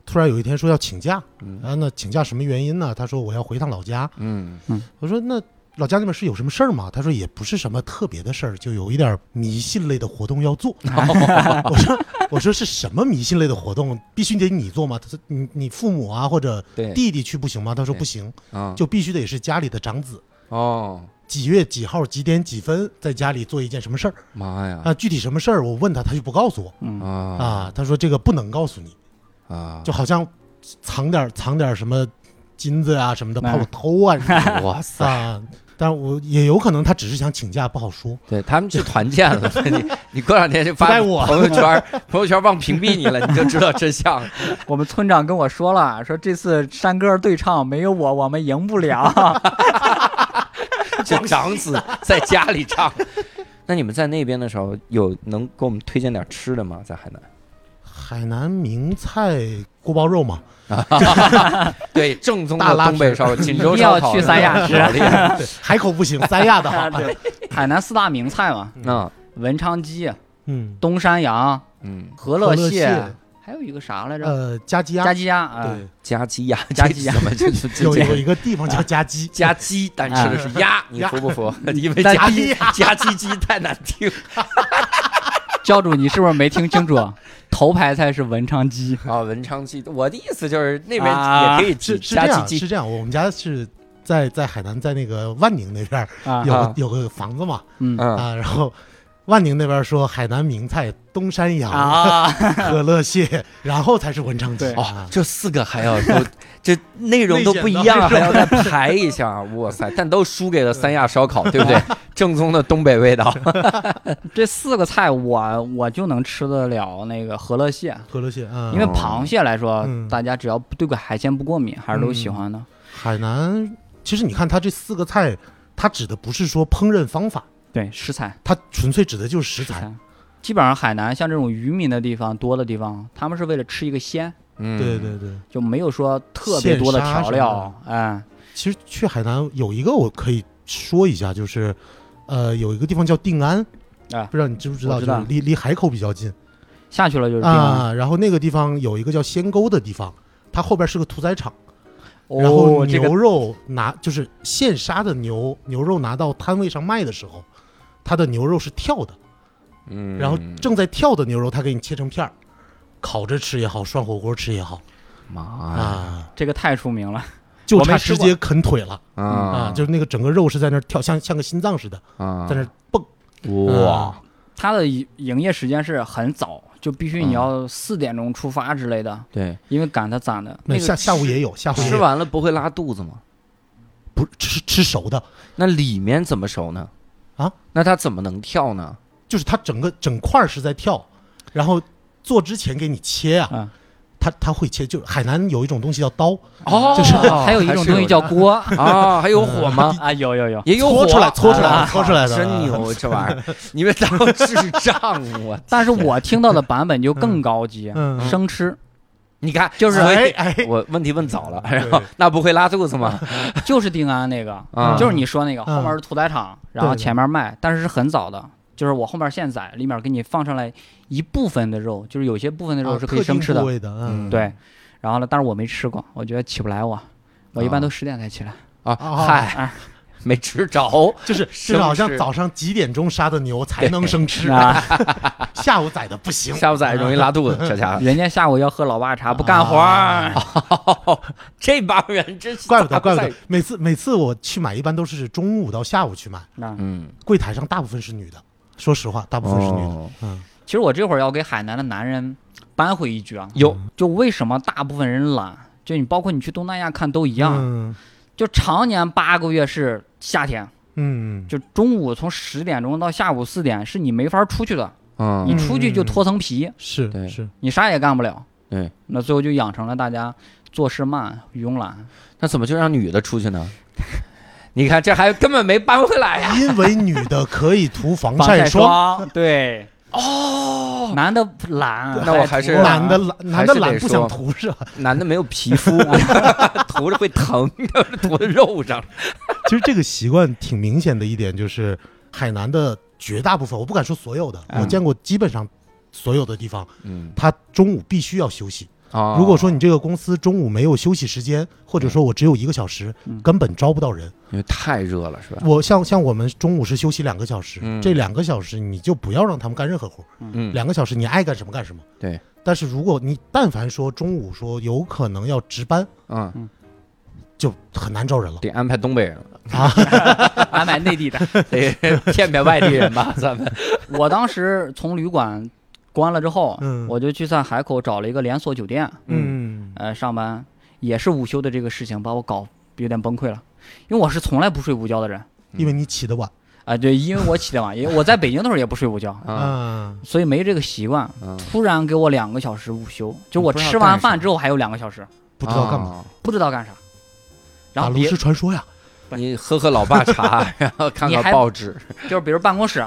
E: 突然有一天说要请假，
G: 嗯
E: 啊，那请假什么原因呢？他说我要回趟老家。
G: 嗯
E: 我说那老家那边是有什么事儿吗？他说也不是什么特别的事儿，就有一点迷信类的活动要 做。我说我说是什么迷信类的活动必须得你做吗？他说你你父母啊或者
G: 对
E: 弟弟去不行吗？他说不行，
G: 啊
E: 就必须得是家里的长子。
G: 哦
E: 几月几号几点几分在家里做一件什么事儿
G: 妈呀
E: 啊？具体什么事儿我问他，他就不告诉我
F: 嗯，
G: 啊
E: 啊。他说这个不能告诉你，
G: 啊
E: 就好像藏点藏点什么金子啊什么的，怕我
F: 嗯
E: 偷啊什么的。
G: 哇塞，
E: 啊，但我也有可能他只是想请假，不好说。
G: 对他们去团建了， 你你过两天就发
E: 不带我
G: 朋友圈，朋友圈忘屏蔽你了，你就知道真 相了。
F: 我们村长跟我说了，说这次山歌对唱没有我我们赢不了。
G: 这长子在家里唱。 那你们在那边的时候，有能给我们推荐点吃的吗？在海南？
E: 海南名菜锅包肉 嘛，
G: 对，正宗
E: 大
G: 的
E: 拉
G: 东北
E: 皮
G: 烧烤，锦州
F: 一定
G: 烧
F: 要
G: 烤
F: 去
G: 是
F: 三
G: 吧
F: 亚吃
G: 好厉 害
E: 对海口不行，三亚的 好。
F: 对，海南四大名菜嘛，
G: 嗯
F: 文昌鸡、
E: 嗯，
F: 东山羊、
G: 嗯，
F: 和
E: 乐
F: 乐
E: 蟹
F: 还有一个啥来着？
E: 呃，家鸡
F: 家
E: 鸭，
F: 鸡鸭啊，
E: 对，
G: 加鸡鸭，
F: 加
G: 这
F: 鸡鸭
G: 怎么就是
E: 有有
G: 这
E: 一个地方叫家鸡，
G: 啊 加鸡，但吃的是鸭，你
E: 鸭
G: 服不 服？因为
E: 但
G: 嗯加
E: 鸡
G: 鸡加鸡鸡太难听。
F: 教主你是不是没听清楚？啊 头牌菜是文昌鸡，
G: 啊，文昌鸡，我的意思就是那边
F: 啊
G: 也可以吃
E: 是是这
G: 加
E: 样，
G: 鸡
E: 是
G: 鸡。
E: 这样。我们家是在在海南，在那个万宁那边儿
F: 啊
E: 有
G: 啊
E: 个有个房子嘛
F: 嗯
G: 嗯，
E: 啊，然后万宁那边说海南名菜东山羊、
F: 啊，
E: 可乐蟹，然后才是文昌鸡
F: 对
G: 哦
E: 啊，。
G: 这四个还要 都，这内容都不一样，
E: 内
G: 还
E: 卷
G: 要再排一下， 哇塞！但都输给了三亚 烧烤，对不对？正宗的东北味道。
F: 这四个菜我我就能吃得了那个河乐蟹，
E: 可乐蟹啊，
F: 因为螃蟹来说，
E: 嗯
F: 大家只要对个海鲜不过敏，还是都喜欢的。
E: 海南，其实你看它这四个菜，它指的不是说烹饪方法，
F: 对，食材
E: 它纯粹指的就是食
F: 食
E: 材。
F: 材，基本上海南像这种渔民的地方多的地方，他们是为了吃一个鲜，
G: 嗯
E: 对对对，
F: 就没有说特别多的调料，哎，
E: 其实去海南有一个我可以说一下，就是，呃，有一个地方叫定安，
F: 啊
E: 不知道你知不知道，
F: 我知道
E: 就是离离海口比较近
F: 下去了就是定安。
E: 啊。然后那个地方有一个叫仙沟的地方，它后边是个屠宰场，然后
F: 哦，这个
E: 牛肉拿就是现杀的牛牛肉拿到摊位上卖的时候，它的牛肉是跳的。
G: 嗯
E: 然后正在跳的牛肉，它给你切成片儿，烤着吃也好，涮火锅吃也好
G: 妈
E: 啊，
F: 这个太出名了，
E: 就
F: 我没
E: 差
F: 吃
E: 直
F: 过
E: 接啃腿了
G: 啊
E: 啊！就是那个整个肉是在那儿跳，像像个心脏似的，
G: 啊
E: 在那儿蹦。
G: 嗯哇
E: 啊，
F: 它的营营业时间是很早，就必
E: 嗯
F: 须你要四点钟出发之类的，
G: 对，
F: 因为赶它攒的
E: 那
F: 那
E: 下
F: 个
E: 下午也有，下午也
G: 吃
E: 有，
G: 完了不会拉肚子吗？
E: 不是吃吃熟的，
G: 那里面怎么熟呢？
E: 啊，
G: 那它怎么能跳呢？
E: 就是它整个整块儿是在跳，然后做之前给你切啊
F: 啊，
E: 他他会切，就是海南有一种东西叫刀，
G: 哦
E: 就是
F: 还有一种东西叫锅
G: 啊，还有火吗？
F: 啊，有有有，
G: 也有
E: 嗯搓
G: 火
E: 出来搓出
G: 啊
E: 来搓出来的，
G: 真牛啊这玩意儿！你们当我智障我？
F: 但是我听到的版本就更高级，
E: 嗯，
F: 生吃
G: 你看，
F: 就是
G: 所以
E: 哎
G: 我问题问早了，
E: 对
G: 哎然后那不会拉肚子吗？
F: 就是定安那个，
G: 啊，
F: 就是你说那个
E: 嗯
F: 后面是屠宰场，然后
E: 对对
F: 前面卖，但是是很早的，就是我后面现宰，里面给你放上来一部分的肉，就是有些部分的
E: 啊
F: 肉是可以生吃的，
E: 味的，嗯，
G: 嗯
F: 对。然后呢，但是我没吃过，我觉得起不来我。我一般
G: 啊
F: 都十点才起来，
G: 啊，
E: 哦
G: 嗨，没吃着，
E: 就是
G: 生
E: 就是好像
G: 吃
E: 早上几点钟杀的牛才能生吃，
F: 啊，
E: 下午宰的不行，
G: 下午仔容易拉肚子，这 家伙，
F: 人家下午要喝老爸茶，不干活儿
E: 啊，
G: 这帮人真是
E: 怪不得怪不
G: 咋
E: 得
G: 在，
E: 每次每次我去买，一般都是中午到下午去买，
F: 啊
G: 嗯，
E: 柜台上大部分是女的，说实话，大部分是女的，
G: 哦
E: 嗯，
F: 其实我这会儿要给海南的男人扳回一局啊，
G: 有
F: 就为什么大部分人懒，就你包括你去东南亚看都一样，
E: 嗯
F: 就常年八个月是夏天，
E: 嗯，
F: 就中午从十点钟到下午四点是你没法出去的，
G: 嗯
F: 你出去就脱层皮，
G: 对
E: 是是，
F: 你啥也干不了。
G: 对，
F: 那最后就养成了大家做事慢、慵懒。
G: 那怎么就让女的出去呢？你看这 还根本没搬回来呀！
E: 因为女的可以涂防
F: 防
E: 晒
F: 晒
E: 霜，
F: 霜，对，哦，男的 懒，
G: 那我还
F: 还
G: 是
F: 涂啊
E: 男的懒，男的懒不想涂是吧？
G: 男的没有皮肤，啊 涂着会疼，涂在肉上。
E: 其实这个习惯挺明显的一点就是，海南的绝大部分，我不敢说所有的，
G: 嗯
E: 我见过基本上所有的地方，
G: 嗯，
E: 他中午必须要休息。
F: 哦
G: 啊
E: 如果说你这个公司中午没有休息时间，或者说我只有一个小时
F: 嗯，
E: 根本招不到人。
G: 因为太热了，是吧？
E: 我像像我们中午是休息两个小时
G: 嗯，
E: 这两个小时你就不要让他们干任何活，
G: 嗯，
E: 两个小时你爱干什么干什么。
G: 对。
E: 但是如果你但凡说中午说有可能要值班，
G: 嗯，
E: 就很难招人了。
G: 得安排东北人了，
F: 安排内地的。
G: 得骗骗外地人吧，咱们。
F: 我当时从旅馆关了之后，
E: 嗯
F: 我就去在海口找了一个连锁酒店，
E: 嗯
F: 呃，上班也是午休的这个事情把我搞有点崩溃了，因为我是从来不睡午觉的人。
E: 因为你起得晚
F: 啊，对，因为我起得晚，因为我在北京的时候也不睡午觉，
G: 啊
E: 啊，
F: 所以没这个习惯。
G: 嗯，
F: 突然给我两个小时午休，就我
G: 你不知道
F: 吃完
G: 干啥
F: 饭之后还有两个小时，
E: 不知道干嘛。
G: 啊。
F: 不知道干啥。
E: 打
F: 然后
E: 炉
F: 别
E: 石传说呀，
G: 哦你喝喝老爸 茶，然后看
F: 你
G: 看
F: 还
G: 报纸，
F: 就是比如办公室，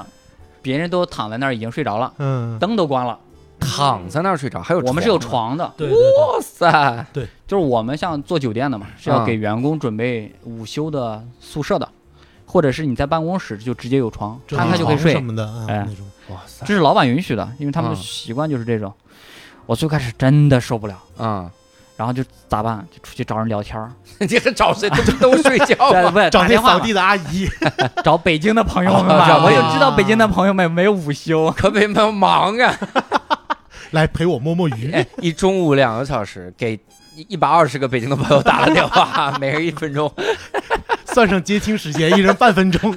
F: 别人都躺在那儿已经睡着了，
E: 嗯，
F: 灯都关了，
G: 躺在那儿睡着。还有
F: 我们是有
G: 床，
F: 床的，
E: 对对对，
G: 哇塞，
F: 就是我们像做酒店的嘛，是
G: 嗯
F: 要给员工准备午休的宿舍的，或者是你在办公室就直接有床，
E: 折
F: 他
E: 叠
F: 他就可以
E: 床
F: 睡
E: 什，么的，嗯
F: 哎
E: 那种
G: 哇塞
F: 这是老板允许的，因为他们的
G: 嗯
F: 习惯就是这种。我最开始真的受不了，
G: 啊！
F: 然后就咋办？就出去找人聊天儿，
G: 你还找谁？这不都睡觉
F: 对
G: 吗？
F: 不是
E: 找
F: 哎打
E: 那
F: 电话
E: 扫
F: 嘛
E: 地的阿姨，
F: 找北京的朋友们
G: 啊
F: 吧，
G: 找
F: 我
G: 北
F: 就知道北京的朋友们没有午休。
G: 可别忙忙啊！
E: 来陪我摸摸鱼。
G: 哎， 一中午两个小时，给一百二十个北京的朋友打了电话，每人一分钟。
E: 算上接听时间，一人半分钟。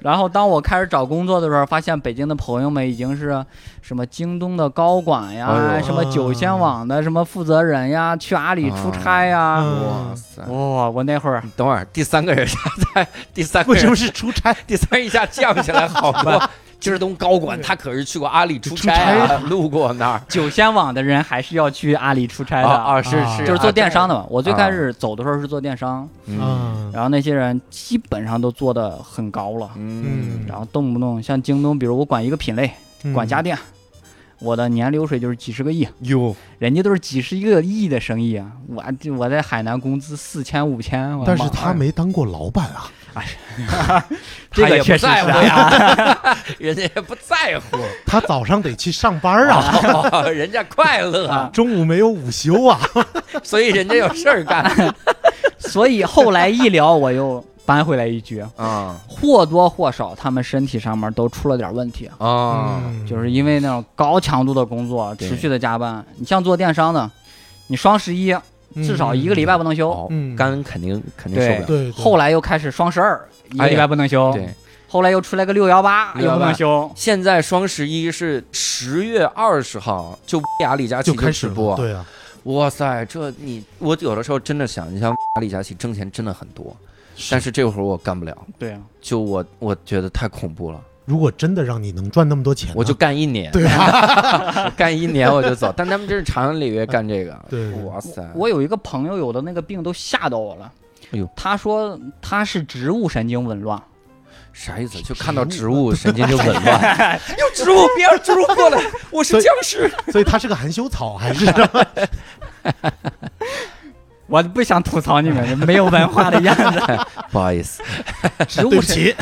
F: 然后当我开始找工作的时候，发现北京的朋友们已经是什么京东的高管呀，
G: 哎呦
F: 什么九仙网的什么负责人呀，去阿里出差呀。
E: 啊
G: 哇塞！
F: 哇、我那会儿
G: 嗯等会儿第三个人在 第三个
E: 为什
G: 人
E: 么是出差？
G: 第三一下降下来好多。今儿东高管他可是去过阿里出差啊，路过那儿
F: 九仙网的人还是要去阿里出差的，
G: 啊啊是
E: 啊
G: 是，
F: 哎就是做电商
G: 的，
F: 的嘛。我最开始走的时候是做电商，
G: 嗯
E: 嗯
F: 然后那些人基本上都做的很高了，
G: 嗯
F: 然后动不动像京东，比如我管一个品类，管家电，我的年流水就是几十个亿，
G: 哟，
F: 人家都是几十个亿的生意啊！我我在海南工资四千五千，我
E: 但是
F: 妈
E: 他没当过老板啊，
F: 这
G: 他
F: 个
G: 也
F: 确
G: 不
F: 实
G: 在乎
F: 是啊
G: 呀， 人家也不在乎
E: 他早上得去上班啊，
G: 哦， 人家快 乐
F: 啊，
E: 中午没有午休啊。
G: 所以人家有事儿干
F: 所以后来一聊，我又搬回来一句，
G: 啊
F: 或多或少他们身体上面都出了点问题，
G: 啊，
E: 嗯
F: 就是因为那种高强度的工作，
G: 对
F: 持续的加班。你像做电商的，你双十一
G: 嗯
F: 至少一个礼拜不能休，
G: 哦
E: 嗯
G: 肝肯定肯定
F: 对
G: 受不了，
E: 对，对
F: 后来又开始双十二一
G: 哎
F: 个
G: 呀
F: 礼拜不能休，
G: 对，
F: 后来又出来个六幺八
G: 618
F: 又不能休，
G: 现在双十一是十月二十号，就 雅李佳琦
E: 就开始
G: 直
E: 了
G: 播，
E: 对啊，
G: 哇塞，这你我有的时候真的想，你像 李佳琦挣钱真的很多，但是这会儿我干不了，
F: 对啊，
G: 就我我觉得太恐怖了。
E: 如果真的让你能赚那么多钱呢，
G: 我就干一年，
E: 对
G: 干一 年我就走。但他们这是长里约干这个，
E: 对
G: 哇塞，
F: 我有一个朋友有的那个病都吓到我了。
G: 哎呦，
F: 他说他是植物神经紊乱，
G: 啥意思？就看到植物神经就紊 乱，有植物，别让植物过来，我
E: 所
G: 是
E: 以
G: 僵尸。
E: 所以它是个含羞草还是？
F: 我不想吐槽你 们没有文化的样子。
G: 不好意思，
F: 植
E: 对
F: 物
E: 不
F: 神，
E: 起，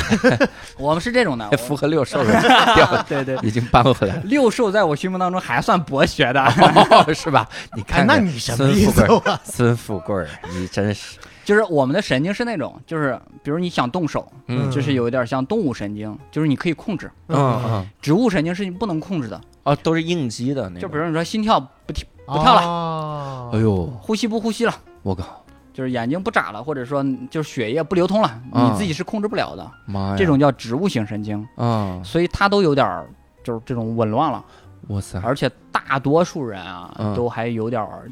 F: 我们是这种的。我
G: 符合六兽了，掉了
F: 对对，
G: 已经搬回来
F: 六兽在我心目当中还算博学 的，
G: 了，是吧？你
E: 哎
G: 看，
E: 那
G: 看
E: 你什么
G: 孙
E: 意
G: 富
E: 思
G: 贵儿，
E: 啊？
G: 孙富贵儿，你真是
F: 就是我们的神经是那种，就是比如你想动手，
G: 嗯
F: 就是有一点像动物神经，就是你可以控制。
G: 嗯
F: 植物神经是你不能控制的，
G: 哦，都是应激的那
F: 就
G: 种
F: 比。如你说心跳不跳，
E: 不
F: 跳了
E: 了
G: 哎呦，
F: 呼吸不呼吸了，
G: 我靠，
F: 就是眼睛不眨了，或者说就是血液不流通了，
G: 嗯
F: 你自己是控制不了的，
G: 妈呀，
F: 这种叫植物性神经，
G: 啊，
F: 所以它都有点儿就是这种紊乱了，
G: 哇塞
F: 而且大多数人啊、
G: 嗯
F: 都还有点儿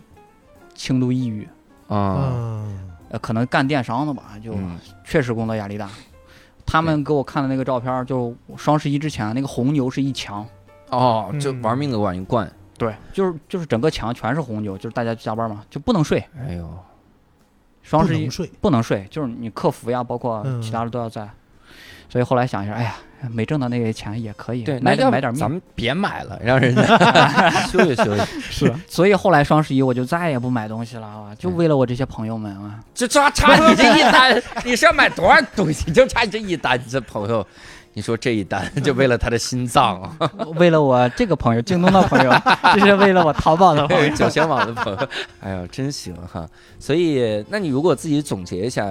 F: 轻度抑郁，
G: 啊，
E: 嗯，
F: 呃，可能干电商的吧，就
G: 嗯
F: 确实工作压力大。他们给我看的那个照片儿，就双十一之前那个红牛是一墙，
G: 哦，就玩命的往一灌，
F: 对，就是就是整个墙全是红牛，就是大家加班嘛，就不能睡，
G: 哎呦，
F: 双
E: 不
F: 十一
E: 能睡，
F: 不能睡，就是你客服呀，包括其他的都要在。
G: 嗯
F: 所以后来想一下，哎呀，没挣到那个钱也可以，
G: 对，
F: 买
G: 那
F: 点
G: 要
F: 买点
G: 咱
F: 命。
G: 们别买了，让人家 休息休息。
F: 是，所以后来双十一我就再也不买东西了啊，就为了我这些朋友们啊。
G: 就差差你这一单，你是要买多少东西？就差你这一单，你这朋友，你说这一单就为了他的心脏，
F: 为了我这个朋友，京东的朋友， 这是为了我淘宝的朋 友。
G: 九仙网的朋友，哎呦，真行哈！所以，那你如果自己总结一下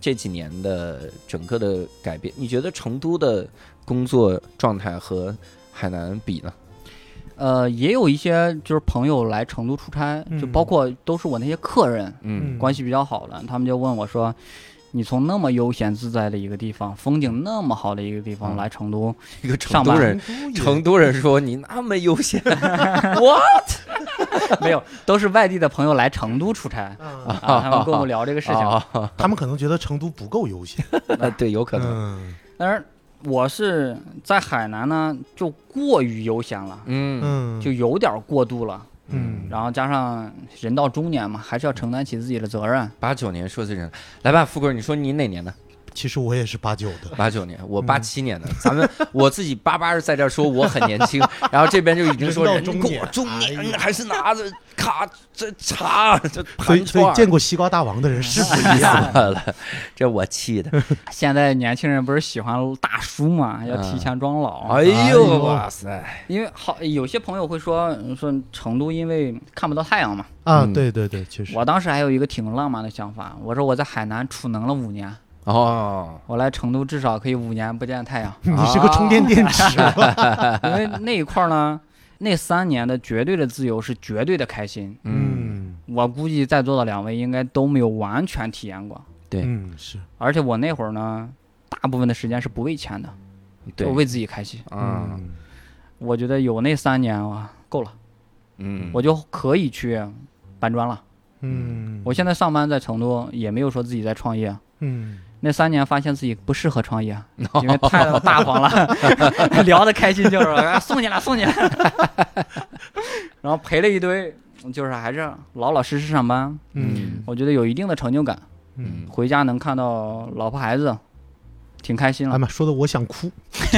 G: 这几年的整个的改变，你觉得成都的工作状态和海南比呢？
F: 呃，也有一些就是朋友来成都出差，就
E: 嗯
F: 包括都是我那些客人
G: 嗯
E: 嗯
F: 关系比较好的，他们就问我说。你从那么悠闲自在的一个地方，风景那么好的一个地方
G: 嗯
F: 来成都，
G: 一个成都
F: 上
G: 人，
E: 成
G: 成都人说你那么悠闲，what？
F: 没有，都是外地的朋友来成都出 差，
E: 啊，
F: 啊，他们跟我聊这个事情。
G: 啊，
E: 他们可能觉得成都不够悠闲，
G: 呃对，有可能。
E: 嗯
F: 但是我是在海南呢，就过于悠闲了，
G: 嗯
E: 嗯，
F: 就有点过度了。
E: 嗯，
F: 然后加上人到中年嘛，还是要承担起自己的责任。
G: 八九年说的人，来吧，富贵，你说你哪年的？
E: 其实我也是八九的，
G: 八九年，我
E: 嗯
G: 八七年的，咱们我自己八八是在这儿说我很年轻，然后这边就已经说
E: 人到
G: 人
E: 中
G: 过
E: 年
G: 中
E: 哎
G: 年
E: 呀
G: 还是拿着卡这茶这
E: 所
G: 盘
E: 以所
G: 串
E: 以
G: 儿，
E: 见过西瓜大王的人是不
G: 嗯
E: 一样。
G: 死我了，这我 气的，
F: 现在年轻人不是喜欢大叔嘛，要提前装老。
G: 嗯哎呦哇塞，
F: 因为好有些朋友会说嗯说成都因为看不到太阳嘛。
E: 啊，
G: 嗯
E: 对对对，确实，
F: 我当时还有一个挺浪漫的想法，我说我在海南储能了五年，
G: 哦，
F: 我来成都至少可以五年不见 太阳。
E: 你是个充电电池啊吧？
F: 因为那一块儿呢，那三年的绝对的自由是绝对的开心。
G: 嗯，
F: 我估计在座的两位应该都没有完全体验过，
G: 对
E: 嗯，是，
F: 而且我那会儿呢，大部分的时间是不为钱的，
G: 对
F: 我，为自己开心。
G: 嗯
F: 我觉得有那三年啊，够了，
G: 嗯，
F: 我就可以去搬砖了。
E: 嗯，
F: 我现在上班在成都，也没有说自己在创业。
E: 嗯，
F: 那三年发现自己不适合创业， 因为太大方了， 聊得开心就是、啊、送你了，送你了， 然后赔了一堆，就是还是老老实实上班，
E: 嗯，
F: 我觉得有一定的成就感，
G: 嗯，
F: 回家能看到老婆孩子，挺开心
E: 哎
G: 啊
F: 了。
E: 妈，说的我想哭，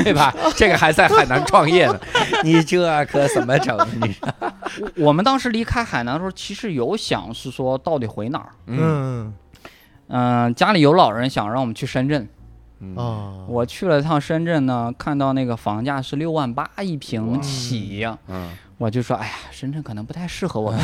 G: 对吧？这个还在海南创业 呢，你这可怎么整？你
F: 我我们当时离开海南的时候，其实有想是说到底回哪儿，
G: 嗯
E: 嗯
F: 嗯、家里有老人想让我们去深圳，
G: 嗯
E: 啊，
F: 我去了趟深圳呢，看到那个房价是六万八一平起呀、
G: 嗯
F: 我就说，哎呀，深圳可能不太适合我们，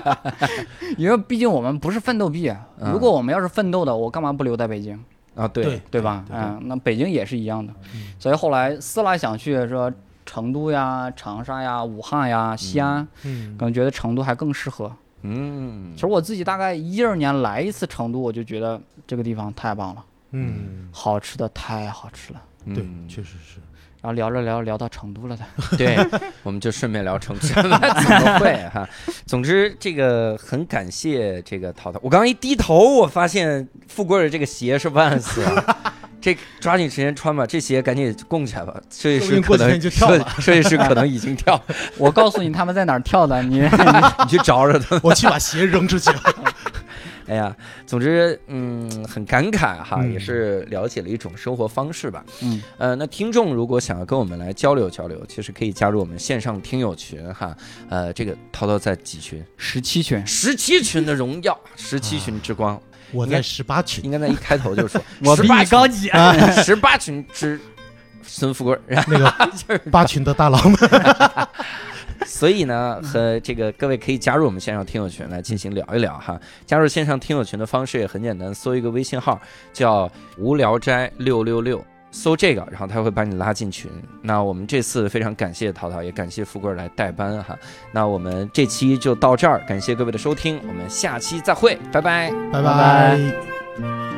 F: 因为毕竟我们不是奋斗币。啊如果我们要是奋斗的，我干嘛不留在北京，
G: 啊，对，
F: 对吧？嗯，那北京也是一样的。所以后来思来想去，说成都呀、长沙呀、武汉呀、西安，
E: 嗯
F: 可能觉得成都还更适合。
G: 嗯
F: 其实我自己大概一二年来一次成都，我就觉得这个地方太棒了，
E: 嗯，
F: 好吃的太好吃了。
E: 对，
G: 嗯
E: 确实是，
F: 然后聊着聊着聊到成都了的，
G: 对，我们就顺便聊成全 怎么会哈。 总之，这个很感谢这个淘淘。我刚刚一低头，我发现富贵儿这个鞋是万斯，啊这抓紧时间穿吧，这鞋赶紧供去吧。设计
E: 说不定
G: 师可
E: 过几
G: 能
E: 天就跳 了
G: 设设计师可能已经跳了，
F: 我告诉你他们在哪儿跳的，你
G: 你去找找他。
E: 我去把鞋扔出去。
G: 哎呀，总之，嗯，很感慨哈，
E: 嗯
G: 也是了解了一种生活方式吧。
F: 嗯，
G: 呃，那听众如果想要跟我们来交流交流，其实可以加入我们线上听友群哈。呃，这个涛涛在几群？
F: 十七群，，
G: 十七群的荣耀，十七群之光，
E: 我在十八群，
G: 应该在一开头就说
F: 我比你高级啊。
G: 十八群之孙富贵儿。 然后
E: 那个八群的大佬们，
G: 所以呢，和这个各位可以加入我们线上听友群来进行聊一聊哈。加入线上听友群的方式也很简单，搜一个微信号叫“无聊斋六六六”，搜这个，然后他会把你拉进群。那我们这次非常感谢淘淘，也感谢富贵儿来代班哈。那我们这期就到这儿，感谢各位的收听，我们下期再会，拜拜。
E: 拜
F: 拜
E: 拜。